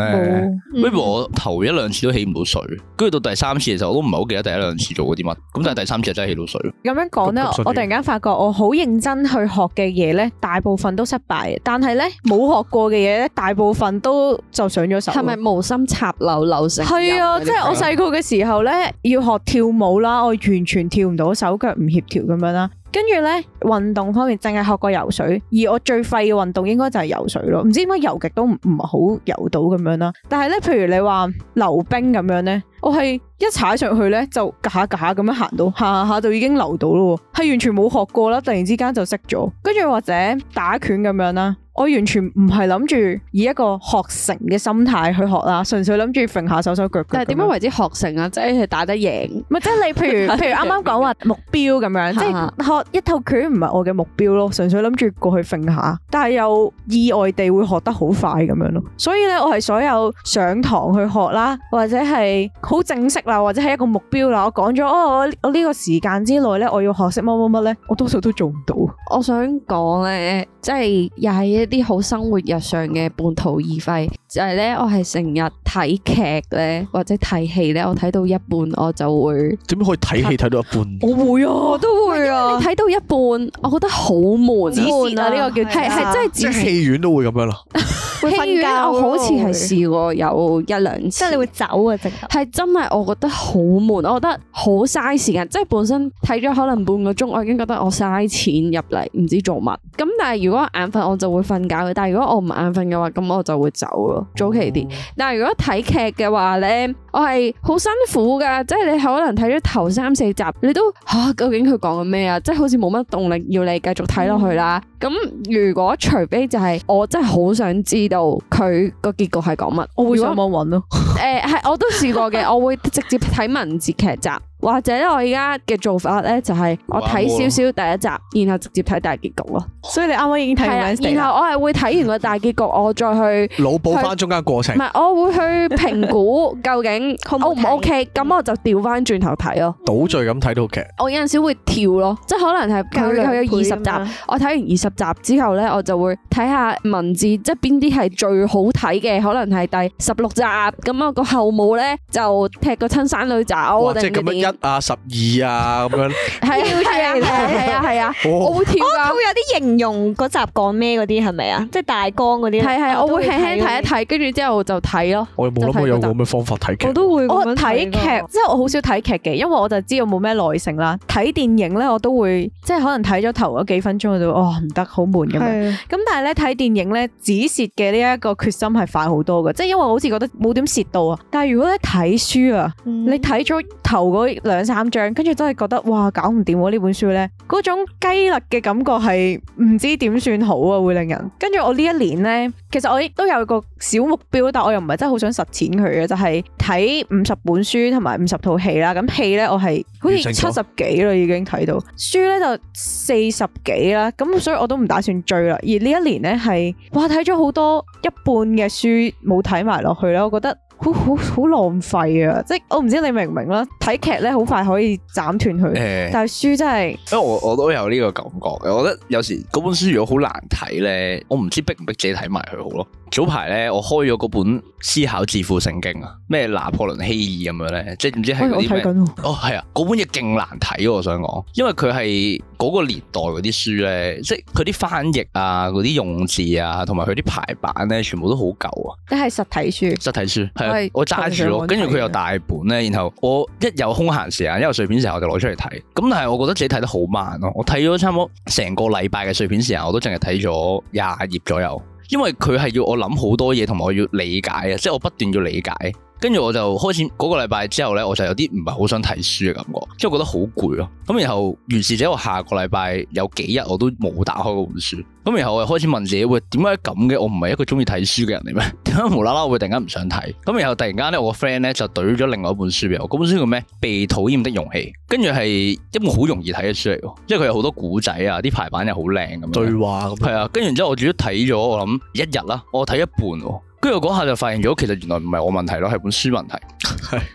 [SPEAKER 2] 咧。wakeboard 我頭一兩次都起唔到水，跟住到第三次其實我都唔係好記得第一兩次做過啲乜，咁但係第三次就真係起到水。
[SPEAKER 5] 咁樣講咧，
[SPEAKER 1] 咁咁順
[SPEAKER 5] 我突然間發覺我好認真去學嘅嘢咧，大部分都失敗嘅，但係咧冇學過嘅嘢咧，大部分都就上咗手。
[SPEAKER 3] 係咪無心插柳柳成
[SPEAKER 5] 係啊，即係我細個嘅時候咧，要學跳舞啦，我完全跳唔到，手腳唔協調咁樣啦。跟住咧，運動方面淨係學過游水，而我最廢嘅運動應該就係游水咯。唔知點解游極都唔唔係好游到咁樣啦。但係咧，譬如你話溜冰咁樣咧，我係一踩上去咧就架下架下咁樣行到，下下下就已經溜到咯喎，係完全冇學過啦，突然之間就識咗。跟住或者打拳咁樣啦。我完全唔係諗住以一個學成嘅心態去學啦，純粹諗住揈下手手腳腳咁樣。
[SPEAKER 3] 但係點樣為之學成啊？即係打得贏，
[SPEAKER 5] 唔係即係你，譬 如譬如啱啱講話目標咁樣，即係學一套拳唔係我嘅目標咯，純粹諗住過去揈下，但係又意外地會學得好快咁樣咯。所以咧，我係所有上堂去學啦，或者係好正式啦，或者係一個目標啦，我講咗哦，我我呢個時間之內咧，我要學識乜乜乜咧，我多數都做唔到。
[SPEAKER 3] 我想講咧，即係又係一啲好生活日常嘅半途而廢，就係咧，我係成日睇劇咧，或者睇戲咧，我睇到一半我就會，
[SPEAKER 1] 點樣可以睇戲睇到一半？
[SPEAKER 5] 我會啊，我都會啊
[SPEAKER 3] 你，睇到一半，我覺得好悶
[SPEAKER 4] 止蝕啊呢個叫
[SPEAKER 3] 係係真係
[SPEAKER 1] 即
[SPEAKER 3] 止
[SPEAKER 1] 係
[SPEAKER 3] 蝕。
[SPEAKER 1] 戲院都會咁樣咯。
[SPEAKER 4] 會瞓
[SPEAKER 3] 戲院
[SPEAKER 4] 覺
[SPEAKER 3] 我好似係
[SPEAKER 4] 咯
[SPEAKER 3] 試過有一兩次，
[SPEAKER 4] 即係你會走啊，直頭。
[SPEAKER 3] 係真係我覺得好悶，我覺得好嘥時間，即係本身睇咗可能半個鐘，我已經覺得我嘥錢入嚟，唔知做乜。咁但係如果我眼瞓，我就會瞓覺嘅。但係如果我唔眼瞓嘅話，咁我就會走咯，早期
[SPEAKER 1] 嗯
[SPEAKER 3] 啲。但係如果睇劇嘅話咧，我係好辛苦噶，即係你可能睇咗頭三四集，你都吓、啊究竟佢講緊咩啊？即係好似冇乜動力要你繼續睇落去啦。咁、如果除非就係我真係好想知道佢個結局係講乜，
[SPEAKER 5] 我會
[SPEAKER 3] 如果
[SPEAKER 5] 上網揾 咯。
[SPEAKER 3] 誒呃係，我都試過 嘅，我會直接睇文字劇集，或者咧我而家嘅做法咧就係我睇少少第一集，然後直接睇大結局咯。
[SPEAKER 5] 所以你啱啱已經睇
[SPEAKER 3] 係啊，
[SPEAKER 5] 完
[SPEAKER 3] 然後我係會睇完個大結局，我再去
[SPEAKER 1] 腦補翻中間過程
[SPEAKER 3] 唔。係，我會去評估究 竟 O 唔 OK，咁我就調翻轉頭睇咯。
[SPEAKER 1] 倒敍咁睇到劇，
[SPEAKER 3] 我有陣時會跳咯，即係可能係佢佢有二十集。我睇完二十集之後呢，我就會睇下文字，即係邊啲係最好睇嘅，可能係第十六集咁啊，個後母呢，就踢個親生女走，
[SPEAKER 1] 哇！即
[SPEAKER 3] 定
[SPEAKER 1] 係咁樣
[SPEAKER 3] 點
[SPEAKER 1] 一啊十二啊咁樣，
[SPEAKER 3] 係啊係啊係啊係啊係啊，我
[SPEAKER 1] 哦
[SPEAKER 3] 會跳
[SPEAKER 4] 佢
[SPEAKER 3] 㗎，
[SPEAKER 4] 會有啲形容嗰集講咩嗰啲係咪啊？即係大綱嗰啲。
[SPEAKER 3] 係係，啊我會輕輕睇
[SPEAKER 4] 睇
[SPEAKER 3] 一睇，跟住之後就睇咯。
[SPEAKER 1] 我又冇諗過有個咁嘅方法睇劇。
[SPEAKER 4] 我都會
[SPEAKER 5] 我睇劇，即係我好少睇劇嘅，因為我就知道冇咩耐性啦。睇電影咧，我都會即係可能睇咗頭嗰幾分鐘，我就哦唔得，好悶咁樣。
[SPEAKER 4] 係
[SPEAKER 5] 咁但係咧睇電影咧，止蝕嘅呢一個決心係快好多嘅，即係因為我好似覺得冇點蝕到啊。但係如果咧睇書啊，你
[SPEAKER 4] 你
[SPEAKER 5] 睇咗頭嗰兩三章，跟住真係覺得哇搞唔掂喎呢本書咧，嗰種雞肋嘅感覺係唔知點算好啊，會令人。跟住我呢一年咧，其實我亦都有個小目標，但我又唔係真係好想實踐佢嘅，就係睇五十本書同埋五十套戲啦。咁戲咧我係好似
[SPEAKER 1] 完成
[SPEAKER 5] 七
[SPEAKER 1] 咗
[SPEAKER 5] 十幾啦已經睇到，書咧就四十幾啦，咁所以我都唔打算追啦。而呢一年咧係哇睇咗好多一半嘅書冇睇埋落去啦，我覺得。好好好浪費啊！即係我唔知你明唔明啦，睇劇咧好快可以斬斷佢，
[SPEAKER 2] 誒
[SPEAKER 5] 但係書真係
[SPEAKER 2] 因為我我都有呢個感覺嘅，我覺得有時嗰本書如果好難睇咧，我唔知逼唔逼自己睇埋佢好咯。早排咧，我開咗嗰本《思考致富聖經》啊，咩拿破崙希爾咁樣咧，即係點知係
[SPEAKER 5] 喂
[SPEAKER 2] 嗰
[SPEAKER 5] 我
[SPEAKER 2] 啲
[SPEAKER 5] 睇
[SPEAKER 2] 咩？
[SPEAKER 5] 緊喎，
[SPEAKER 2] 哦，係啊，嗰本嘢勁難睇喎，我想講，因為佢係嗰個年代嗰啲書咧，即係佢啲翻譯啊、嗰啲用字啊，同埋佢啲排版咧，全部都好舊啊，
[SPEAKER 5] 你係實體書，
[SPEAKER 2] 實體書
[SPEAKER 5] 我
[SPEAKER 2] 係
[SPEAKER 5] 係
[SPEAKER 2] 啊，我揸住咯，
[SPEAKER 5] 從上網睇嘅
[SPEAKER 2] 跟住佢又大本咧，然後我一有空閒時間，一有碎片時間我就攞出嚟睇，咁但係我覺得自己睇得好慢咯，我睇咗差唔多成個禮拜嘅碎片時間，我都淨係睇咗廿頁左右，因為佢係要我諗好多嘢，同埋我要理解啊，即係我不斷要理解。跟住我就開始嗰個禮拜之後呢，我就有啲唔係好想睇書嘅感覺，即係覺得好攰咯。咁然後如是者，我下個禮拜有幾日我都冇打開嗰本書。咁然後我又開始問自己，喂，點解咁嘅？我唔係一個中意睇書嘅人嚟咩？ 點解無啦啦我會突然間唔想睇？咁然後突然間呢，我個 friend 呢就懟咗另外一本書俾我，嗰本書叫咩？被討厭的勇氣。跟住係一本好容易睇嘅書嚟喎，因為佢有好多古仔啊，啲排版又好靚咁樣。
[SPEAKER 1] 對話咁樣
[SPEAKER 2] 係啊，跟住然之後我自己睇咗，我諗一日啦，我睇一半喎，跟住我嗰下就發現咗，其實原來唔係我問題咯，係本書問題。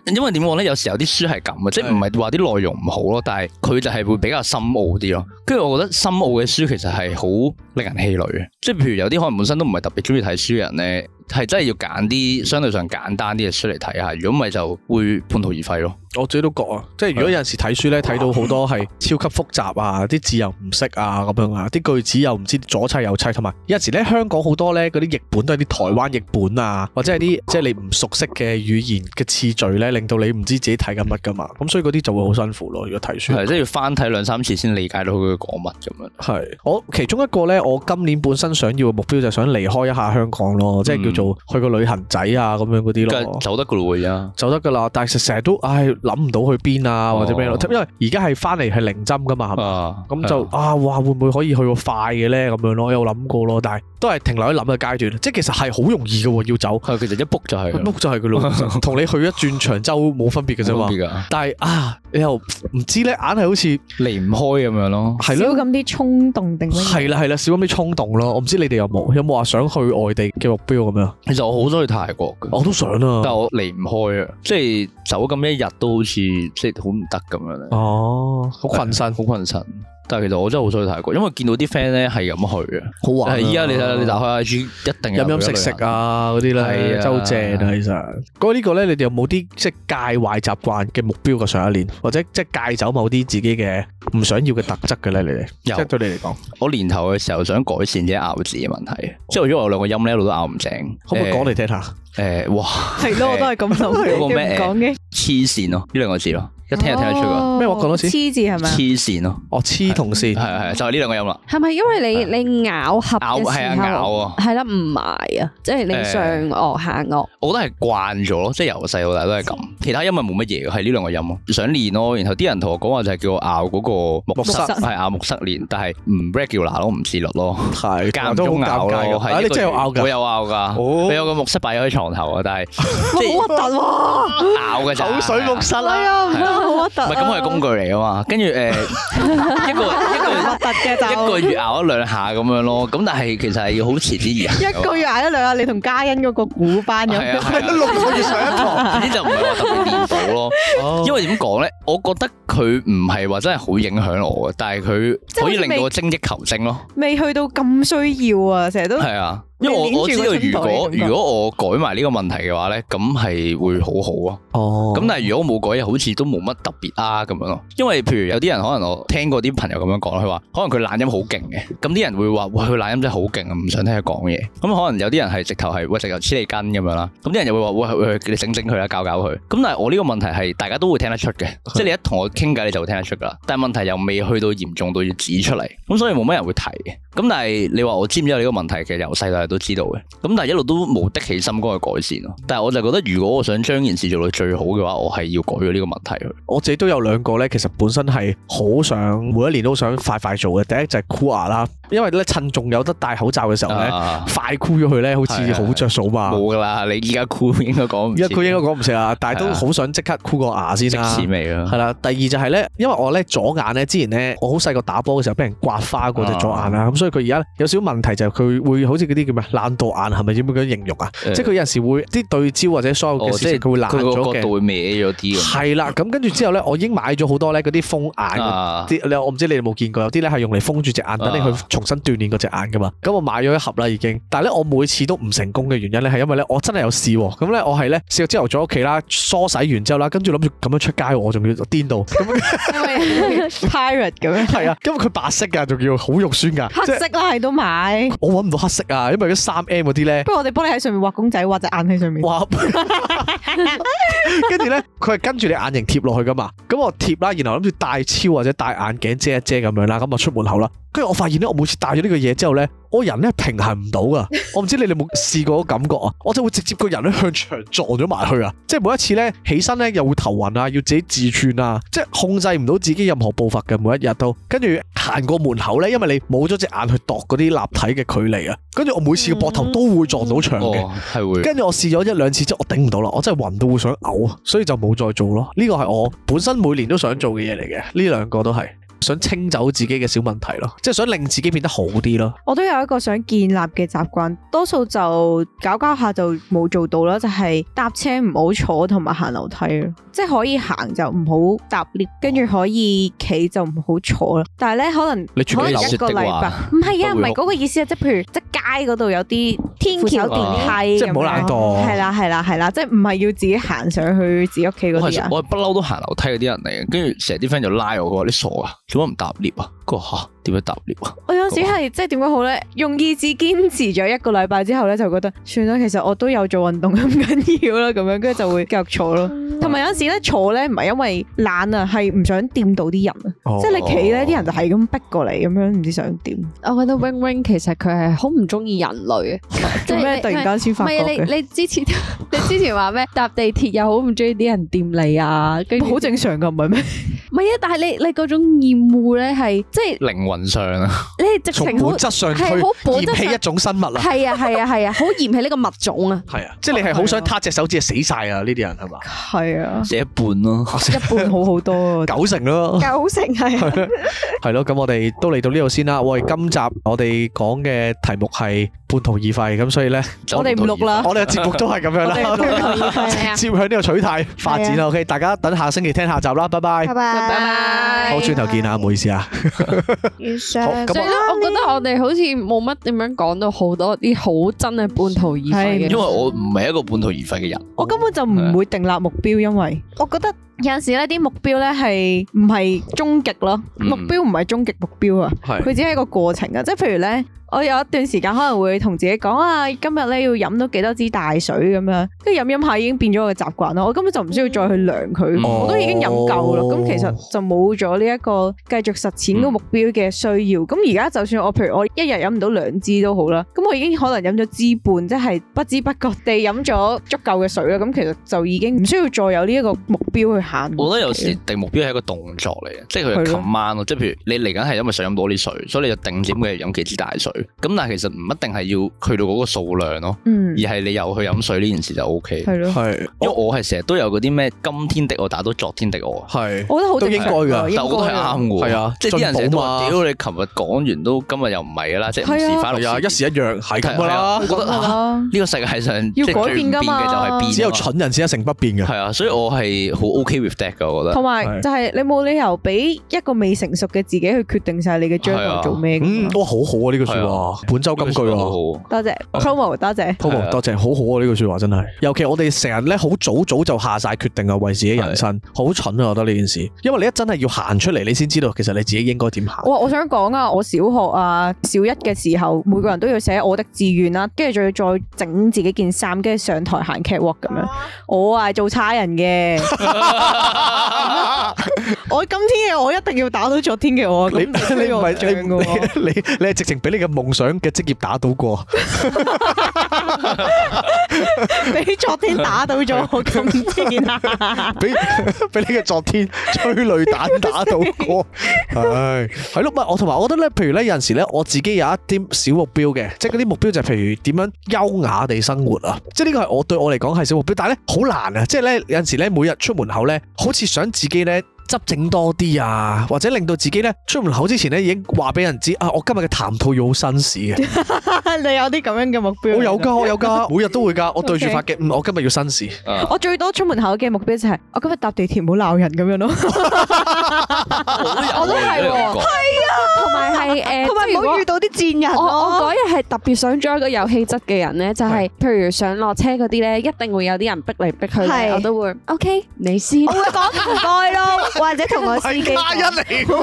[SPEAKER 2] 因為點講咧？有時有啲書係咁嘅，即係唔係話啲內容唔好咯，但係佢就係會比較深奧啲咯。跟住我覺得深奧嘅書其實係好令人氣餒嘅，即係譬如有啲可能本身都唔係特別中意睇書嘅人咧，係真係要揀啲相對上簡單啲嘅書嚟睇下，如果唔係就會半途而廢咯。
[SPEAKER 1] 我自己都覺啊，即係如果有陣時睇書咧，睇到好多係超級複雜啊，啲字又唔識啊咁樣啊，啲句子又唔知左砌右砌，同埋有陣時咧香港好多咧嗰啲譯本都係啲台灣譯本啊，或者係啲即係你唔熟悉嘅語言嘅次序咧，令到你唔知自己睇緊乜噶嘛，咁所以嗰啲就會好辛苦咯。如果睇書
[SPEAKER 2] 係即係要翻睇兩三次先理解到佢講乜咁樣。
[SPEAKER 1] 係，我其中一個呢，我今年本身想要嘅目標就係想離開一下香港咯，即係叫做去個旅行仔啊咁樣嗰啲
[SPEAKER 2] 跟
[SPEAKER 1] 咯
[SPEAKER 2] 住。走得噶啊咯喎，而家。
[SPEAKER 1] 就得噶啦，但係成日都唉諗唔到去邊啊或者咩咯
[SPEAKER 2] 哦，
[SPEAKER 1] 因為而家係翻嚟係零針噶嘛，係嘛？
[SPEAKER 2] 啊
[SPEAKER 1] 咁就啊，哇，會唔會可以去個快嘅呢？咁樣咯，有諗過咯，但係都係停留喺諗嘅階段，即係其實係好容易嘅喎，要走
[SPEAKER 2] 係其實一 book 就係
[SPEAKER 1] 碌就係噶啊 咯，同你去一轉長洲冇分別嘅啫嘛。
[SPEAKER 2] 嘛，
[SPEAKER 1] 但係啊，你又唔知呢，硬係好似
[SPEAKER 2] 離唔開咁樣咯。
[SPEAKER 1] 係
[SPEAKER 5] 少
[SPEAKER 1] 咯。
[SPEAKER 5] 咁啲衝動定乜嘢？
[SPEAKER 1] 係啦係啦，少咁啲衝動咯。我唔知你哋有冇，有冇話想去外地嘅目標咁樣？
[SPEAKER 2] 其實我好想去泰國嘅，
[SPEAKER 1] 我都想啊。
[SPEAKER 2] 但我離唔開啊，哦即係走咁一日都好似即係好唔得咁樣咧，
[SPEAKER 1] 哦，好困身，
[SPEAKER 2] 好困身。但係其實我真係好想去泰國，因為見到啲 friend 咧係咁去啊。
[SPEAKER 1] 好玩啊。
[SPEAKER 2] 係依家你睇下你打開 IG 一定有
[SPEAKER 1] 飲飲食食啊嗰啲
[SPEAKER 2] 係
[SPEAKER 1] 咧，真
[SPEAKER 2] 啊
[SPEAKER 1] 係好正啊！其實，嗰呢個咧，你哋有冇啲即係戒壞習慣嘅目標嘅上一年，或者即係戒走某啲自己嘅唔想要嘅特質嘅咧？你哋即
[SPEAKER 2] 有
[SPEAKER 1] 係對你嚟講，
[SPEAKER 2] 我年頭嘅時候想改善自己咬字嘅問題，即係因為我兩個音咧一路都咬唔正。
[SPEAKER 1] 可唔可以講嚟聽下？
[SPEAKER 2] 誒？誒，哇！
[SPEAKER 5] 係咯，我都係咁諗
[SPEAKER 2] 嗰個
[SPEAKER 5] 嘅，
[SPEAKER 2] 咩
[SPEAKER 5] 唔講嘅。
[SPEAKER 2] 黐線咯，呢兩個字咯，一聽就聽得出噶。
[SPEAKER 1] 咩話講多次
[SPEAKER 5] 黐字哦係咪啊？
[SPEAKER 2] 黐線咯，
[SPEAKER 1] 哦，黐同線
[SPEAKER 2] 係係就係呢兩個音啦。
[SPEAKER 3] 係咪因為你你咬合
[SPEAKER 2] 咬
[SPEAKER 3] 嘅
[SPEAKER 2] 係啊
[SPEAKER 3] 時
[SPEAKER 2] 咬
[SPEAKER 3] 候
[SPEAKER 2] 啊，
[SPEAKER 3] 係啦唔埋啊，即係你
[SPEAKER 2] 誒
[SPEAKER 3] 上顎下顎，
[SPEAKER 2] 我覺得係慣咗咯，即係由細到大都係咁。其他音咪冇乜嘢嘅，係呢兩個音咯。想練咯，然後啲人同我講話就係叫我咬嗰個木塞，
[SPEAKER 1] 木
[SPEAKER 2] 係咬木塞練，但係唔 regular 咯，唔自律咯，
[SPEAKER 1] 係
[SPEAKER 2] 間
[SPEAKER 1] 哇
[SPEAKER 2] 唔
[SPEAKER 1] 都好
[SPEAKER 2] 中咬
[SPEAKER 1] 尷
[SPEAKER 2] 咯。
[SPEAKER 1] 尬
[SPEAKER 2] 係
[SPEAKER 1] 嘅。啊，
[SPEAKER 2] 一
[SPEAKER 1] 你
[SPEAKER 2] 個
[SPEAKER 1] 真係有咬
[SPEAKER 2] 我
[SPEAKER 1] 㗎，
[SPEAKER 2] 有咬㗎，
[SPEAKER 1] 哦
[SPEAKER 2] 我有個木塞擺咗喺床頭啊，但係即係
[SPEAKER 5] 好核突喎！
[SPEAKER 2] 咬嘅咋，
[SPEAKER 1] 口水木塞
[SPEAKER 5] 係
[SPEAKER 1] 啦，
[SPEAKER 5] 啊，唔得好核突
[SPEAKER 2] 唔
[SPEAKER 5] 啊。
[SPEAKER 2] 係咁，我係工具嚟啊嘛。跟 住誒，一個一
[SPEAKER 5] 核突嘅就
[SPEAKER 2] 個一個月咬一兩下咁樣咯。咁但係其實係要好持之以恆㗎嘛。
[SPEAKER 5] 一個月捱一兩啊！你同嘉欣嗰個古班咁
[SPEAKER 2] 係啊
[SPEAKER 5] 樣，
[SPEAKER 2] 係啊，
[SPEAKER 1] 六個月上一堂。
[SPEAKER 2] 呢就唔係話特別練到咯。因為點講咧，我覺得佢唔係話真係好影響我嘅，但係佢可以令到我精益求精咯。
[SPEAKER 5] 未去到咁需要啊！成日都
[SPEAKER 2] 係啊，因為我我知道如果如果我改埋呢個問題嘅話咧，咁係會好好咯。
[SPEAKER 1] 哦
[SPEAKER 2] 咁但係如果我冇改，又好似都冇乜特別啊咁樣咯。因為譬如有啲人可能我聽過啲朋友咁樣講啦，佢話可能佢懶音好勁嘅，咁啲人會話喂佢懶音真係好勁啊，唔想聽佢講嘢。咁可能有啲人係直頭係喂直頭黐你筋咁樣啦，咁啲人又會話喂喂你整整佢啦，教教佢。咁但係我呢個問題係大家都會聽得出嘅，即係你一同我傾偈你就會聽得出噶啦。但係問題又未去到嚴重到要指出嚟，咁所以冇乜人會提嘅。咁但係你話我知唔知有呢個問題嘅？由細到大都知道嘅。咁但係一路都冇的起心肝去改善咯。但係我就覺得，如果我想將件事做到最好嘅話，我係要改咗呢個問題去。
[SPEAKER 1] 我自己都有兩個咧，其實本身係好想每一年都想快快做嘅。第一就係箍牙啦，因為咧趁仲有得戴口罩嘅時候咧，
[SPEAKER 2] 啊
[SPEAKER 1] 快箍咗佢咧，好
[SPEAKER 2] 係
[SPEAKER 1] 似
[SPEAKER 2] 係
[SPEAKER 1] 好着數嘛。
[SPEAKER 2] 冇噶啦，你依家酷應該講唔
[SPEAKER 1] 而
[SPEAKER 2] 切
[SPEAKER 1] 家箍應該講唔食啊，但係
[SPEAKER 2] 係
[SPEAKER 1] 都
[SPEAKER 2] 啊
[SPEAKER 1] 好想即刻箍個牙先
[SPEAKER 2] 即
[SPEAKER 1] 啦。
[SPEAKER 2] 似啊味啦
[SPEAKER 1] 係。啦，第二就係咧，因為我咧左眼咧，之前咧我好細個打波嘅時候俾人刮花
[SPEAKER 2] 啊
[SPEAKER 1] 過隻左眼啊啦，咁所以佢而家有少少問題就係佢會好似嗰啲叫咩懶惰眼，係咪點樣咁形容啊？
[SPEAKER 2] 誒
[SPEAKER 1] 即係佢有陣時會啲對焦或者所有
[SPEAKER 2] 哦，
[SPEAKER 1] 嘅
[SPEAKER 2] 即
[SPEAKER 1] 事情
[SPEAKER 2] 係
[SPEAKER 1] 佢會懶
[SPEAKER 2] 佢
[SPEAKER 1] 咗
[SPEAKER 2] 個角
[SPEAKER 1] 嘅
[SPEAKER 2] 度。會歪咗啲咁。
[SPEAKER 1] 係啦，咁跟住之後咧，我已經買咗好多咧嗰啲封眼嗰
[SPEAKER 2] 啊，
[SPEAKER 1] 啲你我唔知你哋有冇見過，有啲咧係用嚟封住隻眼，等你去重新鍛鍊嗰隻眼噶嘛。咁我買咗一盒啦已經，但係咧我每次都唔成功嘅原因咧係因為咧我真係有試喎，咁咧我係咧試過朝頭早屋企啦，梳洗完之後啦，跟住諗住咁樣出街喎，我仲要顛到，咁
[SPEAKER 5] pirate 咁樣，
[SPEAKER 1] 係啊，因為佢白色㗎，仲要好肉酸㗎，即
[SPEAKER 5] 黑
[SPEAKER 1] 係
[SPEAKER 5] 色啦，係都買。
[SPEAKER 1] 我揾唔到黑色啊，因為啲三 M 嗰啲咧。
[SPEAKER 5] 不如我哋幫你喺上面畫公仔，畫隻眼喺上面。
[SPEAKER 1] 哇！跟住咧，佢係跟住你眼型貼落去噶嘛。咁我貼啦，然後諗住戴超或者戴眼鏡遮一遮咁樣啦。咁我啊出門口啦。跟住我發現咧，我每次戴咗呢個嘢之後咧，我人咧平衡唔到噶。我唔知你哋有冇試過嗰感覺啊？我就會直接個人咧向牆撞咗埋去啊！即係每一次咧起身咧又會頭暈啊，要自己自串啊，即係控制唔到自己任何步伐嘅每一日都。跟住行過門口咧，因為你冇咗隻眼去度嗰啲立體嘅距離啊，跟住我每次嘅膊頭都會撞到牆嘅。
[SPEAKER 2] 哦，係會。
[SPEAKER 1] 跟住我試咗一兩次之後，我頂唔到啦，我真係暈到會想嘔啊，所以就冇再做咯。呢個係我本身每年都想做嘅嘢嚟嘅，呢兩個都係。想清走自己嘅小問題咯，即係想令自己變得好啲咯。
[SPEAKER 5] 我都有一個想建立嘅習慣，多數就搞搞下就冇做到啦，就係、搭車唔好坐同埋行樓梯咯，即係可以行就唔好搭 lift，跟住可以企就唔好坐啦。但係咧，可能
[SPEAKER 2] 你住
[SPEAKER 5] 可
[SPEAKER 2] 緊
[SPEAKER 5] 能
[SPEAKER 2] 樓
[SPEAKER 5] 一個
[SPEAKER 2] 的話
[SPEAKER 5] 禮拜，唔係啊，
[SPEAKER 2] 都
[SPEAKER 5] 唔
[SPEAKER 2] 會
[SPEAKER 5] 係嗰個意思啊，即係譬如即係街嗰度有啲
[SPEAKER 7] 天
[SPEAKER 5] 扶手
[SPEAKER 7] 橋
[SPEAKER 5] 電梯
[SPEAKER 1] 啊即係唔好懶惰
[SPEAKER 5] 係啦係啦係啦，即係唔係要自己行上去自己屋企嗰
[SPEAKER 2] 我
[SPEAKER 5] 啲
[SPEAKER 2] 係
[SPEAKER 5] 啊。
[SPEAKER 2] 我係不嬲都行樓梯嗰啲人嚟嘅，跟住成日啲 friend 就拉我，佢話你傻啊，做乜唔搭 lift 啊？佢話吓點樣搭 lift 啊？
[SPEAKER 5] 我有時係即係點講好咧，用意志堅持咗一個禮拜之後咧，就覺得算啦，其實我都有做運動咁緊要啦，咁樣跟住就會繼續坐咯。
[SPEAKER 3] 哦
[SPEAKER 5] 同埋有陣時咧坐咧唔係因為懶啊，係唔想掂到啲人啊，
[SPEAKER 3] 哦
[SPEAKER 5] 即係你企咧啲人就係咁逼過嚟咁樣，唔知想點，
[SPEAKER 3] 我覺得 Wing Wing 其實佢係好唔中意人類嘅，
[SPEAKER 5] 做咩突然間先
[SPEAKER 3] 唔
[SPEAKER 5] 發覺
[SPEAKER 3] 係啊
[SPEAKER 5] 嘅？
[SPEAKER 3] 你你之前 你之前話咩搭地鐵又好唔中意啲人掂你啊，跟住
[SPEAKER 5] 好正常噶，唔係咩？
[SPEAKER 3] 唔係啊，但係你你嗰種厭惡咧係即係
[SPEAKER 2] 靈魂上啊，
[SPEAKER 3] 你係直
[SPEAKER 1] 從
[SPEAKER 3] 情
[SPEAKER 1] 本
[SPEAKER 3] 好
[SPEAKER 1] 質上去
[SPEAKER 3] 係好本質
[SPEAKER 1] 嫌
[SPEAKER 3] 上
[SPEAKER 1] 棄一種生物啊，
[SPEAKER 3] 係啊係啊係啊，好嫌棄呢個物種啊，
[SPEAKER 1] 係啊，即係你係好想撻隻手指係死晒啊！呢啲人係嘛，
[SPEAKER 5] 係啊，
[SPEAKER 2] 寫一半咯。
[SPEAKER 5] 一半好好多啊，
[SPEAKER 1] 九成咯。
[SPEAKER 5] 九成係啊
[SPEAKER 1] 係咯，咁我哋都嚟到呢度先啦。喂，今集我哋講嘅題目係半途而廢，咁所以 咧，
[SPEAKER 5] 我哋唔錄啦
[SPEAKER 1] 我哋嘅節目都 係咁啊樣
[SPEAKER 5] 我哋半
[SPEAKER 3] 啊
[SPEAKER 5] 途而
[SPEAKER 1] 啦，
[SPEAKER 5] 廢
[SPEAKER 1] 直接向呢個取態發展啦。OK，大家等下星期聽下集啦，拜拜。
[SPEAKER 5] 拜
[SPEAKER 1] 好，轉頭見啊，唔好意思啊。好，
[SPEAKER 4] 啊
[SPEAKER 1] 咁
[SPEAKER 3] 所
[SPEAKER 1] 我
[SPEAKER 3] 以咧，我覺得我哋好似冇乜點樣講到好多啲好真係半途而廢
[SPEAKER 5] 係
[SPEAKER 2] 因為
[SPEAKER 3] 嘅。
[SPEAKER 2] 我唔係一個半途而廢嘅人，
[SPEAKER 5] 我根本就唔會定立目標，因
[SPEAKER 3] 啊
[SPEAKER 5] 為我覺得有陣時咧啲目標咧係唔係終極咯，
[SPEAKER 2] 嗯
[SPEAKER 5] 目標唔係終極目標啊，
[SPEAKER 1] 係
[SPEAKER 5] 佢只係一個過程啊，即係譬如咧。我有一段時間可能會同自己講啊，今日咧要飲到幾多支大水咁樣，跟住飲飲下已經變咗我嘅習慣咯。我根本就唔需要再去量佢，
[SPEAKER 2] 嗯
[SPEAKER 5] 我都已經飲夠啦。
[SPEAKER 1] 哦
[SPEAKER 5] 咁其實就冇咗呢一個繼續實踐個目標嘅需要。咁而家就算我譬如我一日飲唔到兩支都好啦，咁我已經可能飲咗支半，即係不知不覺地飲咗足夠嘅水啦。咁其實就已經唔需要再有呢一個目標去行。
[SPEAKER 2] 我覺得有時定目標係一個動作嚟嘅，即係
[SPEAKER 5] 係
[SPEAKER 2] 佢
[SPEAKER 5] 咯
[SPEAKER 2] command 咯，即係譬如你嚟緊係因為想飲多啲水，所以你就定點嘅飲幾支大水。咁但係其實唔一定係要去到嗰個數量咯，
[SPEAKER 5] 嗯
[SPEAKER 2] 而，係你又去飲水呢件事就 O K。
[SPEAKER 5] 係咯，
[SPEAKER 1] 係
[SPEAKER 2] 因為我係成日都有嗰啲咩今天的我打到昨天的我，啊
[SPEAKER 1] 係
[SPEAKER 5] 我覺得好
[SPEAKER 1] 都應該㗎
[SPEAKER 5] 應
[SPEAKER 2] 但我覺得係啱嘅喎。
[SPEAKER 1] 係啊
[SPEAKER 2] 即係啲人成日都話：
[SPEAKER 1] 進步
[SPEAKER 2] 屌你，琴日講完都今日又唔係㗎啦，即係唔
[SPEAKER 5] 係啊
[SPEAKER 2] 時翻
[SPEAKER 1] 係啊，
[SPEAKER 2] 落
[SPEAKER 1] 一時一樣係咁噶啦
[SPEAKER 2] 我。覺得
[SPEAKER 5] 係
[SPEAKER 2] 啊
[SPEAKER 5] 啦
[SPEAKER 2] 呢個世界上
[SPEAKER 5] 要
[SPEAKER 2] 即係
[SPEAKER 5] 改
[SPEAKER 2] 最
[SPEAKER 5] 變
[SPEAKER 2] 唔
[SPEAKER 5] 㗎嘛
[SPEAKER 2] 嘅就係變啊嘛，
[SPEAKER 1] 只有蠢人先一成不變嘅。
[SPEAKER 2] 係啊，所以我係好 OK with that 㗎，我覺
[SPEAKER 5] 同
[SPEAKER 2] 得。
[SPEAKER 5] 埋
[SPEAKER 1] 係
[SPEAKER 5] 就係你冇理由俾一個未成熟嘅自己去決定晒你嘅將來做咩㗎
[SPEAKER 1] 嗯
[SPEAKER 5] 嘛。，
[SPEAKER 1] 哇，好好啊呢句說話，本周金句
[SPEAKER 2] 呢個
[SPEAKER 1] 啊
[SPEAKER 2] 好。好。
[SPEAKER 5] 多謝 promo，多謝。
[SPEAKER 1] p o
[SPEAKER 2] 係啊
[SPEAKER 1] 多謝，好好啊！呢句说話真係，尤其我哋成日咧好早早就下晒決定啊，為自己人生好蠢啊！我覺得呢件事，因為你一真係要行出嚟，你先知道其實你自己應該點行。
[SPEAKER 5] 我我想講啊，我小學啊，小一嘅時候，每個人都要寫我的志願啦，跟住仲要再整自己件衫，跟住上台行 catwalk 咁樣。我啊係做差人嘅，我今天嘅我一定要打到昨天嘅我，
[SPEAKER 1] 你
[SPEAKER 5] 咁
[SPEAKER 1] 你
[SPEAKER 5] 就推
[SPEAKER 1] 唔
[SPEAKER 5] 我
[SPEAKER 1] 係
[SPEAKER 5] 像
[SPEAKER 1] 你唔
[SPEAKER 5] 嘅喎。
[SPEAKER 1] 你你你係直情俾你嘅夢想嘅職業打到過，
[SPEAKER 5] 俾昨天打到咗我今天啊！
[SPEAKER 1] 俾 俾你嘅昨天 催淚彈打到 過。唉，係咯，唔係我同埋我覺得咧，譬如咧有陣時咧，我自己有一啲小目標嘅，即係嗰啲目標就係譬如點樣優雅地生活啊，即係呢個係我對我嚟講係小目標，但係咧好難啊，即係咧有陣時咧每日出門口咧，好似想自己咧。執整多啲啊，或者令到自己咧出門口之前咧已經話俾人知啊，我今日嘅談吐要好紳士啊嘅，
[SPEAKER 5] 你有啲咁樣嘅目標？
[SPEAKER 1] 我有噶，我有噶， 每日都會噶，我對住發嘅，嗯，我今日要新事，
[SPEAKER 2] 啊
[SPEAKER 5] 我最多出門口嘅目標就係我今日搭地鐵唔好鬧人咁樣咯，
[SPEAKER 2] 我都係喎，
[SPEAKER 3] 同埋係誒，
[SPEAKER 5] 同埋
[SPEAKER 3] 即係如
[SPEAKER 5] 唔
[SPEAKER 3] 果
[SPEAKER 5] 好遇到啲賤人
[SPEAKER 3] 我我
[SPEAKER 5] 咯。
[SPEAKER 3] 嗰日係特別想做一個有氣質嘅人咧，就係、譬如上落車嗰啲咧，一定會有啲人逼嚟逼去咧，
[SPEAKER 5] 係
[SPEAKER 3] 我都會 OK，你先
[SPEAKER 5] 我。會講唔該咯，或者同我司機
[SPEAKER 1] 係加一
[SPEAKER 5] 講。
[SPEAKER 1] 嚟㗎，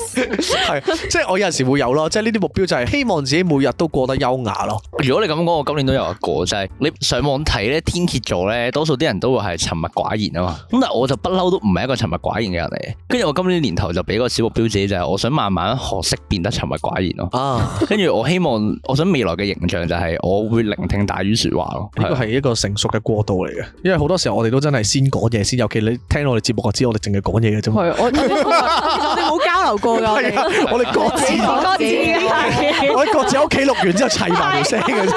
[SPEAKER 1] 係即係我有陣時會有咯，即係呢啲目標就係希望自己每日都過得優雅咯，
[SPEAKER 2] 如果你咁講，我今年都有一個，就係、你上網睇咧天蝎座咧，多數啲人都會係沉默寡言啊嘛。咁但係我就不嬲都唔係一個沉默寡言嘅人嚟嘅。跟住我今年年頭就俾個小目標自己，就係、我想慢慢學識變得沉默寡言咯。
[SPEAKER 1] 啊，
[SPEAKER 2] 跟住我希望，我想未來嘅形象就係我會聆聽大於説話咯。
[SPEAKER 1] 呢個係一個成熟嘅過渡嚟嘅，因為好多時候我哋都真係先講嘢先，尤其你聽我哋節目我知我哋淨係講嘢嘅啫嘛，啊
[SPEAKER 5] 係我我哋冇交流過㗎，我哋
[SPEAKER 1] 我哋各自
[SPEAKER 5] 各自嘅
[SPEAKER 1] 我喺各自屋企錄完之後砌埋條聲嘅啫。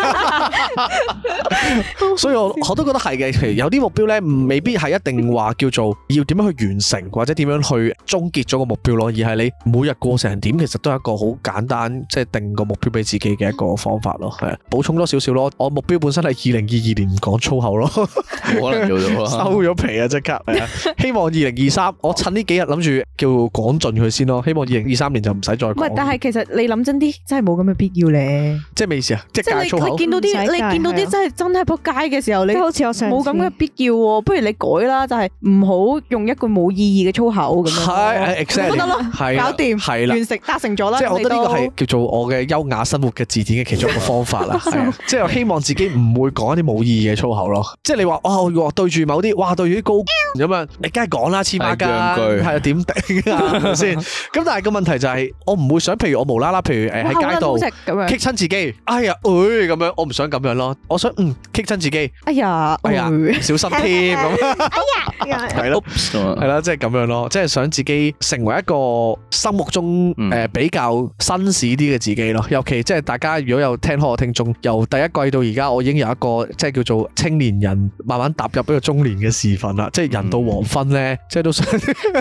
[SPEAKER 1] 所以我我都覺得係嘅，其實有啲目標咧，未必係一定話叫做要點樣去完成，或者點樣去終結咗個目標咯，而係你每日過成點，其實都係一個好簡單，即係定個目標俾自己嘅一個方法咯。係
[SPEAKER 4] 嗯
[SPEAKER 1] 啊，補充多少少咯，我目標本身係二零二二年唔講粗口咯。
[SPEAKER 2] 冇可能做到啊！
[SPEAKER 1] 收咗皮啊！即刻係啊！希望二零二三，我趁呢幾日諗住叫講盡佢先咯。希望二零二三年就唔使再
[SPEAKER 4] 唔係，但
[SPEAKER 1] 講，
[SPEAKER 4] 係其實你諗真啲，真係冇咁嘅必要咧。
[SPEAKER 1] 即係咩意思啊？即
[SPEAKER 4] 即
[SPEAKER 1] 係
[SPEAKER 4] 係
[SPEAKER 1] 戒粗
[SPEAKER 4] 你
[SPEAKER 1] 口
[SPEAKER 4] 你。見到
[SPEAKER 5] 唔使
[SPEAKER 4] 啲
[SPEAKER 5] 戒
[SPEAKER 4] 你見到
[SPEAKER 5] 係啊
[SPEAKER 4] 啲真係真係仆街嘅時候，你
[SPEAKER 6] 即係好似我上次
[SPEAKER 4] 冇咁嘅必要喎。不如你改啦，就係唔好用一句冇意義嘅粗口咁樣咯。
[SPEAKER 1] 係
[SPEAKER 4] 咁得咯
[SPEAKER 1] ，exactly，係啦
[SPEAKER 4] 搞掂
[SPEAKER 1] 係啦。
[SPEAKER 4] 完成達成咗啦。
[SPEAKER 1] 即係我覺得呢個
[SPEAKER 4] 咁你
[SPEAKER 1] 係
[SPEAKER 4] 都
[SPEAKER 1] 叫做我嘅優雅生活嘅字典嘅其中一個方 法啦，係啊即係我希望自己唔會講一啲冇意義嘅粗口咯。即係你話哦，我對住某啲哇對住啲高咁樣，你梗係講啦，黐孖筋，
[SPEAKER 2] 係讓句
[SPEAKER 1] 係啊點頂啊係咪先？咁但係個問題就係我唔會想，譬如我無啦啦，譬如誒
[SPEAKER 4] 哇
[SPEAKER 1] 喺街
[SPEAKER 4] 好撚好
[SPEAKER 1] 度
[SPEAKER 4] 食。咁樣。
[SPEAKER 1] 棘親自己，哎呀，誒咁樣，我唔想咁樣咯，我想嗯棘親自己，
[SPEAKER 4] 哎呀，
[SPEAKER 1] 哎呀，
[SPEAKER 4] 哎
[SPEAKER 1] 唔小心添咁，係咯。
[SPEAKER 2] Oops 咁
[SPEAKER 1] 係
[SPEAKER 2] 啊
[SPEAKER 1] 啦，即係咁樣咯，即係想自己成為一個心目中
[SPEAKER 2] 嗯
[SPEAKER 1] 誒、呃比較紳士啲嘅自己咯。尤其即係大家如果有聽開我聽眾，由第一季到而家，我已經有一個即係叫做青年人慢慢踏入呢個中年嘅時分啦。即係人到黃昏咧，即係都想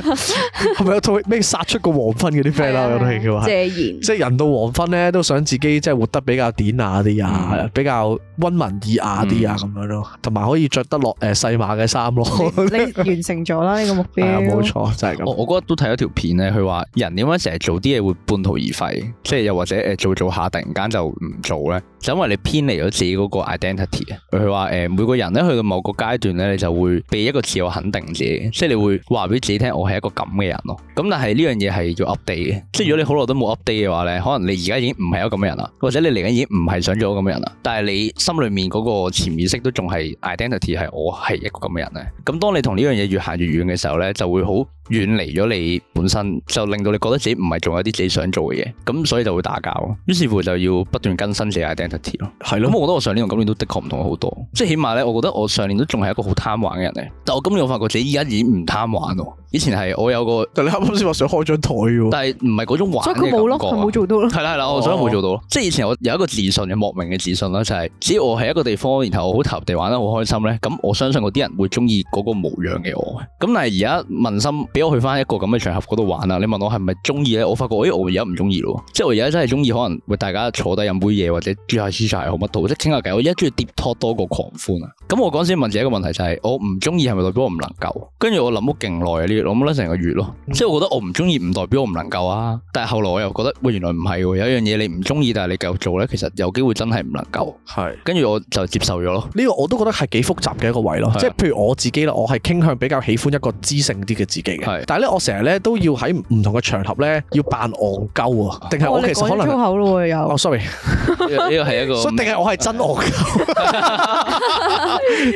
[SPEAKER 1] 係咪有套咩殺出個黃昏嗰啲
[SPEAKER 3] 啊
[SPEAKER 1] friend 啦？有套戲叫係。
[SPEAKER 3] 謝言
[SPEAKER 1] 即係人到黃昏咧，都想自己即係活得比較典雅啲啊，
[SPEAKER 2] 嗯
[SPEAKER 1] 比較温文爾雅啲啊，咁、樣咯，同埋可以着得落誒細碼嘅衫咯，
[SPEAKER 4] 呀，你完成咗啦呢個目
[SPEAKER 1] 係啊，
[SPEAKER 4] 標。
[SPEAKER 1] 冇錯，就係、咁。
[SPEAKER 2] 我我嗰日都睇咗條片咧，佢話人點解成日做啲嘢會半途而廢，即係又或者誒做做下突然間就唔做咧，就因為你偏離咗自己嗰個 identity 啊。佢話誒每個人咧去到某個階段咧，你就會俾一個自我肯定自己，即係你會話俾自己聽，我係一個咁嘅人咯。咁但係呢樣嘢係要 update 嘅，即係如果你好耐都冇 update 嘅話咧，可能你而家已經唔係一個咁嘅人啦，或者你嚟緊已經唔係想做一個咁嘅人啦，但係你心裏面嗰個潛意識都仲係 identity 係我係一個咁嘅人咧。咁當你同呢樣嘢越行越遠嘅時候咧，就會好遠離咗你本身，就令到你覺得自己唔係做一啲自己想做嘅嘢，咁所以就會打交。於是乎就要不斷更新自己 identity 咯。
[SPEAKER 1] 係
[SPEAKER 2] 咁，我覺得我上年同今年都的確唔同好多，即係起碼咧，我覺得我上年都仲係一個好貪玩嘅人咧，但我今年我發覺自己而家已經唔貪玩喎。以前係我有個，
[SPEAKER 1] 但你啱啱先話想開張台喎，
[SPEAKER 2] 但係唔係嗰種玩
[SPEAKER 4] 所以
[SPEAKER 2] 嘅
[SPEAKER 4] 佢冇咯，
[SPEAKER 2] 感
[SPEAKER 4] 佢
[SPEAKER 2] 覺啊
[SPEAKER 4] 冇做到咯。
[SPEAKER 2] 係啦係啦，我想冇做到咯。即係以前我有一個自信嘅莫名嘅自信啦，就係、只要我喺一個地方，然後我好投入地玩得好開心咧，咁我相信嗰啲人會中意嗰個模樣嘅我。咁但係而家問心俾我去翻一個咁嘅場合嗰度玩啊，你問我係咪中意咧？我發覺，咦，我而家唔中意咯。即係我而家真係中意可能會大家坐低飲杯嘢，或者啜下啜茶又好乜都好，即係傾下偈。我而家中意跌拖多過狂歡啊！咁我嗰陣時問自己一個問題就係、我唔中意係咪代表我唔能夠？跟住我諗咗勁耐啊，呢我諗咗成個月咯。
[SPEAKER 1] 嗯
[SPEAKER 2] 即係我覺得我唔中意唔代表我唔能夠啊。但係後來我又覺得，喂，原來唔係喎，有一樣嘢你唔中意，但係你繼續做咧，其實有機會真係唔能夠。
[SPEAKER 1] 係。
[SPEAKER 2] 跟住我就接受 咗咯。
[SPEAKER 1] 呢個我都覺得係幾複雜嘅一個位咯
[SPEAKER 2] 係，啊
[SPEAKER 1] 即係譬如我自己啦，我係傾向比較喜歡一個知性啲嘅自己嘅
[SPEAKER 2] 係，
[SPEAKER 1] 但係咧我成日咧都要喺唔同嘅場合咧要扮戇鳩啊，定係
[SPEAKER 4] 我
[SPEAKER 1] 我
[SPEAKER 4] 哋
[SPEAKER 1] 其實可
[SPEAKER 4] 講咗粗
[SPEAKER 1] 能
[SPEAKER 4] 口咯喎又。
[SPEAKER 1] 哦，sorry，
[SPEAKER 2] 呢個呢個係一個
[SPEAKER 1] 所以定係我係真戇鳩，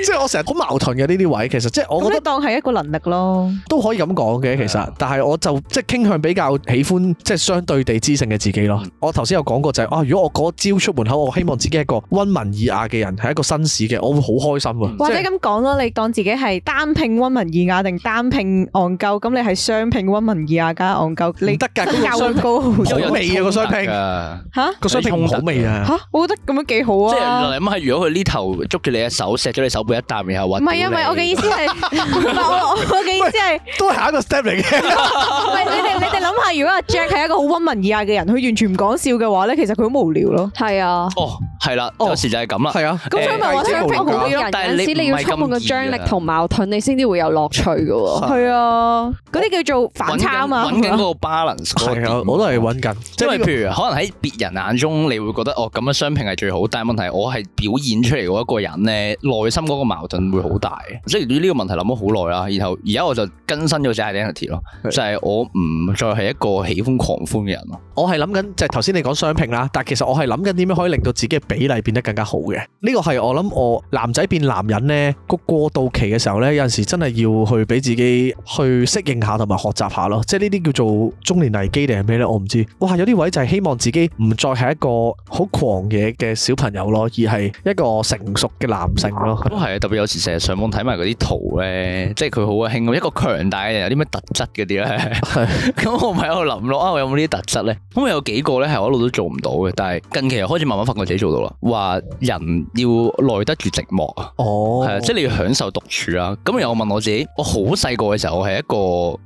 [SPEAKER 1] 即係我成日好矛盾嘅呢啲位，其實即係我
[SPEAKER 4] 咁
[SPEAKER 1] 覺
[SPEAKER 4] 你
[SPEAKER 1] 得
[SPEAKER 4] 當係一個能力咯。
[SPEAKER 1] 都可以咁講嘅，其實，但係我就即係傾向比較喜歡即係相對地知性嘅自己咯。我頭先有講過就係、啊，如果我嗰朝出門口，我希望自己係一個温文爾雅嘅人，係一個紳士嘅，我會好開心啊！
[SPEAKER 5] 嗯
[SPEAKER 4] 或者
[SPEAKER 1] 即係
[SPEAKER 4] 咁講啦，你當自己係單拼温文爾雅定單拼戇鳩，咁你係雙拼温文爾雅加戇鳩，
[SPEAKER 1] 唔
[SPEAKER 4] 你
[SPEAKER 1] 得㗎，嗰個
[SPEAKER 4] 較
[SPEAKER 1] 雙
[SPEAKER 4] 高好
[SPEAKER 1] 有
[SPEAKER 4] 多
[SPEAKER 1] 有味啊個雙拼
[SPEAKER 2] 㗎
[SPEAKER 4] 嚇
[SPEAKER 1] 個雙拼唔好味啊！
[SPEAKER 4] 嚇，我覺得咁樣幾好
[SPEAKER 2] 即係
[SPEAKER 4] 啊！
[SPEAKER 2] 你諗下，如果佢呢頭捉住你嘅手，錫咗你手背一啖，然後話
[SPEAKER 4] 唔係啊，唔係我嘅意思係，唔係我我嘅意思係，
[SPEAKER 1] 都係下一個 step 嚟嘅，
[SPEAKER 4] 唔係你哋你哋諗下，如果阿 Jack 係一個好温文爾雅嘅人，佢完全唔講笑嘅話咧，其實佢好無聊咯。
[SPEAKER 3] 係啊。
[SPEAKER 2] 哦，係啦，
[SPEAKER 1] 哦
[SPEAKER 2] 有時就係咁啦。
[SPEAKER 1] 係 啊。
[SPEAKER 3] 咁所以咪話
[SPEAKER 1] 誒
[SPEAKER 3] 相
[SPEAKER 1] 即係
[SPEAKER 3] 反
[SPEAKER 1] 無聊
[SPEAKER 3] 好嘅人
[SPEAKER 2] 㗎
[SPEAKER 3] 有
[SPEAKER 2] 但係你
[SPEAKER 3] 陣時，你要充滿個張力同矛盾，你先至會有樂趣嘅喎。
[SPEAKER 4] 係啊，嗰啲叫做反差啊嘛。
[SPEAKER 2] 揾緊嗰個 balance 嗰個
[SPEAKER 1] 係啊，
[SPEAKER 2] 點
[SPEAKER 1] 我都係揾緊，即係
[SPEAKER 2] 因為
[SPEAKER 1] 呢個
[SPEAKER 2] 譬如可能喺別人眼中，你會覺得哦咁樣雙拼係最好，但係問題我係表現出嚟嗰一個人咧，內心嗰個矛盾會好大。即係呢個問題諗咗好耐啦，然後而家我就更新咗隻 identity 咯，就係我唔再係一個喜歡狂歡嘅人咯。
[SPEAKER 1] 我係諗緊，就係頭先你講雙拼啦，但係其實我係諗緊點樣可以令到自己嘅比例變得更加好嘅。呢個係我諗我男仔變男人呢個過渡期嘅時候呢，有陣時真係要去俾自己去適適應下同埋學習下咯，即係呢啲叫做中年危機定係咩呢？我唔知。哇，有啲位就係希望自己唔再係一個好狂野嘅小朋友咯，而係一個成熟嘅男性咯。
[SPEAKER 2] 都係啊，特別有時成日上網睇埋嗰啲圖咧，即係佢好興一個強大嘅人有啲咩特質嗰啲咧。咁我咪喺度諗咯，啊我有冇呢啲特質咧？咁我有幾個咧係我一路都做唔到嘅，但係近期又開始慢慢發覺自己做到啦。話人要耐得住寂寞啊，
[SPEAKER 1] 哦
[SPEAKER 2] 係啊，即係你要享受獨處啦。咁又問我自己，我好細個嘅時候，我係一個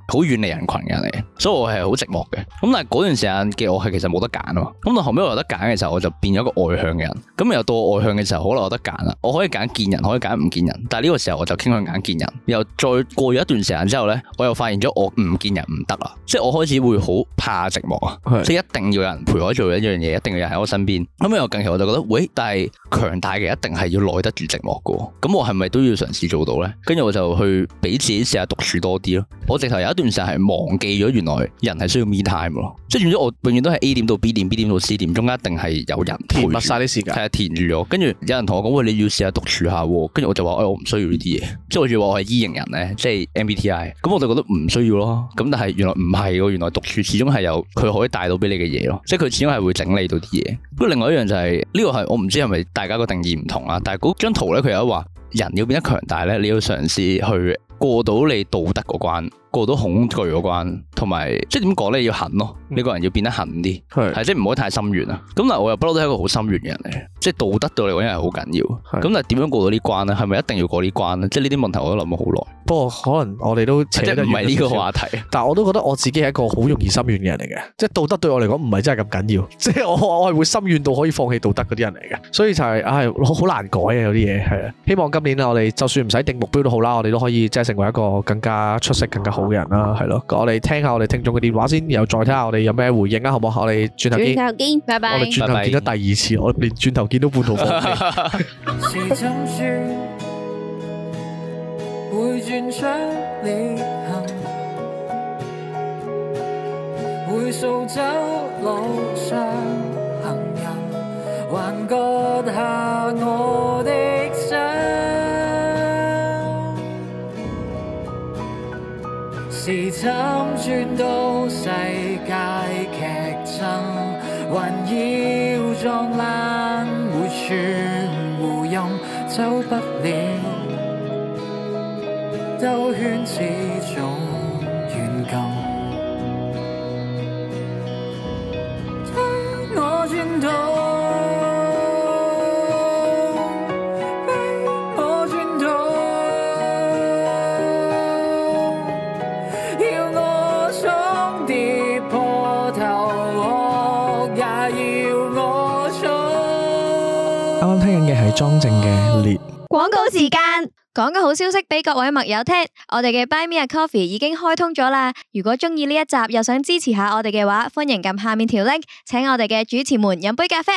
[SPEAKER 2] 好遠離人群嘅人嚟，所以我係好寂寞嘅。咁但係嗰段時間嘅我係其實冇得揀啊嘛。咁到後尾我有得揀嘅時候，我就變咗一個外向嘅人。咁又到我外向嘅時候，可能有得揀啦，我可以揀見人，可以揀唔見人。但係呢個時候我就傾向揀見人。又再過咗一段時間之後呢，我又發現咗我唔見人唔得啦，即係我開始會好怕寂寞啊。
[SPEAKER 1] 係
[SPEAKER 2] 即係一定要有人陪我做一樣嘢，一定要有人喺我身邊。咁又近期我就覺得，喂，但係強大嘅一定係要耐得住寂寞噶，咁我係咪都要嘗試做到呢？跟住我就去俾自己試下獨處多啲咯。我直頭有一段時間係忘記咗原來人係需要 me time 咯，即係總之我永遠都係 A 點到 B 點，B 點到 C 點，中間一定係有人陪
[SPEAKER 1] 填
[SPEAKER 2] 住
[SPEAKER 1] 密晒啲時間。
[SPEAKER 2] 係啊，填住咗。跟住有人同我講：喂，你要試下獨處下喎。跟住我就話：哎，我唔需要呢啲嘢。即係我以為我係 E 型人咧，即係 MBTI。咁我就覺得唔需要咯。咁但係原來唔係喎，原來獨處始終係有佢可以帶到俾你嘅嘢咯。即係佢始終係會整理到啲嘢。不過另外一樣就係、呢、個係我唔知係咪大家個定義唔同啦。但係嗰張圖咧，佢有話人要變得強大咧，你要嘗試去過到你道德嗰關。過到恐懼嗰關，同埋即係點講咧？要狠咯，你個人要變得狠啲。
[SPEAKER 1] 係
[SPEAKER 2] 係即係唔可以太心軟啊。咁但係我又不嬲都係一個好心軟嘅人嚟，即係道德對我嚟講係好緊要。
[SPEAKER 1] 係
[SPEAKER 2] 咁但係點樣過到呢關咧？係咪一定要過呢關咧？即係呢啲問題我都諗咗好耐，
[SPEAKER 1] 不過可能我哋都扯
[SPEAKER 2] 即係
[SPEAKER 1] 得
[SPEAKER 2] 唔係呢
[SPEAKER 1] 遠
[SPEAKER 2] 個
[SPEAKER 1] 少少
[SPEAKER 2] 話題。
[SPEAKER 1] 但我都覺得我自己係一個好容易心軟嘅人嚟嘅，即係道德對我嚟講唔係真係咁緊要， 即係我我係會心軟到可以放棄道德嗰啲人嚟嘅，所以就係唉好好難改啊有啲嘢係啊，希望今年啊我哋就算唔使定目標都好啦，我哋都可以即係成為一個更加出色、更加好嘅人啦，係咯，我哋聽下我哋聽眾嘅電話先，然後再睇下我哋有咩回應啊，好唔好？我哋轉頭見，
[SPEAKER 6] 頭見，拜
[SPEAKER 1] 我哋轉頭見咗第二次，我連轉頭見都半途放
[SPEAKER 8] 是
[SPEAKER 1] 棄。
[SPEAKER 8] 怎說？會轉出裂痕，會掃走路上行人，還割下我的傷。時針轉到世界劇增，還要撞爛每寸護蔭，走不了，兜圈始終軟禁。當我轉到。逼我轉到，要我衝跌破頭殼，也要我衝。
[SPEAKER 1] 啱啱聽緊嘅係莊正嘅列。
[SPEAKER 9] 广告時間，講個好消息俾各位麥友聽，我哋嘅 Buy Me a Coffee 已經開通咗啦。如果中意呢一集又想支持下我哋嘅話，歡迎撳下面條 link，請我哋嘅主持們飲杯咖啡。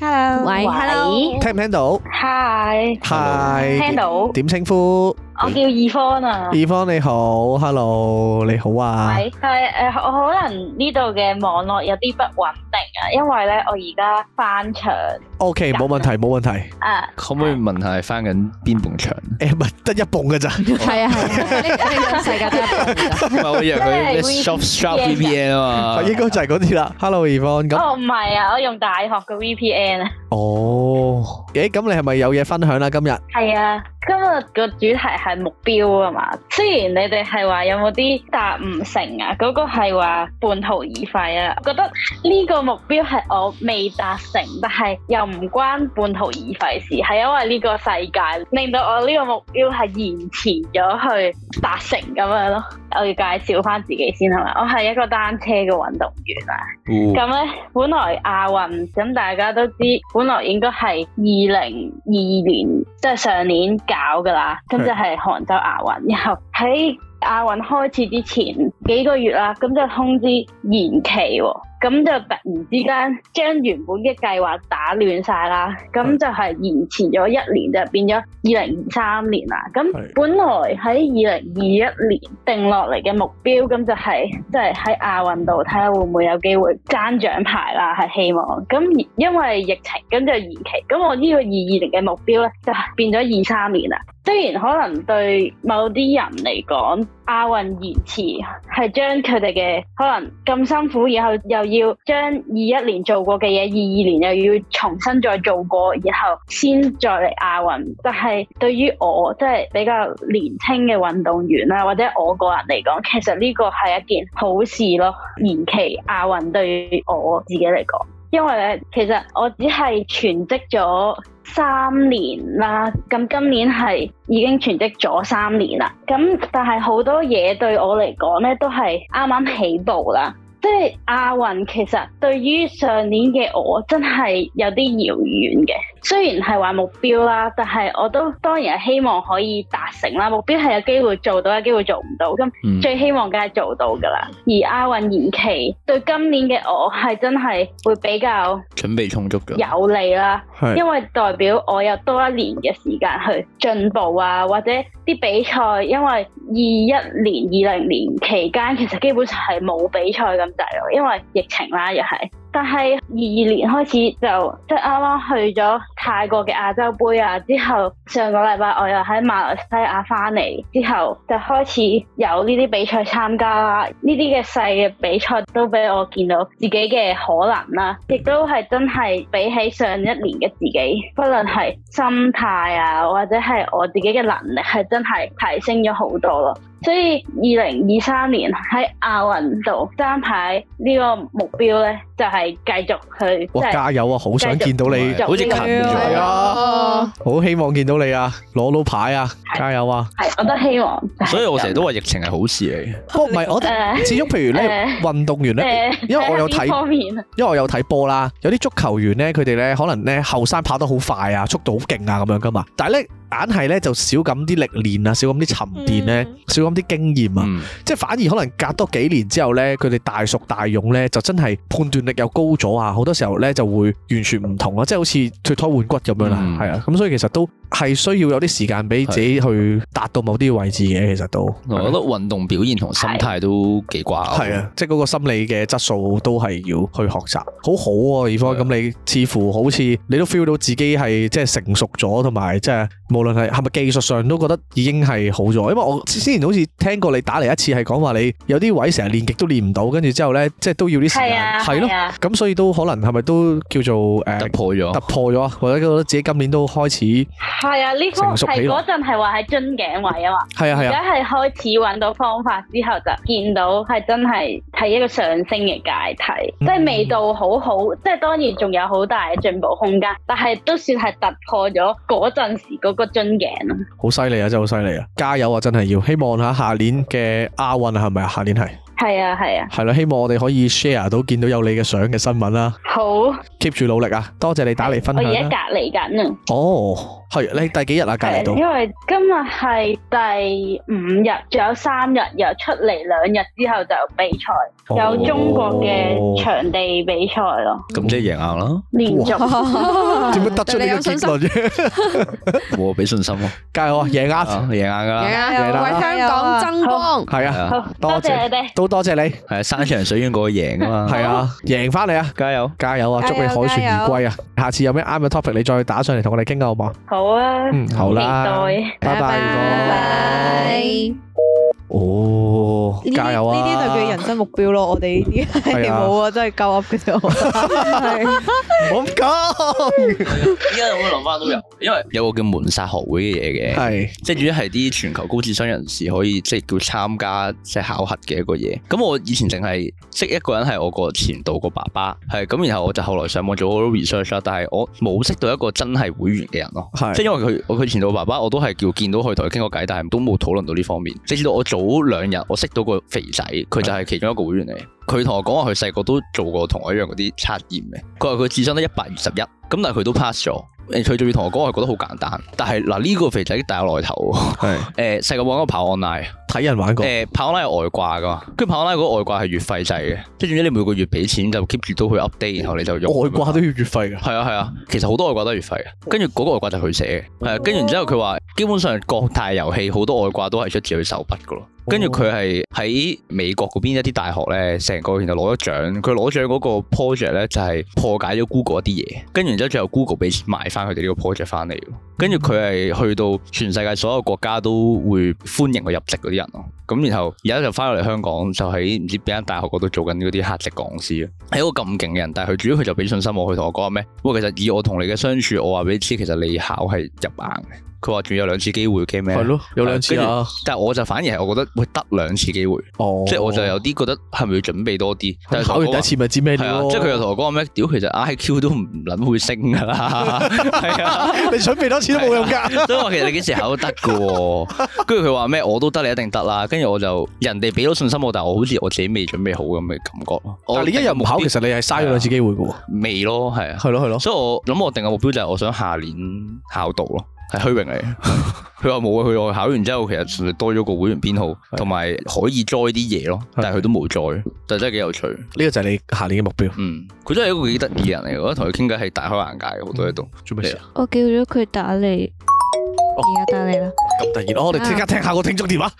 [SPEAKER 4] Hello，
[SPEAKER 3] 喂
[SPEAKER 10] 喂
[SPEAKER 1] 聽唔聽到
[SPEAKER 10] ，Hi，
[SPEAKER 1] ？Hi，
[SPEAKER 10] 聽到，我
[SPEAKER 1] 點稱呼？
[SPEAKER 10] 叫二方啊。
[SPEAKER 1] 二方你好，Hello，你好啊。
[SPEAKER 10] 喂，但係誒，我可能呢度嘅網絡有啲不穩定啊，因為咧我而家翻牆
[SPEAKER 1] O K，冇問題，冇問題。
[SPEAKER 10] 啊，
[SPEAKER 2] 可唔可以問下係翻緊邊埲牆？
[SPEAKER 1] 誒，唔係得一泵 嘅咋？
[SPEAKER 3] 係啊係， 呢呢個世界得一個人㗎
[SPEAKER 2] 唔係我以為佢咩 shop shop VPN 啊嘛。
[SPEAKER 1] 哦應該就係嗰啲啦。Hello，二方咁。
[SPEAKER 10] 哦唔係啊，我用大學嘅 VPN 啊，
[SPEAKER 1] 哦，誒，咁你係咪有嘢分享啦？今日
[SPEAKER 10] 係啊，今日個主題係目標啊嘛，雖然你哋係話有冇啲達唔成啊，嗰個係話半途而廢啊，我覺得呢個目標係我未達成，但係又唔關半途而廢事，係因為呢個世界令到我呢個目標係延遲咗去達成咁樣咯。我要介紹翻自己先係咪？我係一個單車嘅運動員啊。咁咧，本來亞運咁大家都知，本來應該係二零二二年，即係上年搞噶啦，咁
[SPEAKER 1] 係
[SPEAKER 10] 就係杭州亞運，然後喺亞運開始之前幾個月啦，咁就通知延期喎。咁就突然之間將原本嘅計劃打亂晒啦，咁就係延遲咗一年，就變咗二零二三年啦。咁
[SPEAKER 1] 係
[SPEAKER 10] 本來喺二零二一年定落嚟嘅目標，咁就係即係喺亞運度睇下會唔會有機會爭獎牌啦，係希望。咁而因為疫情，咁就延期。咁我呢個二二年嘅目標咧，就變咗二三年啦。雖然可能對某啲人嚟講，亞運延遲係將佢哋嘅可能咁辛苦，然後又要將二一年做過嘅嘢，二二年又要重新再做過，然後先再嚟亞運。但係對於我即係比較年輕嘅運動員啦，或者我個人嚟講，其實呢個係一件好事咯。延期亞運對於我自己嚟講。因為咧，其實我只係全職咗三年啦，咁今年係已經全職咗三年啦。咁但係好多嘢對我嚟講咧，都係啱啱起步啦。即係亞運，其實對於上年嘅我真係有啲遙遠嘅。雖然係話目標啦，但係我都當然係希望可以達成啦。目標係有機會做到，有機會做唔到。咁
[SPEAKER 2] 嗯
[SPEAKER 10] 最希望梗係做到噶啦。而亞運延期對今年嘅我係真係會比較
[SPEAKER 2] 準備充足咗。
[SPEAKER 10] 有利啦。
[SPEAKER 1] 係
[SPEAKER 10] 因為代表我有多一年嘅時間去進步啊，或者啲比賽，因為二一年、二零年期間其實基本上係冇比賽咁滯咯，因為疫情啦又係。但係二二年開始就即係啱啱去咗泰國嘅亞洲杯啊，之後上個禮拜我又喺馬來西亞翻嚟，之後就開始有呢啲比賽參加啦。呢啲嘅細嘅比賽都俾我見到自己嘅可能啦，亦都係真係比起上一年嘅自己，不論係心態啊，或者係我自己嘅能力，係真係提升咗好多咯。所以二零二三年喺亞運度爭牌呢個目標咧，就係、繼續去即
[SPEAKER 1] 哇，
[SPEAKER 10] 係
[SPEAKER 1] 加油啊！好想見到你，
[SPEAKER 10] 做
[SPEAKER 2] 好似
[SPEAKER 10] 呢個
[SPEAKER 2] 近
[SPEAKER 10] 目標
[SPEAKER 2] 咗
[SPEAKER 1] 係啊，
[SPEAKER 3] 哦，
[SPEAKER 1] 好希望見到你啊，攞到牌啊，加油 啊！
[SPEAKER 10] 係我都希望就係咁。
[SPEAKER 2] 所以我成日都話疫情係好事嚟嘅。
[SPEAKER 1] 不過唔係，我哋
[SPEAKER 10] 誒
[SPEAKER 1] 始終譬如咧，
[SPEAKER 10] 誒
[SPEAKER 1] 運動員咧。
[SPEAKER 10] 誒，
[SPEAKER 1] 因為我有睇
[SPEAKER 10] 睇下邊方面啊，
[SPEAKER 1] 因為我有睇波啦，有啲足球員咧，佢哋咧可能咧後生跑得好快啊，速度好勁啊咁樣噶嘛，但係咧硬係咧就少咁啲歷練啊，少咁啲沉澱咧，
[SPEAKER 10] 嗯
[SPEAKER 1] 少咁啲經驗啊，
[SPEAKER 2] 嗯，
[SPEAKER 1] 即係反而可能隔多幾年之後咧，佢哋大熟大勇咧，就真係判斷力又高咗啊，好多時候咧就會完全唔同啊，即係好似脫胎換骨咁樣啦，
[SPEAKER 2] 嗯
[SPEAKER 1] 係啊，咁所以其實都係需要有啲時間俾自己去達到某啲位置嘅，其實都
[SPEAKER 2] 嗯我覺得運動表現同心態都幾掛鈎。
[SPEAKER 1] 係啊，即係嗰個心理嘅質素都係要去學習，好好喎、啊，而方咁你似乎好似你都 feel 到自己係即係成熟咗，同埋即係無論係係咪技術上都覺得已經係好咗，因為我之前好似聽過你打嚟一次係講話你有啲位成日練極都練唔到，跟住之後呢，即係都要啲時
[SPEAKER 10] 係
[SPEAKER 1] 間，
[SPEAKER 10] 啊，
[SPEAKER 1] 係咯
[SPEAKER 10] 係，啊，
[SPEAKER 1] 咁所以都可能係咪都叫做誒、呃
[SPEAKER 2] 突破咗
[SPEAKER 1] 突。破咗，或者覺得自己今年都開始
[SPEAKER 10] 係啊，呢個
[SPEAKER 1] 成熟起
[SPEAKER 10] 係
[SPEAKER 1] 來
[SPEAKER 10] 嗰陣係話喺樽頸位啊嘛，
[SPEAKER 1] 係啊係
[SPEAKER 10] 而
[SPEAKER 1] 啊，
[SPEAKER 10] 家係開始揾到方法之後，就見到係真係係一個上升嘅階梯，
[SPEAKER 1] 嗯
[SPEAKER 10] 即係未到好好，即係當然仲有好大嘅進步空間，但係都算係突破咗嗰陣時嗰個樽頸咯。
[SPEAKER 1] 好犀利啊，真係好犀利啊，加油啊，真係要，希望下下年嘅亞運啊係咪啊？下年係。
[SPEAKER 10] 係啊，係啊，
[SPEAKER 1] 系啦，希望我哋可以 share 到見到有你嘅相嘅新聞啦
[SPEAKER 10] 好，我
[SPEAKER 1] ，keep 住努力啊！多謝你打嚟分
[SPEAKER 10] 而家
[SPEAKER 1] 享啦。
[SPEAKER 10] 隔離緊啊。
[SPEAKER 1] 哦，係你第幾日啊？隔離到
[SPEAKER 10] 係，因為今日係第五日，仲有三日，又出嚟兩日之後就比賽，有中國嘅
[SPEAKER 1] 哦
[SPEAKER 10] 場地比賽咯，
[SPEAKER 2] 咁即係贏硬啦，
[SPEAKER 10] 連續。
[SPEAKER 1] 點樣得出呢個結論嘅？
[SPEAKER 2] 我俾信心咯，
[SPEAKER 1] 加油啊！贏
[SPEAKER 2] 啊
[SPEAKER 1] 啊！
[SPEAKER 2] 贏硬噶啦，
[SPEAKER 1] 贏啦
[SPEAKER 3] 為香港爭光，
[SPEAKER 1] 係
[SPEAKER 2] 係
[SPEAKER 1] 啊，
[SPEAKER 2] 啊，
[SPEAKER 10] 好，多
[SPEAKER 1] 多謝
[SPEAKER 10] 謝你哋。
[SPEAKER 1] 都多謝你，
[SPEAKER 2] 係啊山長水遠過去贏啊嘛，
[SPEAKER 1] 係啊，贏翻你啊！
[SPEAKER 2] 加油！
[SPEAKER 1] 加油啊！祝你
[SPEAKER 4] 加油
[SPEAKER 1] 凱旋而歸啊！下次有咩啱嘅 topic，你再打上嚟同我哋傾啊，好嘛？
[SPEAKER 10] 好啊，
[SPEAKER 1] 嗯，好啦，
[SPEAKER 10] 期待
[SPEAKER 1] 拜拜。
[SPEAKER 3] 係
[SPEAKER 1] 哦，
[SPEAKER 4] 呢啲
[SPEAKER 1] 加油啊！
[SPEAKER 4] 呢啲就叫人生目標咯，我哋呢啲係
[SPEAKER 1] 係啊
[SPEAKER 4] 冇啊，真係夠噏 嘅啫。
[SPEAKER 1] 唔好咁講，
[SPEAKER 2] 依家有冇諗翻都有，因為有個叫門殺學會嘅嘢嘅，
[SPEAKER 1] 係
[SPEAKER 2] 即係主要係啲全球高智商人士可以即係叫參加即係考核嘅一個嘢。咁我以前淨係識一個人係我個前度個爸爸，係咁，然後我就後來上網做好多 research 啦，但係我冇識到一個真係會員嘅人咯。
[SPEAKER 1] 係
[SPEAKER 2] 即係因為佢我佢前度個爸爸，我都係叫見到佢同佢傾過偈，但係都冇討論到呢方面。直至到我早兩日我識到個肥仔，佢就係其中一個會員嚟。佢同我講話佢細個都做過同我一樣嗰啲測驗嘅，佢話佢智商得一百二十一，咁但係佢都 pass 咗。誒佢仲要同我講話佢覺得好簡單，但係嗱呢個肥仔大有來頭喎。
[SPEAKER 1] 係
[SPEAKER 2] 誒細個玩嗰個跑 online，
[SPEAKER 1] 睇人玩過。
[SPEAKER 2] 誒跑拉有外掛噶嘛，跟住跑拉嗰個外掛係月費制嘅，即係總之你每個月俾錢就 keep 住都去 update，然後你就用
[SPEAKER 1] 外掛都要月費㗎。
[SPEAKER 2] 係啊係啊，其實好多外掛都係月費嘅，跟住嗰個外掛就佢寫嘅，係啊，跟住然之後佢話基本上各大遊戲好多外掛都係出自佢手筆噶咯，跟住佢係喺美國嗰邊一啲大學咧，成個然後攞咗獎，佢攞獎嗰個 project 咧就係破解咗 Google 一啲嘢，跟住然之後最後 Google 俾錢買翻佢哋呢個 project 翻嚟喎，跟住佢係去到全世界所有國家都會歡迎佢入籍嗰啲人咯，咁然後而家就翻咗嚟香港，就喺唔知邊間大學嗰度做緊嗰啲客席講師啊。係一個咁勁嘅人，但係佢主要佢就俾信心我，佢同我講話咩？喂，其實以我同你嘅相處，我話俾你知，其實你考係入硬嘅。佢話仲有兩次機會嘅咩？
[SPEAKER 1] 係咯，有兩次啊。
[SPEAKER 2] 但係我就反而係我覺得，喂，得兩次機會，
[SPEAKER 1] 哦，
[SPEAKER 2] 即係我就有啲覺得係咪要準備多啲？但係
[SPEAKER 1] 考完第一次咪知咩
[SPEAKER 2] 係
[SPEAKER 1] 料
[SPEAKER 2] 啊，
[SPEAKER 1] 咯。
[SPEAKER 2] 即係佢又同我講話咩？屌，其實 I Q 都唔撚會升 㗎啦，係啊。
[SPEAKER 1] 你準備多次都冇用㗎。
[SPEAKER 2] 所以我其實你幾時考都得嘅喎，跟住佢話咩我都得，你一定得啦。跟住我就人哋俾到信心我，但係我好似我自己未準備好咁嘅感覺咯。
[SPEAKER 1] 但係你一日唔考，其實你係嘥咗
[SPEAKER 2] 啊
[SPEAKER 1] 兩次機會㗎喎。
[SPEAKER 2] 未咯，係啊。
[SPEAKER 1] 係咯係咯。
[SPEAKER 2] 所以我諗我定嘅目標就係我想下年考到咯，係虛榮嚟。 佢話冇啊，佢話考完之後其實純粹多咗個會員編號，同埋可以 join 啲嘢咯，但係佢都冇 join，但係真係幾有趣。
[SPEAKER 1] 呢個就係你下年嘅目標。
[SPEAKER 2] 嗯，佢真係一個幾得意嘅人嚟，我覺得同佢傾偈係大開眼界嘅，好多嘢都。
[SPEAKER 1] 做咩事啊？
[SPEAKER 9] 我叫咗佢打嚟，而家打嚟啦。
[SPEAKER 2] 啊
[SPEAKER 1] 咁突然，哦我哋即刻聽下個聽眾 電話。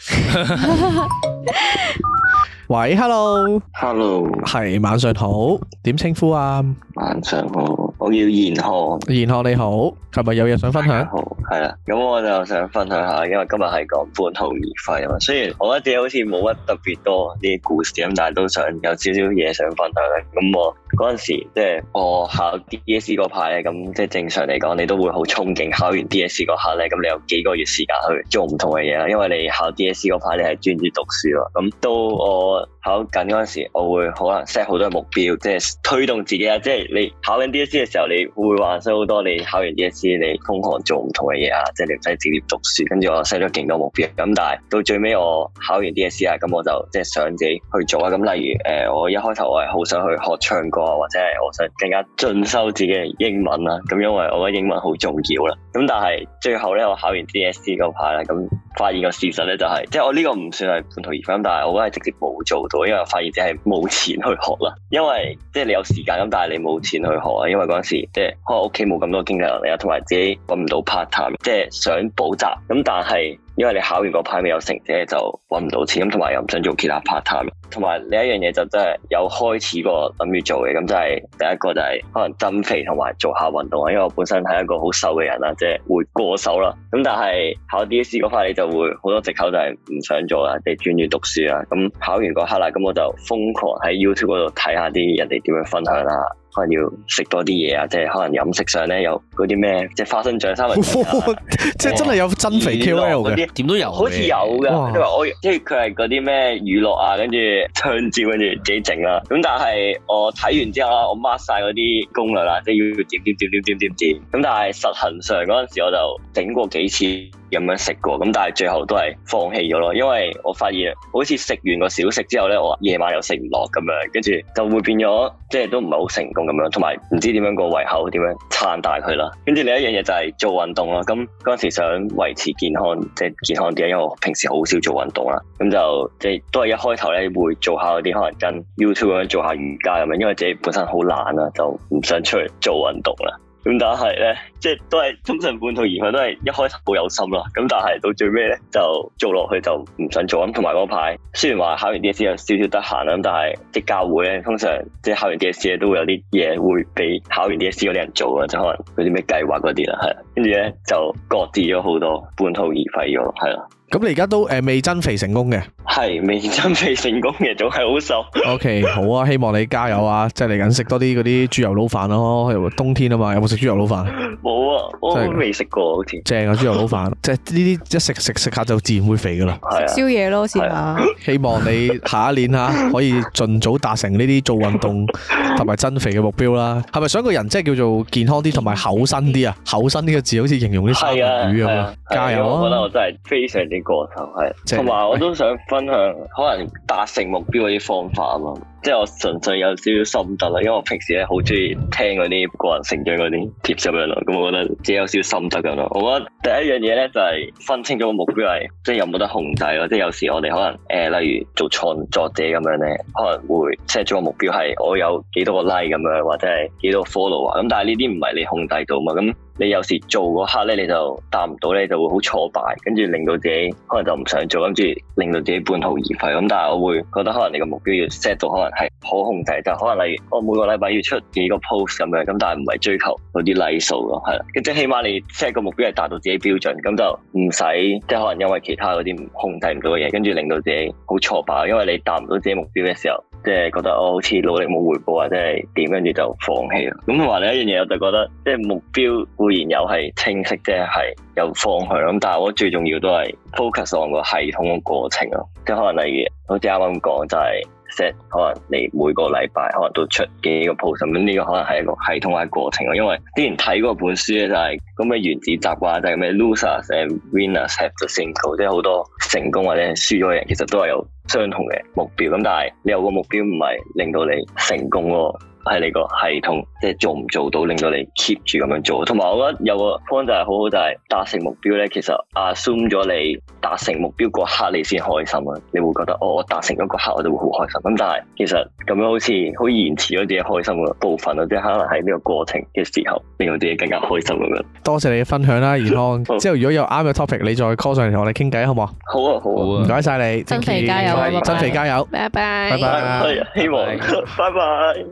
[SPEAKER 1] 喂，hello，
[SPEAKER 11] Hello，
[SPEAKER 1] 係晚上好，點稱呼啊？
[SPEAKER 11] 晚上好，我叫賢漢，
[SPEAKER 1] 賢學你好，係咪有嘢想分
[SPEAKER 11] 大家
[SPEAKER 2] 啊
[SPEAKER 1] 享？
[SPEAKER 11] 好，係啦，咁我就想分享下，因為今日係講半途而廢啊嘛。雖然我覺得自己好似冇乜特別多啲故事咁，但係都想有少少嘢想分享咧。咁我嗰陣時即係我考 DSE 嗰排咧，咁即係正常嚟講，你都會好憧憬考完 DSE 嗰刻咧，咁你有幾個月時間去做唔同嘅嘢啦。因為你考 DSE 嗰排你係專注讀書咯，咁到我考緊嗰陣時，我會可能 set 好多目標，即係推動自己啊！即係你考緊 DSE 嘅時候，你會幻想好多你考完 DSE 你瘋狂做唔同嘅嘢啊！即係你唔使直接讀書，跟住我 set 咗勁多目標。咁但係到最尾我考完 DSE 啊，咁我就即係想自己去做啊！咁例如誒、呃我一開頭我係好想去學唱歌啊，或者係我想更加進修自己嘅英文啦。咁因為我覺得英文好重要啦。咁但係最後咧，我考完 DSE 嗰排啦，咁發現個事實咧就係、即係我呢個唔算係半途而廢，咁但係我覺得係直接冇做到，因為我發現自己係冇錢去學啦。 因為即係你有時間咁，但係你冇錢去學啊，因為嗰陣時即係可能屋企冇咁多經濟能力啊，同埋自己揾唔到 part time，即係想補習咁，但係。因為你考完嗰排未有成績，就揾唔到錢，咁同埋又唔想做其他 part time，同埋另一樣嘢就真係有開始過諗住做嘅，咁就係第一個就係可能增肥同埋做下運動啊，因為我本身係一個好瘦嘅人啦，啊即係會過瘦啦，咁但係考 DSE 嗰塊你就會好多藉口就係唔想做啦，你專注讀書啦，咁考完嗰刻啦，咁我就瘋狂喺 YouTube 嗰度睇下啲人哋點樣分享啦。可能要食多啲嘢啊，即係可能飲食上咧有嗰啲咩，即係花生醬三文治啊
[SPEAKER 1] 即係真係有真肥 KOL
[SPEAKER 11] 嗰
[SPEAKER 1] 嘅，
[SPEAKER 11] 啲
[SPEAKER 2] 點都有嘅，
[SPEAKER 11] 好似有㗎，
[SPEAKER 1] 哇
[SPEAKER 11] 佢話我即係佢係嗰啲咩乳酪啊，跟住香蕉，跟住自己整啦。咁但係我睇完之後啦，我 mark 晒嗰啲攻略啦，即係要點點點點點點點。咁但係實行上嗰陣時，我就整過幾次咁樣食過，咁但係最後都係放棄咗咯，因為我發現好似食完個小食之後咧，我夜晚又食唔落咁樣，跟住就會變咗即係都唔係好成功咁樣，同埋唔知點樣個胃口點樣撐大佢啦。跟住另一樣嘢就係做運動啦，咁嗰陣時想維持健康，即係健康啲，因為我平時好少做運動啦，咁就即係都係一開頭咧會做下嗰啲可能跟 YouTube 咁樣做下瑜伽咁樣，因為自己本身好懶啦，就唔想出去做運動啦。咁但係咧，即係都係通常半途而廢，都係一開頭好有心啦。咁但係到最尾咧，就做落去就唔想做咁。同埋嗰排雖然話考完 DSE 有少少得閒啦，咁但係即係教會咧，通常即係考完 DSE 咧都會有啲嘢會俾考完 DSE 嗰啲人做啊，即係可能嗰啲咩計劃嗰啲啦，係啦。跟住咧就擱置咗好多，半途而廢咗，係啦。
[SPEAKER 1] 咁你而家都誒未增肥成功嘅。
[SPEAKER 11] 係未真未成功嘅，仲係好瘦。
[SPEAKER 1] OK，好啊，希望你加油啊！即係嚟緊食多啲嗰啲豬油撈飯咯，冬天啊嘛，有冇食豬油撈飯？
[SPEAKER 11] 冇啊，我
[SPEAKER 1] 真係㗎
[SPEAKER 11] 未食過好似。
[SPEAKER 1] 正啊，豬油撈飯，即係呢啲一食食食下就自然會肥噶啦。
[SPEAKER 11] 係啊，
[SPEAKER 4] 宵夜咯，試下。
[SPEAKER 1] 希望你下一年吓可以盡早達成呢啲做運動同埋增肥嘅目標啦。係咪想個人即係叫做健康啲同埋厚身啲啊？厚身呢個字好似形容啲三
[SPEAKER 11] 係啊，
[SPEAKER 1] 文魚咁
[SPEAKER 11] 係
[SPEAKER 1] 啊
[SPEAKER 11] 啊！
[SPEAKER 1] 加油
[SPEAKER 11] 因為我覺得我
[SPEAKER 1] 啊！
[SPEAKER 11] 真係非常之過頭，係。
[SPEAKER 1] 即係
[SPEAKER 11] 同埋我都想分享可能達成目標嗰啲方法啊嘛，即即係我純粹有少少心得啦，因為我平時咧好中意聽嗰啲個人成長嗰啲 tips 咁樣咯，咁我覺得自己有少少心得咁咯。我覺得第一樣嘢咧就係、分清楚個目標係即係有冇得控制咯，即係有時我哋可能誒、呃例如做創作者咁樣咧，可能會 set 咗個目標係我有幾多個 like 咁樣，或者係幾多個 follow 啊，咁但係呢啲唔係你控制到嘛，咁。你有時做嗰刻咧，你就達唔到咧，你就會好挫敗，跟住令到自己可能就唔想做，跟住令到自己半途而廢。咁但係我會覺得可能你個目標要 set 到可能係可控制，就可能例如我每個禮拜要出幾個 post 咁樣，咁但係唔係追求嗰啲 like 數咯，係啦。跟住起碼你 set 個目標係達到自己標準，咁就唔使即係可能因為其他嗰啲唔控制唔到嘅嘢，跟住令到自己好挫敗，因為你達唔到自己目標嘅時候。即係覺得我好似努力冇回報或者係點，跟住就放棄啦。咁同埋另一樣嘢，我就覺得即係目標固然有係清晰，即係係有方向咁，但係我覺得最重要都係 focus on 個系統個過程咯。即係可能例如好似啱啱講就係、set 可能你每個禮拜可能都出幾個 post 咁，呢個可能係一個系統化過程咯。因為之前睇嗰本書咧就係咁嘅原子習慣，就係咩 losers and winners have the same goal，即係好多成功或者係輸咗嘅人其實都係有相同嘅目標。咁但係你有個目標唔係令到你成功咯。係你個系統，即係做唔做到，令到你 keep 住咁樣做。同埋我覺得有個 point 就係好好，就係達成目標咧。其實 assume 咗你達成目標嗰刻，你先開心啊！你會覺得哦，我達成咗嗰刻，我就會好開心。啊咁但係其實咁樣好似好延遲咗自己開心嘅部分咯，即係可能喺呢個過程嘅時候，令到自己更加開心咁樣。
[SPEAKER 1] 多謝你嘅分享啦，健 康。之後如果有啱嘅 topic，你再 call 上嚟同我哋傾偈，好唔好啊？
[SPEAKER 11] 好啊，好
[SPEAKER 2] 好
[SPEAKER 11] 啊，
[SPEAKER 1] 唔該晒你，
[SPEAKER 5] 增
[SPEAKER 1] Tinky
[SPEAKER 5] 肥加油啊拜拜
[SPEAKER 1] 增肥加油，
[SPEAKER 3] 拜拜
[SPEAKER 1] 拜拜。
[SPEAKER 11] 係啊，希望，拜 拜。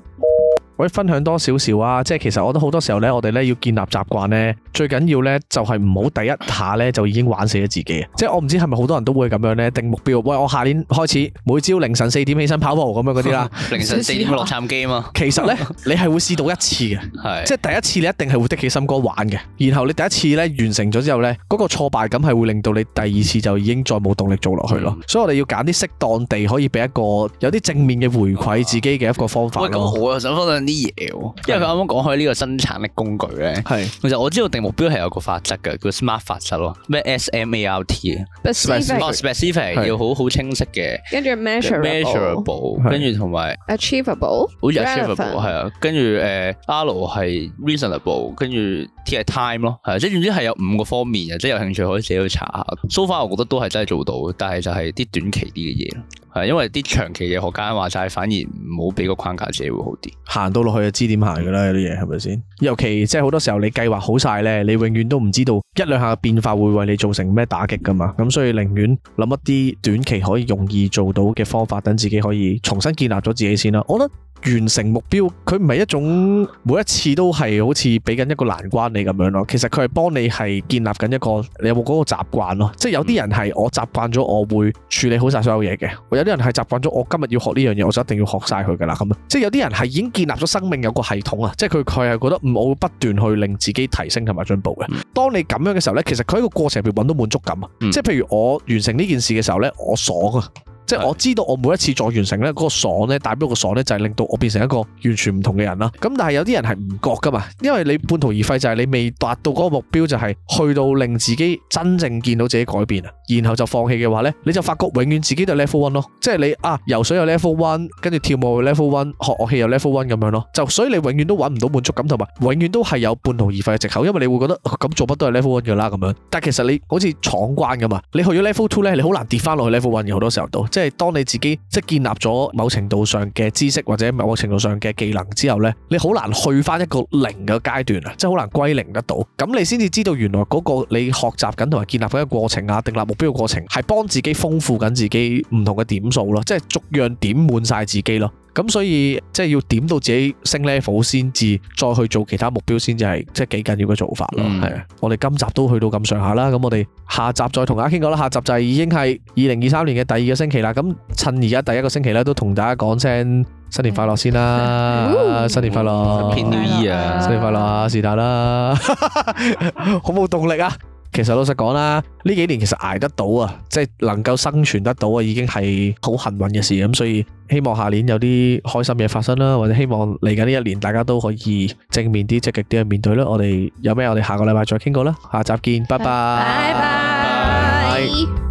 [SPEAKER 1] 喂，分享多少少啊！即係其實我覺得好多時候咧，我哋咧要建立習慣咧，最緊要咧就係唔好第一下咧就已經玩死咗自己。啊即係我唔知係咪好多人都會咁樣咧定目標，喂，我下年開始每朝凌晨四點起身跑步咁樣嗰啲 啦。
[SPEAKER 2] 凌晨四點落杉機嘛，
[SPEAKER 1] 其實咧，你係會試到一次嘅，
[SPEAKER 2] 係
[SPEAKER 1] 即係第一次你一定係會的起心肝玩嘅。然後你第一次咧完成咗之後咧，嗰、個挫敗感係會令到你第二次就已經再冇動力做落去
[SPEAKER 2] 嗯
[SPEAKER 1] 咯。所以我哋要揀啲適當地可以俾一個有啲正面嘅回饋自己嘅一個方法
[SPEAKER 2] 啊喂，
[SPEAKER 1] 咯。
[SPEAKER 2] 咁我又想分享啲嘢喎，因為佢啱啱講開呢個生產力工具咧，
[SPEAKER 1] 係
[SPEAKER 2] 其實我知道定目標係有個法則嘅，叫 SMART 法則咯，咩 S M A R T 啊，哦
[SPEAKER 3] specific，
[SPEAKER 2] specific
[SPEAKER 1] 係
[SPEAKER 2] 要好好清晰嘅
[SPEAKER 3] 跟住 measurable，achievable，
[SPEAKER 2] measurable，跟住同埋好似 achievable 係啊，跟住誒 R 係 reasonable，跟住 T 係 time 咯，係啊即係總之係有五個方面嘅，即係有興趣可以自己去查下。so far 我覺得都係真係做到，但係就係啲短期啲嘅嘢咯，係啊因為啲長期嘅學家話齋，反而唔好俾個框架自己會好啲。
[SPEAKER 1] 行到落去就知點行噶啦，有啲嘢係咪先？尤其即係好多時候你計劃好晒咧，你永遠都唔知道一兩下嘅變化會為你造成咩打擊噶嘛。咁所以寧願諗一啲短期可以容易做到嘅方法，等自己可以重新建立咗自己先啦。我覺得完成目標佢唔係一種每一次都係好似俾緊一個難關你咁樣咯，其實佢係幫你係建立緊一個你有冇嗰個習慣咯。即係有啲人係我習慣咗我會處理好晒所有嘢嘅，有啲人係習慣咗我今日要學呢樣嘢，我就一定要學晒佢㗎啦。咁啊即係有啲人係已經建立咗生命有個系統啊，即係佢佢係覺得嗯我會不斷去令自己提升同埋進步嘅。當你咁樣嘅時候呢，其實佢喺個過程入邊揾到滿足感啊。
[SPEAKER 2] 嗯
[SPEAKER 1] 即係譬如我完成呢件事嘅時候呢，我爽啊！即係我知道我每一次再完成呢嗰個爽呢，帶俾我個爽呢，就係令到我變成一個完全唔同嘅人啦。咁但係有啲人係唔覺噶嘛，因為你半途而廢就係你未達到嗰個目標，就係去到令自己真正見到自己改變啊，然後就放棄嘅話呢，你就發覺永遠自己都係 level one 咯，即係你啊游水有 level one，跟住跳舞有 level one，學樂器有 level one 咁樣咯，就所以你永遠都揾唔到滿足感，同埋永遠都係有半途而廢嘅藉口，因為你會覺得哦咁、做乜都係 level one 嘅啦咁樣，但其實你好似闖關咁嘛，你去咗 level two 咧，你好難跌翻落去 level one 嘅好多時候都，即係當你自己即係建立咗某程度上嘅知識或者某程度上嘅技能之後呢，你好難去翻一個零嘅階段啊，即係好難歸零得到，咁你先至知道原來嗰個你學習緊同埋建立緊嘅過程啊，定立目標嘅過程係幫自己豐富緊自己唔同嘅點數咯，即係逐樣點滿晒自己咯。咁所以即係要點到自己升 level 先至，再去做其他目標先至係即係幾緊要嘅做法咯。
[SPEAKER 2] 嗯
[SPEAKER 1] 係啊、我哋今集都去到咁上下啦，咁我哋下集再同大家傾過啦。下集就係已經係二零二三年嘅第二個星期啦。咁趁而家第一個星期咧，都同大家講聲新年快樂先 啦，嗯新年快樂，
[SPEAKER 2] Happy New Year 啊
[SPEAKER 1] 新年快樂啊，是但啦， 好冇動力啊！其實老實講啦，呢幾年其實捱得到啊，即係能夠生存得到啊，已經係好幸運嘅事咁，所以希望下年有啲開心嘢發生啦，或者希望嚟緊呢一年大家都可以正面啲、積極啲去面對啦。我哋有咩我哋下個禮拜再傾過啦，下集見，拜拜。
[SPEAKER 9] 拜拜。